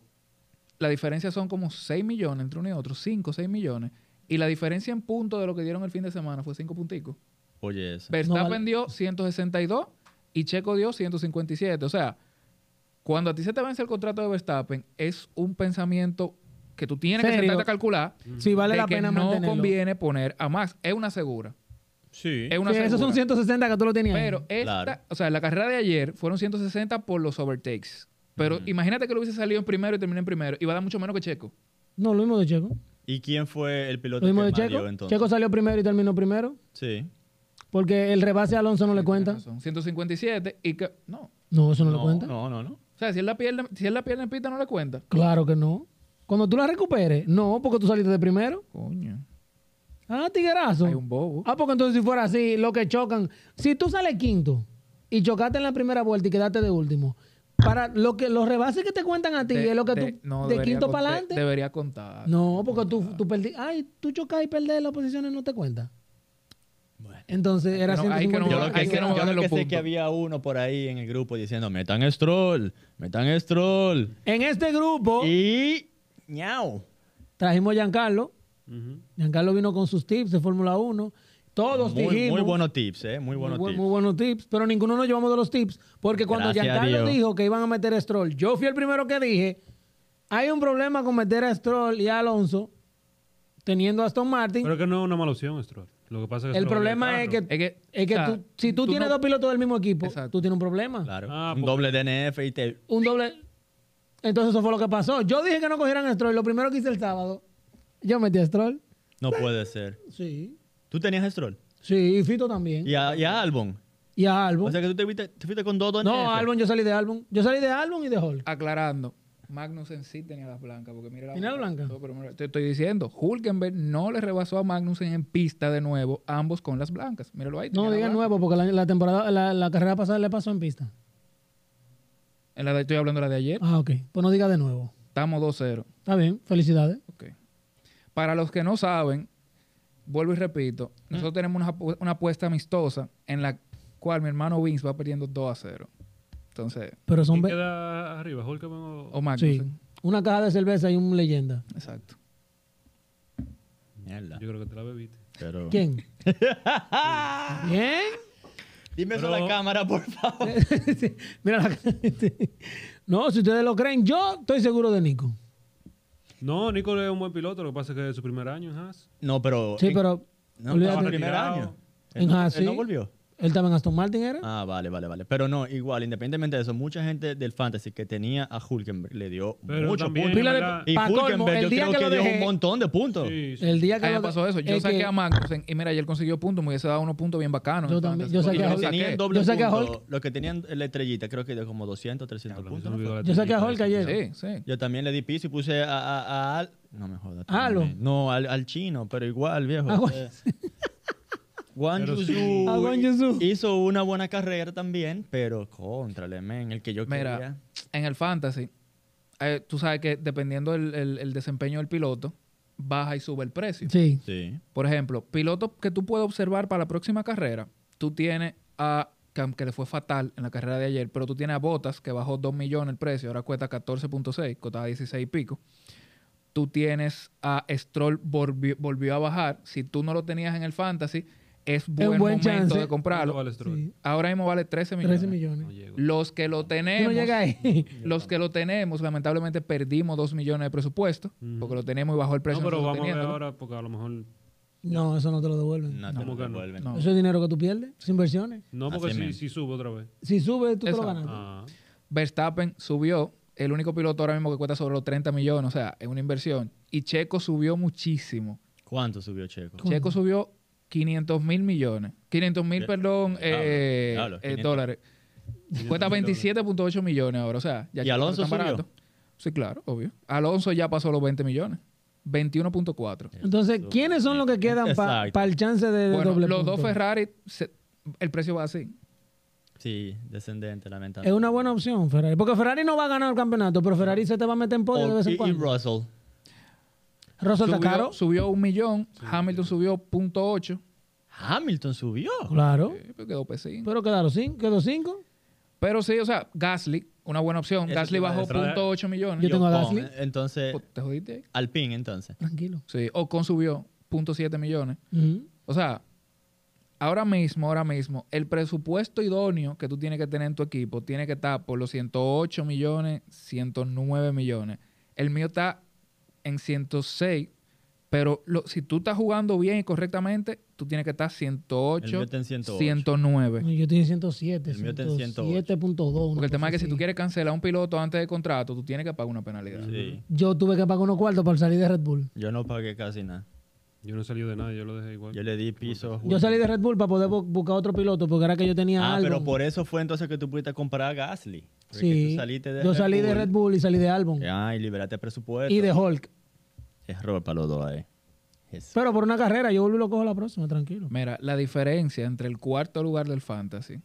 [SPEAKER 5] la diferencia son como 6 millones entre uno y otro, 5, 6 millones. Y la diferencia en puntos de lo que dieron el fin de semana fue 5 punticos.
[SPEAKER 3] Oye, eso.
[SPEAKER 5] Verstappen
[SPEAKER 2] vale.
[SPEAKER 5] dio 162 y Checo dio 157. O sea, cuando a ti se te vence el contrato de Verstappen, es un pensamiento que tú tienes que
[SPEAKER 2] Serio.
[SPEAKER 5] sentarte a calcular.
[SPEAKER 3] Mm.
[SPEAKER 2] Sí, vale
[SPEAKER 5] de
[SPEAKER 2] la
[SPEAKER 5] que
[SPEAKER 2] pena
[SPEAKER 5] no
[SPEAKER 2] mantenerlo.
[SPEAKER 5] conviene poner a Max. Es una segura.
[SPEAKER 3] Sí.
[SPEAKER 5] Es una
[SPEAKER 2] Sí, esos
[SPEAKER 5] segura.
[SPEAKER 2] son 160 que tú lo tenías.
[SPEAKER 5] Pero esta,
[SPEAKER 3] Claro.
[SPEAKER 5] o sea, la carrera de ayer fueron 160 por los overtakes. Pero
[SPEAKER 3] Mm.
[SPEAKER 5] imagínate que lo hubiese salido en primero y terminó en primero. Iba a dar mucho menos que Checo.
[SPEAKER 2] No, lo mismo de Checo.
[SPEAKER 3] ¿Y quién fue el
[SPEAKER 2] Lo
[SPEAKER 3] piloto que
[SPEAKER 2] mismo de
[SPEAKER 3] más
[SPEAKER 2] Checo.
[SPEAKER 3] dio entonces?
[SPEAKER 2] Checo salió primero y terminó primero.
[SPEAKER 3] Sí.
[SPEAKER 2] Porque el rebase a Alonso no le cuenta.
[SPEAKER 5] Son 157 y que... No,
[SPEAKER 2] No, eso no, lo cuenta.
[SPEAKER 3] no, no, no.
[SPEAKER 5] O sea, si él la pierde, si él la pierde en pista, no le cuenta.
[SPEAKER 2] Claro que no. Cuando tú la recuperes, no, porque tú saliste de primero.
[SPEAKER 5] Coño.
[SPEAKER 2] Ah, tiguerazo.
[SPEAKER 5] Hay un bobo.
[SPEAKER 2] Ah, porque entonces si fuera así, lo que chocan. Si tú sales quinto y chocaste en la primera vuelta y quedaste de último, para lo que los rebases que te cuentan a ti
[SPEAKER 5] Te-
[SPEAKER 2] es lo que
[SPEAKER 5] te-
[SPEAKER 2] tú
[SPEAKER 5] no,
[SPEAKER 2] de
[SPEAKER 5] debería
[SPEAKER 2] quinto
[SPEAKER 5] con-
[SPEAKER 2] para
[SPEAKER 5] de-
[SPEAKER 2] adelante.
[SPEAKER 5] Debería contar.
[SPEAKER 2] no, porque tú, tú perdí. Ay, tú chocas y perdés las posiciones, no te cuenta.
[SPEAKER 3] Bueno.
[SPEAKER 2] Entonces era
[SPEAKER 5] No, ahí que no
[SPEAKER 2] 150.
[SPEAKER 3] Yo
[SPEAKER 5] va-
[SPEAKER 3] lo que,
[SPEAKER 5] ahí que
[SPEAKER 3] sé,
[SPEAKER 5] no
[SPEAKER 3] yo
[SPEAKER 5] va a ver
[SPEAKER 3] lo que
[SPEAKER 5] los
[SPEAKER 3] sé es que
[SPEAKER 5] puntos.
[SPEAKER 3] había uno por ahí en el grupo diciendo, metan Stroll, metan Stroll.
[SPEAKER 2] En este grupo
[SPEAKER 3] Y... ñau.
[SPEAKER 2] trajimos a Giancarlo.
[SPEAKER 4] Ujú.
[SPEAKER 2] Giancarlo vino con sus tips de Fórmula 1. Todos
[SPEAKER 3] Muy,
[SPEAKER 2] dijimos.
[SPEAKER 3] muy buenos tips, ¿eh? Muy buenos
[SPEAKER 2] muy, bu-
[SPEAKER 3] tips.
[SPEAKER 2] muy buenos tips, pero ninguno nos llevamos de los tips. Porque cuando
[SPEAKER 3] Gracias a
[SPEAKER 2] Giancarlo
[SPEAKER 3] Dios.
[SPEAKER 2] dijo que iban a meter a Stroll, yo fui el primero que dije: hay un problema con meter a Stroll y a Alonso teniendo a Aston Martin.
[SPEAKER 4] Pero que no es una mala opción, Stroll. Lo que pasa es que
[SPEAKER 2] el
[SPEAKER 4] Stroll
[SPEAKER 2] problema es
[SPEAKER 4] es caro.
[SPEAKER 2] que,
[SPEAKER 5] Es que,
[SPEAKER 2] es que
[SPEAKER 5] o sea,
[SPEAKER 2] tú- si tú,
[SPEAKER 5] tú
[SPEAKER 2] tienes
[SPEAKER 5] no-
[SPEAKER 2] dos pilotos del mismo equipo,
[SPEAKER 5] Exacto.
[SPEAKER 2] tú tienes un problema.
[SPEAKER 3] Claro.
[SPEAKER 4] Ah,
[SPEAKER 3] un
[SPEAKER 2] pues.
[SPEAKER 4] porque-
[SPEAKER 3] doble DNF y te...
[SPEAKER 2] Un doble. Entonces, eso fue lo que pasó. Yo dije que no cogieran a Stroll. Lo primero que hice el sábado, yo metí a Stroll.
[SPEAKER 3] No puede ser.
[SPEAKER 2] Sí.
[SPEAKER 3] Tú tenías Stroll
[SPEAKER 2] Sí, y Fito también.
[SPEAKER 3] y Pues a, y a Albon.
[SPEAKER 2] Y a Albon.
[SPEAKER 3] O sea que tú te fuiste, te fuiste con dos DNF.
[SPEAKER 2] no, Albon, yo salí de Albon. Yo salí de Albon y de Hulk.
[SPEAKER 5] aclarando, Magnussen sí tenía las blancas. Porque mira la
[SPEAKER 2] ¿Tenía la blanca?
[SPEAKER 5] No, pero mira, te estoy diciendo, Hulkenberg no le rebasó a Magnussen en pista de nuevo, ambos con las blancas. Míralo ahí. tenía
[SPEAKER 2] No
[SPEAKER 5] la
[SPEAKER 2] digan
[SPEAKER 5] blanca.
[SPEAKER 2] nuevo, porque la, la temporada, la, la carrera pasada le pasó en pista.
[SPEAKER 5] En la de- estoy hablando de la de ayer.
[SPEAKER 2] Ah, ok. Pues no diga de nuevo.
[SPEAKER 5] Estamos 2-0.
[SPEAKER 2] Está bien, felicidades.
[SPEAKER 5] Ok. Para los que no saben, vuelvo y repito, nosotros tenemos una, apu- una apuesta amistosa en la cual mi hermano Vince va perdiendo 2 a 0. Entonces,
[SPEAKER 2] Pero son.
[SPEAKER 4] ¿Quién
[SPEAKER 2] ve-
[SPEAKER 4] queda arriba? ¿Hulkenberg o...?
[SPEAKER 5] o
[SPEAKER 2] Sí.
[SPEAKER 5] Magnussen.
[SPEAKER 3] eh?
[SPEAKER 2] Una caja de cerveza y un leyenda.
[SPEAKER 5] Exacto.
[SPEAKER 3] Mierda.
[SPEAKER 4] Yo creo que te la bebiste.
[SPEAKER 3] Pero...
[SPEAKER 2] ¿Quién? ¿Bien?
[SPEAKER 3] Dime eso a
[SPEAKER 4] Pero-
[SPEAKER 3] la cámara, por favor.
[SPEAKER 2] Sí, Mira la este. No, si ustedes lo creen, yo estoy seguro de Nico.
[SPEAKER 4] No, Nico es un buen piloto. Lo que pasa es que es su primer año en Haas.
[SPEAKER 3] No, pero...
[SPEAKER 2] Sí,
[SPEAKER 3] en-
[SPEAKER 2] pero
[SPEAKER 3] No,
[SPEAKER 2] olvídate.
[SPEAKER 3] estaba en el primer
[SPEAKER 4] Retirado.
[SPEAKER 3] año.
[SPEAKER 2] En
[SPEAKER 3] Él no-
[SPEAKER 2] Haas,
[SPEAKER 3] él no
[SPEAKER 2] sí.
[SPEAKER 3] volvió.
[SPEAKER 2] él estaba en Aston Martin, ¿era?
[SPEAKER 3] Ah, vale, vale, vale. Pero no, igual, independientemente de eso, mucha gente del fantasy que tenía a Hulkenberg le dio
[SPEAKER 4] Pero
[SPEAKER 3] muchos
[SPEAKER 4] también,
[SPEAKER 3] puntos.
[SPEAKER 2] Pila de-
[SPEAKER 4] ¿verdad?
[SPEAKER 3] Y
[SPEAKER 2] Pa' colmo,
[SPEAKER 3] Hulkenberg
[SPEAKER 2] el
[SPEAKER 3] yo
[SPEAKER 2] día
[SPEAKER 3] creo
[SPEAKER 2] que
[SPEAKER 3] que,
[SPEAKER 2] lo
[SPEAKER 3] dio
[SPEAKER 2] dejé-
[SPEAKER 3] un Ah, montón de puntos.
[SPEAKER 4] Sí, sí.
[SPEAKER 2] El día que
[SPEAKER 5] Ahí me
[SPEAKER 2] lo-
[SPEAKER 5] pasó eso. Yo
[SPEAKER 2] es
[SPEAKER 5] saqué
[SPEAKER 2] que
[SPEAKER 5] a Magnussen y mira, ayer consiguió puntos, me hubiese dado unos puntos bien bacanos.
[SPEAKER 2] Yo
[SPEAKER 5] en
[SPEAKER 2] también-
[SPEAKER 5] fantasy,
[SPEAKER 2] yo
[SPEAKER 5] porque
[SPEAKER 2] saqué
[SPEAKER 3] Los
[SPEAKER 2] a
[SPEAKER 3] que
[SPEAKER 5] lo
[SPEAKER 2] Hulk.
[SPEAKER 3] tenían
[SPEAKER 5] saqué.
[SPEAKER 3] doble
[SPEAKER 2] Yo saqué a
[SPEAKER 3] punto,
[SPEAKER 2] Hulk.
[SPEAKER 3] los que tenían la estrellita, creo que dio como 200, 300
[SPEAKER 4] Hablando
[SPEAKER 3] puntos.
[SPEAKER 4] de
[SPEAKER 3] ¿no?
[SPEAKER 4] Nico, la
[SPEAKER 2] Yo saqué a
[SPEAKER 4] tenía
[SPEAKER 2] Hulk
[SPEAKER 4] que-
[SPEAKER 2] ayer.
[SPEAKER 5] Sí, sí.
[SPEAKER 3] Yo también le di piso y puse a, a- a Al... No me jodas. tú,
[SPEAKER 2] Alo.
[SPEAKER 3] hombre. No, al, al chino, pero igual, viejo.
[SPEAKER 2] Ah, bueno.
[SPEAKER 3] Eh, Guan
[SPEAKER 4] Pero
[SPEAKER 3] Yu
[SPEAKER 4] sí.
[SPEAKER 3] Zhu
[SPEAKER 2] Ah, Guan Yu Zhu.
[SPEAKER 3] hizo una buena carrera también, pero contrale, men, el que yo
[SPEAKER 5] Mira,
[SPEAKER 3] quería.
[SPEAKER 5] en el fantasy, eh, tú sabes que dependiendo del el- el desempeño del piloto, baja y sube el precio.
[SPEAKER 2] Sí.
[SPEAKER 3] Sí.
[SPEAKER 5] Por ejemplo, piloto que tú puedes observar para la próxima carrera, tú tienes a que, que le fue fatal en la carrera de ayer, pero tú tienes a Botas que bajó 2 millones el precio, ahora cuesta 14.6, costaba 16 y pico. Tú tienes a Stroll volvió, volvió a bajar, si tú no lo tenías en el fantasy, es buen,
[SPEAKER 2] buen
[SPEAKER 5] momento
[SPEAKER 2] chance.
[SPEAKER 5] de
[SPEAKER 4] ¿Cuánto
[SPEAKER 5] comprarlo.
[SPEAKER 4] vale Stroll?
[SPEAKER 2] Sí.
[SPEAKER 5] Ahora mismo vale 13 millones.
[SPEAKER 2] 13 millones.
[SPEAKER 4] No llego.
[SPEAKER 5] Los que lo
[SPEAKER 2] Tú no
[SPEAKER 5] tenemos,
[SPEAKER 2] llegas ahí.
[SPEAKER 5] los que lo tenemos, lamentablemente perdimos 2 millones de presupuesto,
[SPEAKER 4] Ujú.
[SPEAKER 5] porque lo tenemos y bajó el precio.
[SPEAKER 4] No, pero
[SPEAKER 5] nosotros
[SPEAKER 4] vamos a ver
[SPEAKER 5] teniéndolo.
[SPEAKER 4] ahora, porque a lo mejor...
[SPEAKER 2] No, eso no te lo devuelven.
[SPEAKER 3] No, te
[SPEAKER 4] ¿Cómo
[SPEAKER 3] lo
[SPEAKER 4] que no?
[SPEAKER 3] devuelven.
[SPEAKER 5] No.
[SPEAKER 2] Eso es dinero que tú pierdes, sin inversiones.
[SPEAKER 4] No,
[SPEAKER 3] Así
[SPEAKER 4] porque si,
[SPEAKER 3] mismo.
[SPEAKER 4] si sube otra vez.
[SPEAKER 2] Si sube, tú te lo
[SPEAKER 5] Exacto.
[SPEAKER 2] ganas.
[SPEAKER 4] Ah,
[SPEAKER 5] Verstappen subió, el único piloto ahora mismo que cuesta sobre los 30 millones, o sea, es una inversión. Y Checo subió muchísimo.
[SPEAKER 3] ¿Cuánto subió Checo?
[SPEAKER 2] ¿Cuánto?
[SPEAKER 5] Checo subió 500 mil millones. 500 mil,
[SPEAKER 3] Ya- diablo,
[SPEAKER 5] perdón, eh,
[SPEAKER 3] diablo,
[SPEAKER 5] eh,
[SPEAKER 3] 500.
[SPEAKER 5] dólares. Cuesta 27.8 millones ahora, o sea, ya
[SPEAKER 3] ¿Y
[SPEAKER 5] Checo
[SPEAKER 3] Alonso
[SPEAKER 5] está tan
[SPEAKER 3] subió?
[SPEAKER 5] Sí, claro, obvio. Alonso ya pasó los 20 millones. 21.4.
[SPEAKER 3] Eh,
[SPEAKER 2] Entonces, ¿quiénes son los que quedan para
[SPEAKER 3] Ah, Exacto.
[SPEAKER 2] el chance de, de
[SPEAKER 5] Bueno,
[SPEAKER 2] doble
[SPEAKER 5] los dos
[SPEAKER 2] punto?
[SPEAKER 5] Ferrari, se- el precio va así.
[SPEAKER 3] Sí, descendente, lamentablemente.
[SPEAKER 2] Es una buena opción, Ferrari. Porque Ferrari no va a ganar el campeonato, pero Ferrari se te va a meter en podio de
[SPEAKER 3] Oh,
[SPEAKER 2] vez en
[SPEAKER 3] y, y
[SPEAKER 2] cuando.
[SPEAKER 3] Russell.
[SPEAKER 2] Russell está
[SPEAKER 5] Subió-
[SPEAKER 2] caro.
[SPEAKER 5] Subió un millón, Hamilton subió punto ocho,
[SPEAKER 3] Hamilton subió.
[SPEAKER 2] Claro.
[SPEAKER 5] eh, pero quedó pesín.
[SPEAKER 2] Pero quedaron cinco. Quedó cinco.
[SPEAKER 5] Pero sí, o sea, Gasly, una buena opción.
[SPEAKER 3] Eso
[SPEAKER 5] Gasly
[SPEAKER 3] te iba a
[SPEAKER 5] bajó
[SPEAKER 3] decir.
[SPEAKER 5] .8 millones.
[SPEAKER 2] Yo tengo a
[SPEAKER 3] Ocon,
[SPEAKER 2] Gasly.
[SPEAKER 3] e-, Entonces,
[SPEAKER 5] Yo- ¿Te jodiste? ahí?
[SPEAKER 3] Alpine, entonces.
[SPEAKER 2] Tranquilo.
[SPEAKER 5] Sí, Ocon subió .7 millones.
[SPEAKER 2] Ujú.
[SPEAKER 5] O sea, ahora mismo, ahora mismo, el presupuesto idóneo que tú tienes que tener en tu equipo tiene que estar por los 108 millones, 109 millones. El mío está en 106, pero lo- si tú estás jugando bien y correctamente, tú tienes que estar 108,
[SPEAKER 3] El mío está en 108.
[SPEAKER 5] 109.
[SPEAKER 2] No, Yo estoy en 107.
[SPEAKER 3] El mío está en
[SPEAKER 2] 107.2.
[SPEAKER 5] Porque el tema es que si tú
[SPEAKER 2] quieres...
[SPEAKER 5] quieres cancelar a un piloto antes de contrato, tú tienes que pagar una penalidad.
[SPEAKER 3] Sí.
[SPEAKER 2] Yo tuve que pagar unos cuartos para salir de Red Bull.
[SPEAKER 3] Yo no pagué casi nada.
[SPEAKER 4] Yo no he salido de nada, yo lo dejé igual.
[SPEAKER 3] Yo le di piso a
[SPEAKER 2] Yo
[SPEAKER 3] Hulkenberg.
[SPEAKER 2] salí de Red Bull para poder bu- buscar otro piloto porque era que yo tenía
[SPEAKER 3] Ah,
[SPEAKER 2] Albon.
[SPEAKER 3] pero por eso fue entonces que tú pudiste comprar a Gasly. Porque
[SPEAKER 2] Sí.
[SPEAKER 3] tú saliste de
[SPEAKER 2] yo salí de Red Bull y salí de Albon
[SPEAKER 3] Ah, y liberaste presupuesto.
[SPEAKER 2] y de Hulk.
[SPEAKER 3] Error para los dos ahí. Jesús.
[SPEAKER 2] Pero por una carrera, yo vuelvo y lo cojo la próxima, tranquilo.
[SPEAKER 5] Mira, la diferencia entre el cuarto lugar del Fantasy,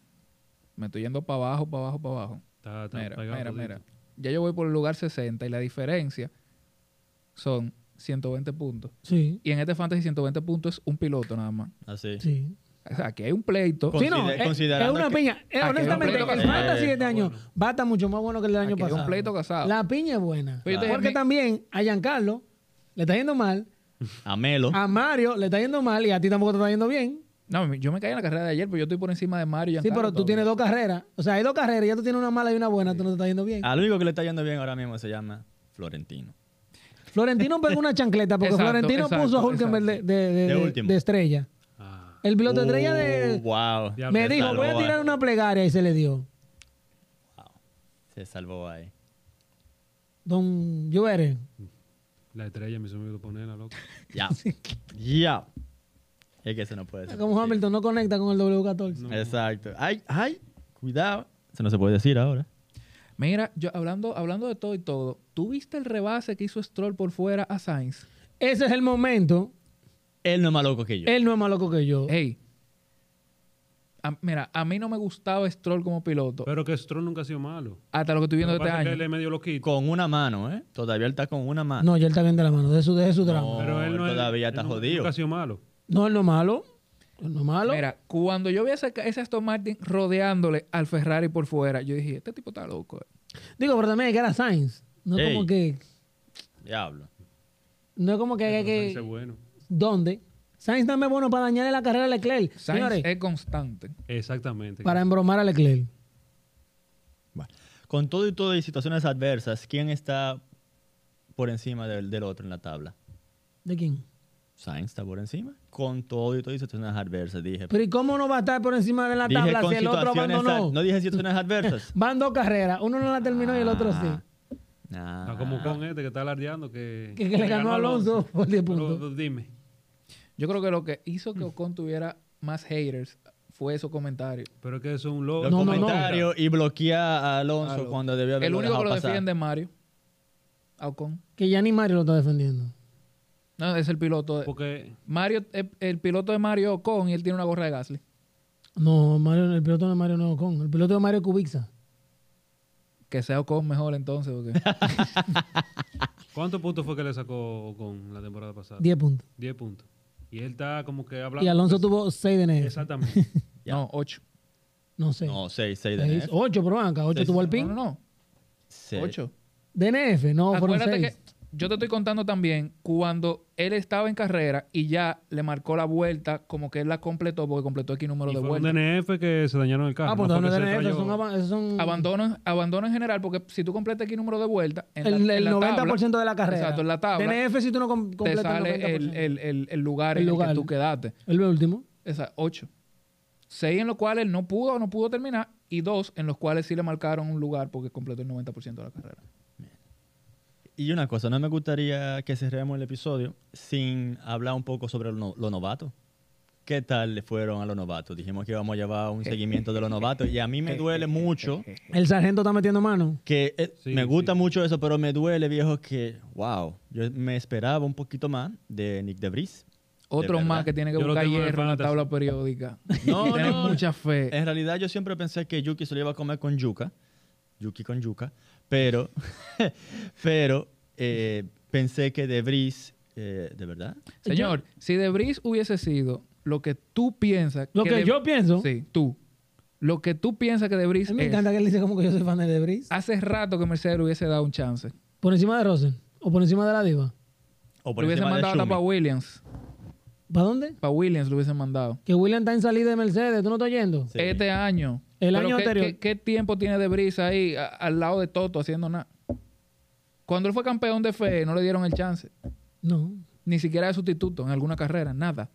[SPEAKER 5] me estoy yendo para abajo, para abajo, para abajo.
[SPEAKER 4] Está, está
[SPEAKER 5] Mira,
[SPEAKER 4] pegado
[SPEAKER 5] mira,
[SPEAKER 4] todito.
[SPEAKER 5] mira. Ya yo voy por el lugar 60 y la diferencia son 120 puntos.
[SPEAKER 2] Sí,
[SPEAKER 5] Y en este Fantasy 120 puntos es un piloto nada más.
[SPEAKER 3] Así.
[SPEAKER 2] sí.
[SPEAKER 5] O sea, aquí hay un pleito.
[SPEAKER 3] Con-
[SPEAKER 2] Sí, no,
[SPEAKER 3] Consider-
[SPEAKER 2] es- es,
[SPEAKER 3] considerando
[SPEAKER 2] una
[SPEAKER 3] que-
[SPEAKER 2] piña. Eh,
[SPEAKER 5] Ah, que
[SPEAKER 2] honestamente,
[SPEAKER 5] es un
[SPEAKER 2] el
[SPEAKER 5] pleito
[SPEAKER 2] Fantasy
[SPEAKER 3] casado.
[SPEAKER 2] este año va a estar mucho más bueno que el del año
[SPEAKER 5] Aquí hay
[SPEAKER 2] pasado.
[SPEAKER 5] un pleito casado.
[SPEAKER 2] La piña es buena.
[SPEAKER 5] Pero yo te dije,
[SPEAKER 2] Porque
[SPEAKER 5] mi-
[SPEAKER 2] también a Giancarlo le está yendo mal,
[SPEAKER 3] A Melo.
[SPEAKER 2] a Mario le está yendo mal y a ti tampoco te está yendo bien.
[SPEAKER 5] No, yo me caí en la carrera de ayer, pero yo estoy por encima de Mario. y
[SPEAKER 2] Sí,
[SPEAKER 5] Giancarlo
[SPEAKER 2] pero tú
[SPEAKER 5] todavía.
[SPEAKER 2] tienes dos carreras. O sea, hay dos carreras, ya tú tienes una mala y una buena, tú no te estás yendo bien.
[SPEAKER 3] Al único que le está yendo bien ahora mismo se llama Florentino.
[SPEAKER 2] Florentino pegó una chancleta porque
[SPEAKER 5] Exacto,
[SPEAKER 2] Florentino
[SPEAKER 5] exacto,
[SPEAKER 2] puso a Hulkenberg de, de- de-
[SPEAKER 3] De
[SPEAKER 2] de-
[SPEAKER 3] último.
[SPEAKER 2] de estrella.
[SPEAKER 4] Ah,
[SPEAKER 2] El piloto estrella
[SPEAKER 3] Oh,
[SPEAKER 2] de...
[SPEAKER 3] Wow.
[SPEAKER 4] Ya,
[SPEAKER 2] Me
[SPEAKER 4] se
[SPEAKER 2] dijo,
[SPEAKER 3] salvó
[SPEAKER 2] voy a
[SPEAKER 3] ahí.
[SPEAKER 2] tirar una plegaria y se le dio.
[SPEAKER 3] Se salvó ahí.
[SPEAKER 2] Don Lluveres.
[SPEAKER 4] La estrella me se me olvidó ponerla, loco.
[SPEAKER 3] Ya. Ya. Es que eso no puede ser.
[SPEAKER 2] Como
[SPEAKER 3] posible.
[SPEAKER 2] Hamilton no conecta con el W14.
[SPEAKER 3] Exacto. Ay, ay, cuidado. Eso no se puede decir ahora.
[SPEAKER 5] Mira, yo hablando, hablando de todo y todo, ¿tú viste el rebase que hizo Stroll por fuera a Sainz?
[SPEAKER 2] Ese es el momento.
[SPEAKER 3] Él no es más loco que yo.
[SPEAKER 2] Él no es más loco que yo.
[SPEAKER 3] Eh,
[SPEAKER 5] Hey. A- mira, a mí no me gustaba Stroll como piloto.
[SPEAKER 4] Pero que Stroll nunca ha sido malo.
[SPEAKER 5] hasta lo que estoy viendo
[SPEAKER 4] Lo que
[SPEAKER 5] este
[SPEAKER 4] pasa es que él
[SPEAKER 5] año.
[SPEAKER 4] es medio loquito.
[SPEAKER 3] Con una mano, ¿eh? Todavía él está con una mano.
[SPEAKER 2] No, ya él está bien de la mano. De su, de su drama.
[SPEAKER 3] No,
[SPEAKER 4] Pero él no es-
[SPEAKER 3] todavía
[SPEAKER 4] él
[SPEAKER 3] está
[SPEAKER 4] nunca-
[SPEAKER 3] jodido.
[SPEAKER 4] Nunca ha sido malo.
[SPEAKER 2] No, él no es malo. Él no es malo.
[SPEAKER 5] Mira, cuando yo vi ese, ca- ese Aston Martin rodeándole al Ferrari por fuera, yo dije, este tipo está loco. eh".
[SPEAKER 2] Digo, pero también hay que era Sainz. No es
[SPEAKER 3] Ey.
[SPEAKER 2] como que...
[SPEAKER 3] Diablo.
[SPEAKER 2] No es como que...
[SPEAKER 4] Pero
[SPEAKER 2] que-
[SPEAKER 4] Sainz
[SPEAKER 2] que-
[SPEAKER 4] es bueno.
[SPEAKER 2] ¿Dónde? Sainz también es bueno para dañarle la carrera a Leclerc.
[SPEAKER 5] Sainz
[SPEAKER 2] Señores,
[SPEAKER 5] es constante.
[SPEAKER 4] Exactamente.
[SPEAKER 2] para embromar a Leclerc.
[SPEAKER 3] Bueno. Con todo y todo y situaciones adversas, ¿quién está por encima del, del otro en la tabla?
[SPEAKER 2] ¿De quién?
[SPEAKER 3] Sainz está por encima. Con todo y todo y situaciones adversas, dije.
[SPEAKER 2] Pero ¿y cómo no va a estar por encima de la
[SPEAKER 3] Dije
[SPEAKER 2] tabla
[SPEAKER 3] con
[SPEAKER 2] si el otro
[SPEAKER 3] situaciones
[SPEAKER 2] abandonó?
[SPEAKER 3] ad- No dije situaciones adversas.
[SPEAKER 2] Van dos carreras. Uno no la terminó y el otro sí.
[SPEAKER 3] Ah.
[SPEAKER 4] Está como con este que está alardeando que...
[SPEAKER 2] Que- que le ganó a Alonso por 10
[SPEAKER 4] Pero,
[SPEAKER 2] puntos.
[SPEAKER 4] dime.
[SPEAKER 5] Yo creo que lo que hizo que Ocon tuviera más haters fue esos comentarios.
[SPEAKER 4] Pero es que eso es un loco.
[SPEAKER 3] Los
[SPEAKER 2] No, no, no.
[SPEAKER 3] comentarios y bloquea a Alonso,
[SPEAKER 5] Alonso.
[SPEAKER 3] cuando debió haberlo
[SPEAKER 5] El único que
[SPEAKER 3] dejado
[SPEAKER 5] lo
[SPEAKER 3] pasar.
[SPEAKER 5] defiende es Mario. A Ocon.
[SPEAKER 2] Que ya ni Mario lo está defendiendo.
[SPEAKER 5] No, es el piloto. De...
[SPEAKER 4] Porque
[SPEAKER 5] Mario, es el piloto de Mario Ocon y él tiene una gorra de Gasly.
[SPEAKER 2] No, Mario, el piloto de Mario no es Ocon. El piloto de Mario es Kubica.
[SPEAKER 5] Que sea Ocon mejor entonces. Porque...
[SPEAKER 4] ¿cuántos puntos fue que le sacó con la temporada pasada?
[SPEAKER 2] 10 puntos.
[SPEAKER 4] 10 puntos. Y él está como que hablando...
[SPEAKER 2] Y Alonso tuvo 6 de negro.
[SPEAKER 4] Exactamente.
[SPEAKER 3] Ya.
[SPEAKER 5] No, ocho.
[SPEAKER 2] No sé.
[SPEAKER 3] No, 6, 6 de
[SPEAKER 2] Seis,
[SPEAKER 3] NF.
[SPEAKER 2] Ocho, pero acá. Ocho
[SPEAKER 3] Seis.
[SPEAKER 2] tuvo el
[SPEAKER 5] No, no,
[SPEAKER 2] pin.
[SPEAKER 5] no.
[SPEAKER 3] Seis.
[SPEAKER 5] Ocho.
[SPEAKER 2] DNF, no, fueron
[SPEAKER 5] Acuérdate que
[SPEAKER 2] seis.
[SPEAKER 5] yo te estoy contando también cuando él estaba en carrera y ya le marcó la vuelta, como que él la completó, porque completó X número
[SPEAKER 4] Y
[SPEAKER 5] de
[SPEAKER 4] fue un
[SPEAKER 5] vueltas.
[SPEAKER 4] DNF que se dañaron el carro.
[SPEAKER 2] Ah, pues
[SPEAKER 4] no
[SPEAKER 2] no,
[SPEAKER 4] fue que se
[SPEAKER 2] DNF, esos
[SPEAKER 4] rayó.
[SPEAKER 2] son, aba- esos son-
[SPEAKER 5] Abandono, abandono en general, porque si tú completas X número de vueltas, en la-
[SPEAKER 2] el,
[SPEAKER 5] en
[SPEAKER 2] el
[SPEAKER 5] la
[SPEAKER 2] 90%
[SPEAKER 5] tabla,
[SPEAKER 2] de la carrera.
[SPEAKER 5] Exacto, en la tabla.
[SPEAKER 2] DNF si tú no com-
[SPEAKER 5] te
[SPEAKER 2] completas el
[SPEAKER 5] sale
[SPEAKER 2] 90%.
[SPEAKER 5] el, el- el- el lugar
[SPEAKER 2] El
[SPEAKER 5] en
[SPEAKER 2] lugar.
[SPEAKER 5] el que tú quedaste.
[SPEAKER 2] El último.
[SPEAKER 5] Esa, ocho. Seis en los cuales él no pudo o no pudo terminar, y dos en los cuales sí le marcaron un lugar porque completó el 90% de la carrera.
[SPEAKER 3] Y una cosa, no me gustaría que cerremos el episodio sin hablar un poco sobre los no- los novatos. ¿Qué tal le fueron a los novatos? Dijimos que íbamos a llevar un seguimiento de los novatos y a mí me duele mucho
[SPEAKER 2] El sargento está metiendo mano.
[SPEAKER 3] que eh,
[SPEAKER 4] Sí,
[SPEAKER 3] me gusta
[SPEAKER 4] sí.
[SPEAKER 3] mucho eso, pero me duele, viejo, que wow, yo me esperaba un poquito más de Nick DeVries.
[SPEAKER 5] Otro
[SPEAKER 3] verdad.
[SPEAKER 5] más que tiene que
[SPEAKER 4] Yo lo
[SPEAKER 5] buscar
[SPEAKER 4] tengo en el
[SPEAKER 5] hierro en la
[SPEAKER 4] fantasy.
[SPEAKER 5] tabla periódica.
[SPEAKER 3] No,
[SPEAKER 5] Tienes
[SPEAKER 3] no.
[SPEAKER 5] mucha fe.
[SPEAKER 3] En realidad yo siempre pensé que Yuki se lo iba a comer con yuca, Yuki con yuca, pero, pero eh, pensé que DeVries, eh, ¿de verdad?
[SPEAKER 5] Señor, si Debris hubiese sido lo que tú piensas.
[SPEAKER 2] Lo que
[SPEAKER 5] De-
[SPEAKER 2] yo pienso.
[SPEAKER 5] Sí, tú. Lo que tú piensas que Debris
[SPEAKER 2] A mí me
[SPEAKER 5] es.
[SPEAKER 2] encanta que él dice como que yo soy fan de Debris.
[SPEAKER 5] Hace rato que Mercedes le hubiese dado un chance.
[SPEAKER 2] Por encima de Rosen. O por encima de la diva.
[SPEAKER 3] O
[SPEAKER 5] Le hubiesen
[SPEAKER 3] encima de
[SPEAKER 5] mandado hasta
[SPEAKER 3] Schumi.
[SPEAKER 5] para Williams.
[SPEAKER 2] ¿Para dónde?
[SPEAKER 5] Para Williams lo hubiesen mandado.
[SPEAKER 2] Que William está en salida de Mercedes. ¿Tú no estás yendo?
[SPEAKER 3] Sí.
[SPEAKER 5] Este año.
[SPEAKER 2] El
[SPEAKER 5] Pero
[SPEAKER 2] año
[SPEAKER 5] ¿qué-
[SPEAKER 2] anterior.
[SPEAKER 5] ¿qué, qué tiempo tiene Debris ahí a- al lado de Toto haciendo nada? Cuando él fue campeón de FE, no le dieron el chance.
[SPEAKER 2] No.
[SPEAKER 5] ni siquiera de sustituto en alguna carrera, nada.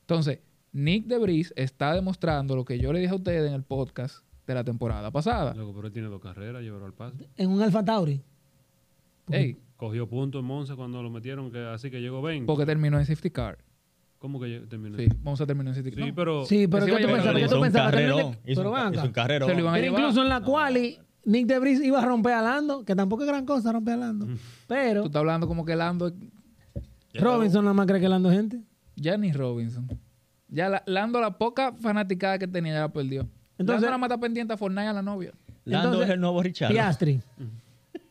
[SPEAKER 5] Entonces, Nick DeBris está demostrando lo que yo le dije a ustedes en el podcast de la temporada pasada.
[SPEAKER 4] Loco, pero él tiene dos carreras, llevarlo al pase.
[SPEAKER 2] En un Alfa Tauri. Porque
[SPEAKER 5] Ey,
[SPEAKER 4] Cogió punto en Monza cuando lo metieron, que, así que llegó 20.
[SPEAKER 5] Porque terminó en safety car.
[SPEAKER 4] ¿Cómo que lleg- terminó?
[SPEAKER 5] Sí, vamos a terminar en safety car.
[SPEAKER 4] Sí,
[SPEAKER 5] No.
[SPEAKER 3] Oh.
[SPEAKER 4] pero...
[SPEAKER 2] Sí, pero
[SPEAKER 5] Ese
[SPEAKER 2] ¿qué tú
[SPEAKER 5] iba a
[SPEAKER 2] pensabas?
[SPEAKER 5] llegar
[SPEAKER 2] ¿Qué
[SPEAKER 3] Hizo
[SPEAKER 2] tú
[SPEAKER 3] un
[SPEAKER 2] pensabas? Que
[SPEAKER 3] carrerón.
[SPEAKER 2] Nick de-
[SPEAKER 3] Hizo
[SPEAKER 2] Pero
[SPEAKER 3] un,
[SPEAKER 2] ven
[SPEAKER 3] hizo
[SPEAKER 2] acá.
[SPEAKER 3] un Ah. carrerón.
[SPEAKER 5] Se lo iban a
[SPEAKER 2] Pero
[SPEAKER 5] llevar.
[SPEAKER 2] incluso en la quali, Nick de Vries iba a romper a Lando, que tampoco es gran cosa romper a Lando.
[SPEAKER 3] Mm.
[SPEAKER 5] Tú
[SPEAKER 2] Pero
[SPEAKER 5] estás hablando como que Lando.
[SPEAKER 2] Robinson nada más cree que Lando es gente.
[SPEAKER 5] Ya ni Robinson. Ya la- Lando, la poca fanaticada que tenía, ya la perdió. Entonces,
[SPEAKER 2] Entonces-
[SPEAKER 5] Lando la mata pendiente a Fortnite a la novia.
[SPEAKER 3] Lando
[SPEAKER 2] Entonces,
[SPEAKER 3] es el nuevo Richard.
[SPEAKER 2] Piastri.
[SPEAKER 3] Mm.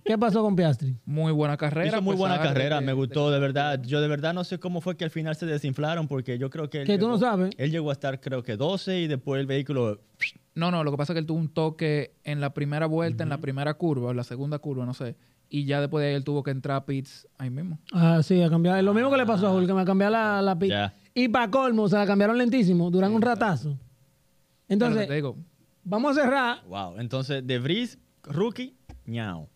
[SPEAKER 2] ¿Qué pasó con Piastri?
[SPEAKER 5] Muy buena carrera.
[SPEAKER 3] Hizo muy
[SPEAKER 5] a
[SPEAKER 3] buena
[SPEAKER 5] pesar pues, de
[SPEAKER 3] carrera,
[SPEAKER 5] que-
[SPEAKER 3] me
[SPEAKER 5] de-
[SPEAKER 3] gustó, de verdad. Yo de verdad no sé cómo fue que al final se desinflaron, porque yo creo que... él
[SPEAKER 2] Que tú no
[SPEAKER 3] llegó-
[SPEAKER 2] sabes.
[SPEAKER 3] Él llegó a estar, creo que 12, y después el vehículo...
[SPEAKER 5] No, no, lo que pasa es que él tuvo un toque en la primera vuelta, en la primera curva, en la segunda curva, no sé. Y ya después de ahí él tuvo que entrar a pits ahí mismo.
[SPEAKER 2] Ah, sí, a cambiar. Lo mismo que le pasó a Hulk, me cambiaron la, la pi-
[SPEAKER 3] Ya.
[SPEAKER 2] Y para colmo, se la cambiaron lentísimo, duran un ratazo.
[SPEAKER 5] Pero te
[SPEAKER 2] Entonces,
[SPEAKER 5] digo,
[SPEAKER 2] vamos a cerrar.
[SPEAKER 3] Wow. Entonces, De Vries, rookie, ñao.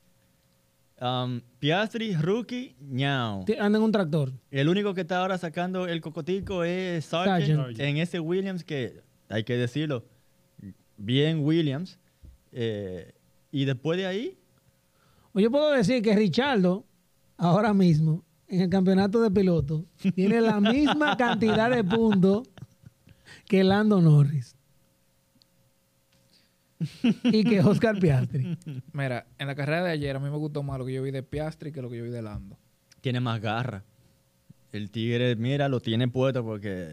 [SPEAKER 3] Um, Piastri, rookie, ñao.
[SPEAKER 2] Te- Anda en un tractor.
[SPEAKER 3] El único que está ahora sacando el cocotico es Sargent,
[SPEAKER 2] Sargent.
[SPEAKER 3] en ese Williams que, hay que decirlo, bien Williams. Eh, y después de ahí,
[SPEAKER 2] O Pues Yo puedo decir que Richardo, ahora mismo, en el campeonato de piloto, tiene la misma cantidad de puntos que Lando Norris. Y que Oscar Piastri.
[SPEAKER 5] mira, en la carrera de ayer a mí me gustó más lo que yo vi de Piastri que lo que yo vi de Lando.
[SPEAKER 3] tiene más garra. El tigre, mira, lo tiene puesto porque...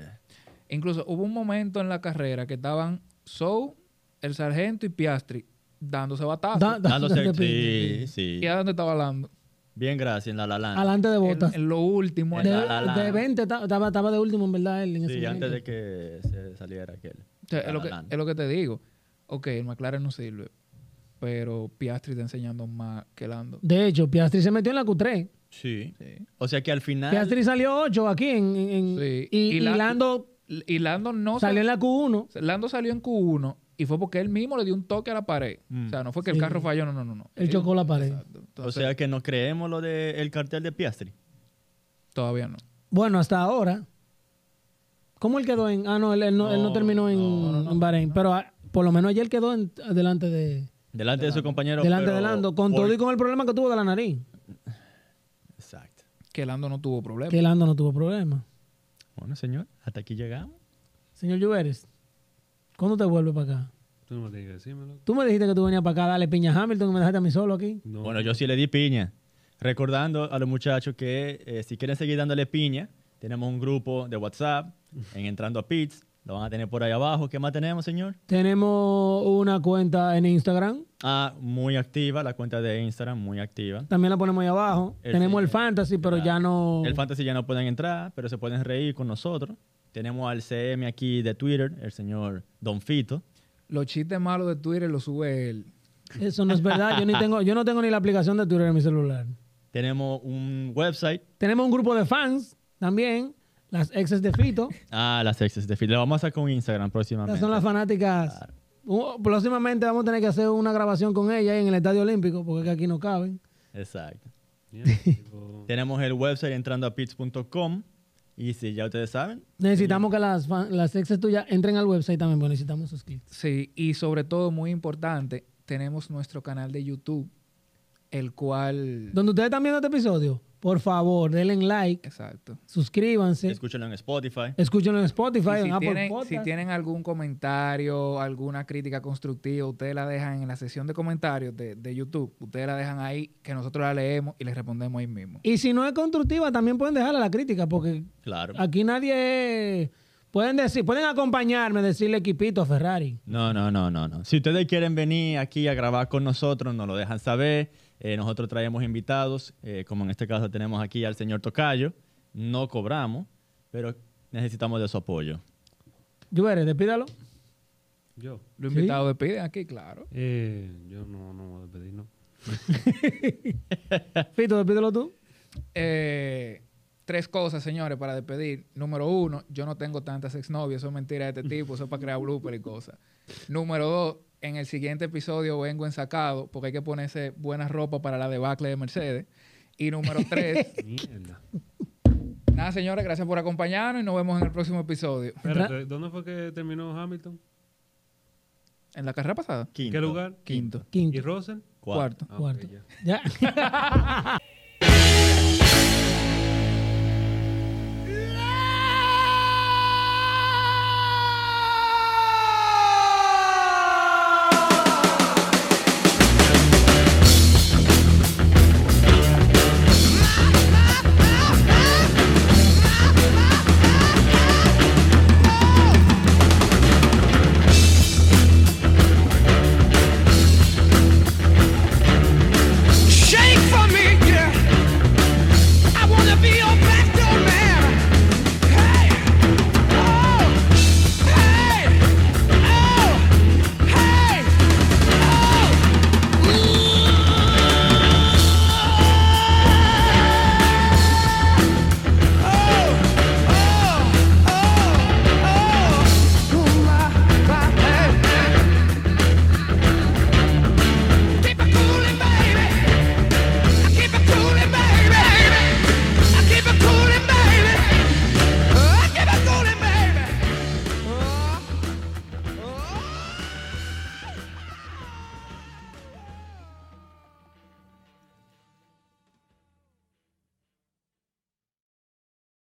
[SPEAKER 5] Incluso hubo un momento en la carrera que estaban Sou, el sargento y Piastri dándose batazos.
[SPEAKER 2] Da- da-
[SPEAKER 3] Dándose-
[SPEAKER 2] de
[SPEAKER 3] sí,
[SPEAKER 2] pi-
[SPEAKER 3] sí.
[SPEAKER 5] ¿Y a dónde estaba Lando?
[SPEAKER 3] Bien, gracias, en la la Land.
[SPEAKER 2] Adelante de
[SPEAKER 5] En,
[SPEAKER 2] botas.
[SPEAKER 5] en lo último.
[SPEAKER 3] En
[SPEAKER 5] ahí.
[SPEAKER 2] De,
[SPEAKER 3] la- la- la-
[SPEAKER 2] de 20 ta- estaba, estaba de último, en verdad, él en ese
[SPEAKER 3] Sí, antes
[SPEAKER 2] momento.
[SPEAKER 3] de que se saliera aquel.
[SPEAKER 5] O sea, es,
[SPEAKER 3] La
[SPEAKER 5] lo
[SPEAKER 3] La
[SPEAKER 5] que,
[SPEAKER 3] Land.
[SPEAKER 5] es lo que te digo. Ok, el McLaren no sirve, pero Piastri está enseñando más que Lando.
[SPEAKER 2] De hecho, Piastri se metió en la Q3.
[SPEAKER 3] Sí.
[SPEAKER 5] Sí.
[SPEAKER 3] O sea que al final...
[SPEAKER 2] Piastri salió 8 aquí en, en- en-
[SPEAKER 5] Sí.
[SPEAKER 2] y,
[SPEAKER 5] Y
[SPEAKER 2] y
[SPEAKER 5] la-
[SPEAKER 2] Lando
[SPEAKER 5] Y Lando no se-
[SPEAKER 2] salió en la Q1.
[SPEAKER 5] Lando salió en Q1 y fue porque él mismo le dio un toque a la pared.
[SPEAKER 3] Mm.
[SPEAKER 5] O sea, no fue que
[SPEAKER 2] Sí.
[SPEAKER 5] el carro falló, no, no, no. no.
[SPEAKER 2] Él chocó la pared.
[SPEAKER 5] Exacto.
[SPEAKER 3] O
[SPEAKER 5] Entonces,
[SPEAKER 3] sea que nos creemos lo del cartel de Piastri.
[SPEAKER 5] todavía no.
[SPEAKER 2] Bueno, hasta ahora. ¿Cómo él quedó en.? Ah, no, él, él no, él no
[SPEAKER 5] No,
[SPEAKER 2] terminó en,
[SPEAKER 5] no, no, no,
[SPEAKER 2] en Bahrein. Pero ah, por lo menos ayer quedó en- delante de.
[SPEAKER 3] Delante de su compañero.
[SPEAKER 2] delante
[SPEAKER 3] pero
[SPEAKER 2] de Lando. Con
[SPEAKER 3] por-
[SPEAKER 2] todo y con el problema que tuvo de la nariz.
[SPEAKER 3] Exacto.
[SPEAKER 5] Que Lando no tuvo
[SPEAKER 3] Eh,
[SPEAKER 5] problema.
[SPEAKER 2] Que Lando no tuvo problema.
[SPEAKER 3] Bueno, señor, hasta aquí llegamos.
[SPEAKER 2] Señor Lluveres, ¿cuándo te vuelves para acá?
[SPEAKER 4] Tú no me tienes que decírmelo.
[SPEAKER 2] Tú me dijiste que tú venías para acá, dale piña a Hamilton y me dejaste a mí solo aquí.
[SPEAKER 4] No.
[SPEAKER 3] Bueno, yo sí le di piña. Recordando a los muchachos que eh, si quieren seguir dándole piña, tenemos un grupo de WhatsApp en Entrando a Pits. Lo van a tener por ahí abajo. ¿Qué más tenemos, señor?
[SPEAKER 2] Tenemos una cuenta en Instagram.
[SPEAKER 3] Ah, muy activa, la cuenta de Instagram, muy activa.
[SPEAKER 2] También la ponemos ahí abajo.
[SPEAKER 3] El
[SPEAKER 2] Tenemos
[SPEAKER 3] Eh, sí,
[SPEAKER 2] el fantasy, pero
[SPEAKER 3] ya.
[SPEAKER 2] ya no.
[SPEAKER 3] El fantasy ya no pueden entrar, pero se pueden reír con nosotros. Tenemos al CM aquí de Twitter, el señor Don Fito.
[SPEAKER 5] Los chistes malos de Twitter los sube él.
[SPEAKER 2] Eso no es verdad. Yo, ni tengo, yo no tengo ni la aplicación de Twitter en mi celular.
[SPEAKER 3] Tenemos un website.
[SPEAKER 2] Tenemos un grupo de fans también, las exes de Fito.
[SPEAKER 3] Ah, las exes de Fito. Lo vamos a sacar un Instagram próximamente.
[SPEAKER 2] Estas son las fanáticas. Uh, Próximamente vamos a tener que hacer una grabación con ella en el Estadio Olímpico, porque es que aquí no caben.
[SPEAKER 3] Exacto.
[SPEAKER 4] Mierda, tipo,
[SPEAKER 3] Tenemos el website entrando a pits.com. Y si ya ustedes saben,
[SPEAKER 2] Necesitamos que las, fan- las exes tuyas entren al website también, porque necesitamos sus clics.
[SPEAKER 5] Sí, y sobre todo, muy importante, tenemos nuestro canal de YouTube, el cual...
[SPEAKER 2] Donde ustedes están viendo este episodio, por favor, denle like,
[SPEAKER 5] Exacto.
[SPEAKER 2] suscríbanse,
[SPEAKER 3] escúchenlo en Spotify.
[SPEAKER 2] escúchenlo en Spotify,
[SPEAKER 5] Y
[SPEAKER 2] en
[SPEAKER 5] si,
[SPEAKER 2] Apple
[SPEAKER 5] tienen, si
[SPEAKER 2] Podcast.
[SPEAKER 5] tienen algún comentario, alguna crítica constructiva, ustedes la dejan en la sección de comentarios de, de YouTube. Ustedes la dejan ahí, que nosotros la leemos y les respondemos ahí mismo.
[SPEAKER 2] Y si no es constructiva, también pueden dejarle la crítica, porque
[SPEAKER 3] Claro.
[SPEAKER 2] aquí nadie... es- Pueden decir, pueden acompañarme, decirle equipito a Ferrari.
[SPEAKER 3] No, no, no, no, no. Si ustedes quieren venir aquí a grabar con nosotros, nos lo dejan saber. Eh, nosotros traemos invitados, eh, como en este caso tenemos aquí al señor Tocayo. No cobramos, pero necesitamos de su apoyo.
[SPEAKER 2] Lluveres, despídalo.
[SPEAKER 4] yo.
[SPEAKER 5] Los
[SPEAKER 2] Sí.
[SPEAKER 5] invitados despiden aquí, claro.
[SPEAKER 4] Eh, yo no, no me voy a despedir, no.
[SPEAKER 2] Fito, despídelo tú.
[SPEAKER 5] Eh, tres cosas, señores, para despedir. Número uno, yo no tengo tantas exnovias, eso es mentira de este tipo, eso es para crear blooper y cosas. Número dos, en el siguiente episodio vengo ensacado porque hay que ponerse buena ropa para la debacle de Mercedes. Y número tres,
[SPEAKER 4] Mierda.
[SPEAKER 5] nada, señores, gracias por acompañarnos y nos vemos en el próximo episodio.
[SPEAKER 4] Espérate, ¿dónde fue que terminó Hamilton?
[SPEAKER 5] En la carrera pasada.
[SPEAKER 3] Quinto.
[SPEAKER 4] ¿Qué lugar?
[SPEAKER 5] Quinto.
[SPEAKER 4] ¿Y
[SPEAKER 2] Quinto.
[SPEAKER 4] Russell?
[SPEAKER 3] Cuarto.
[SPEAKER 5] Cuarto.
[SPEAKER 4] Ah, ok,
[SPEAKER 2] Cuarto.
[SPEAKER 4] ya.
[SPEAKER 2] Ya.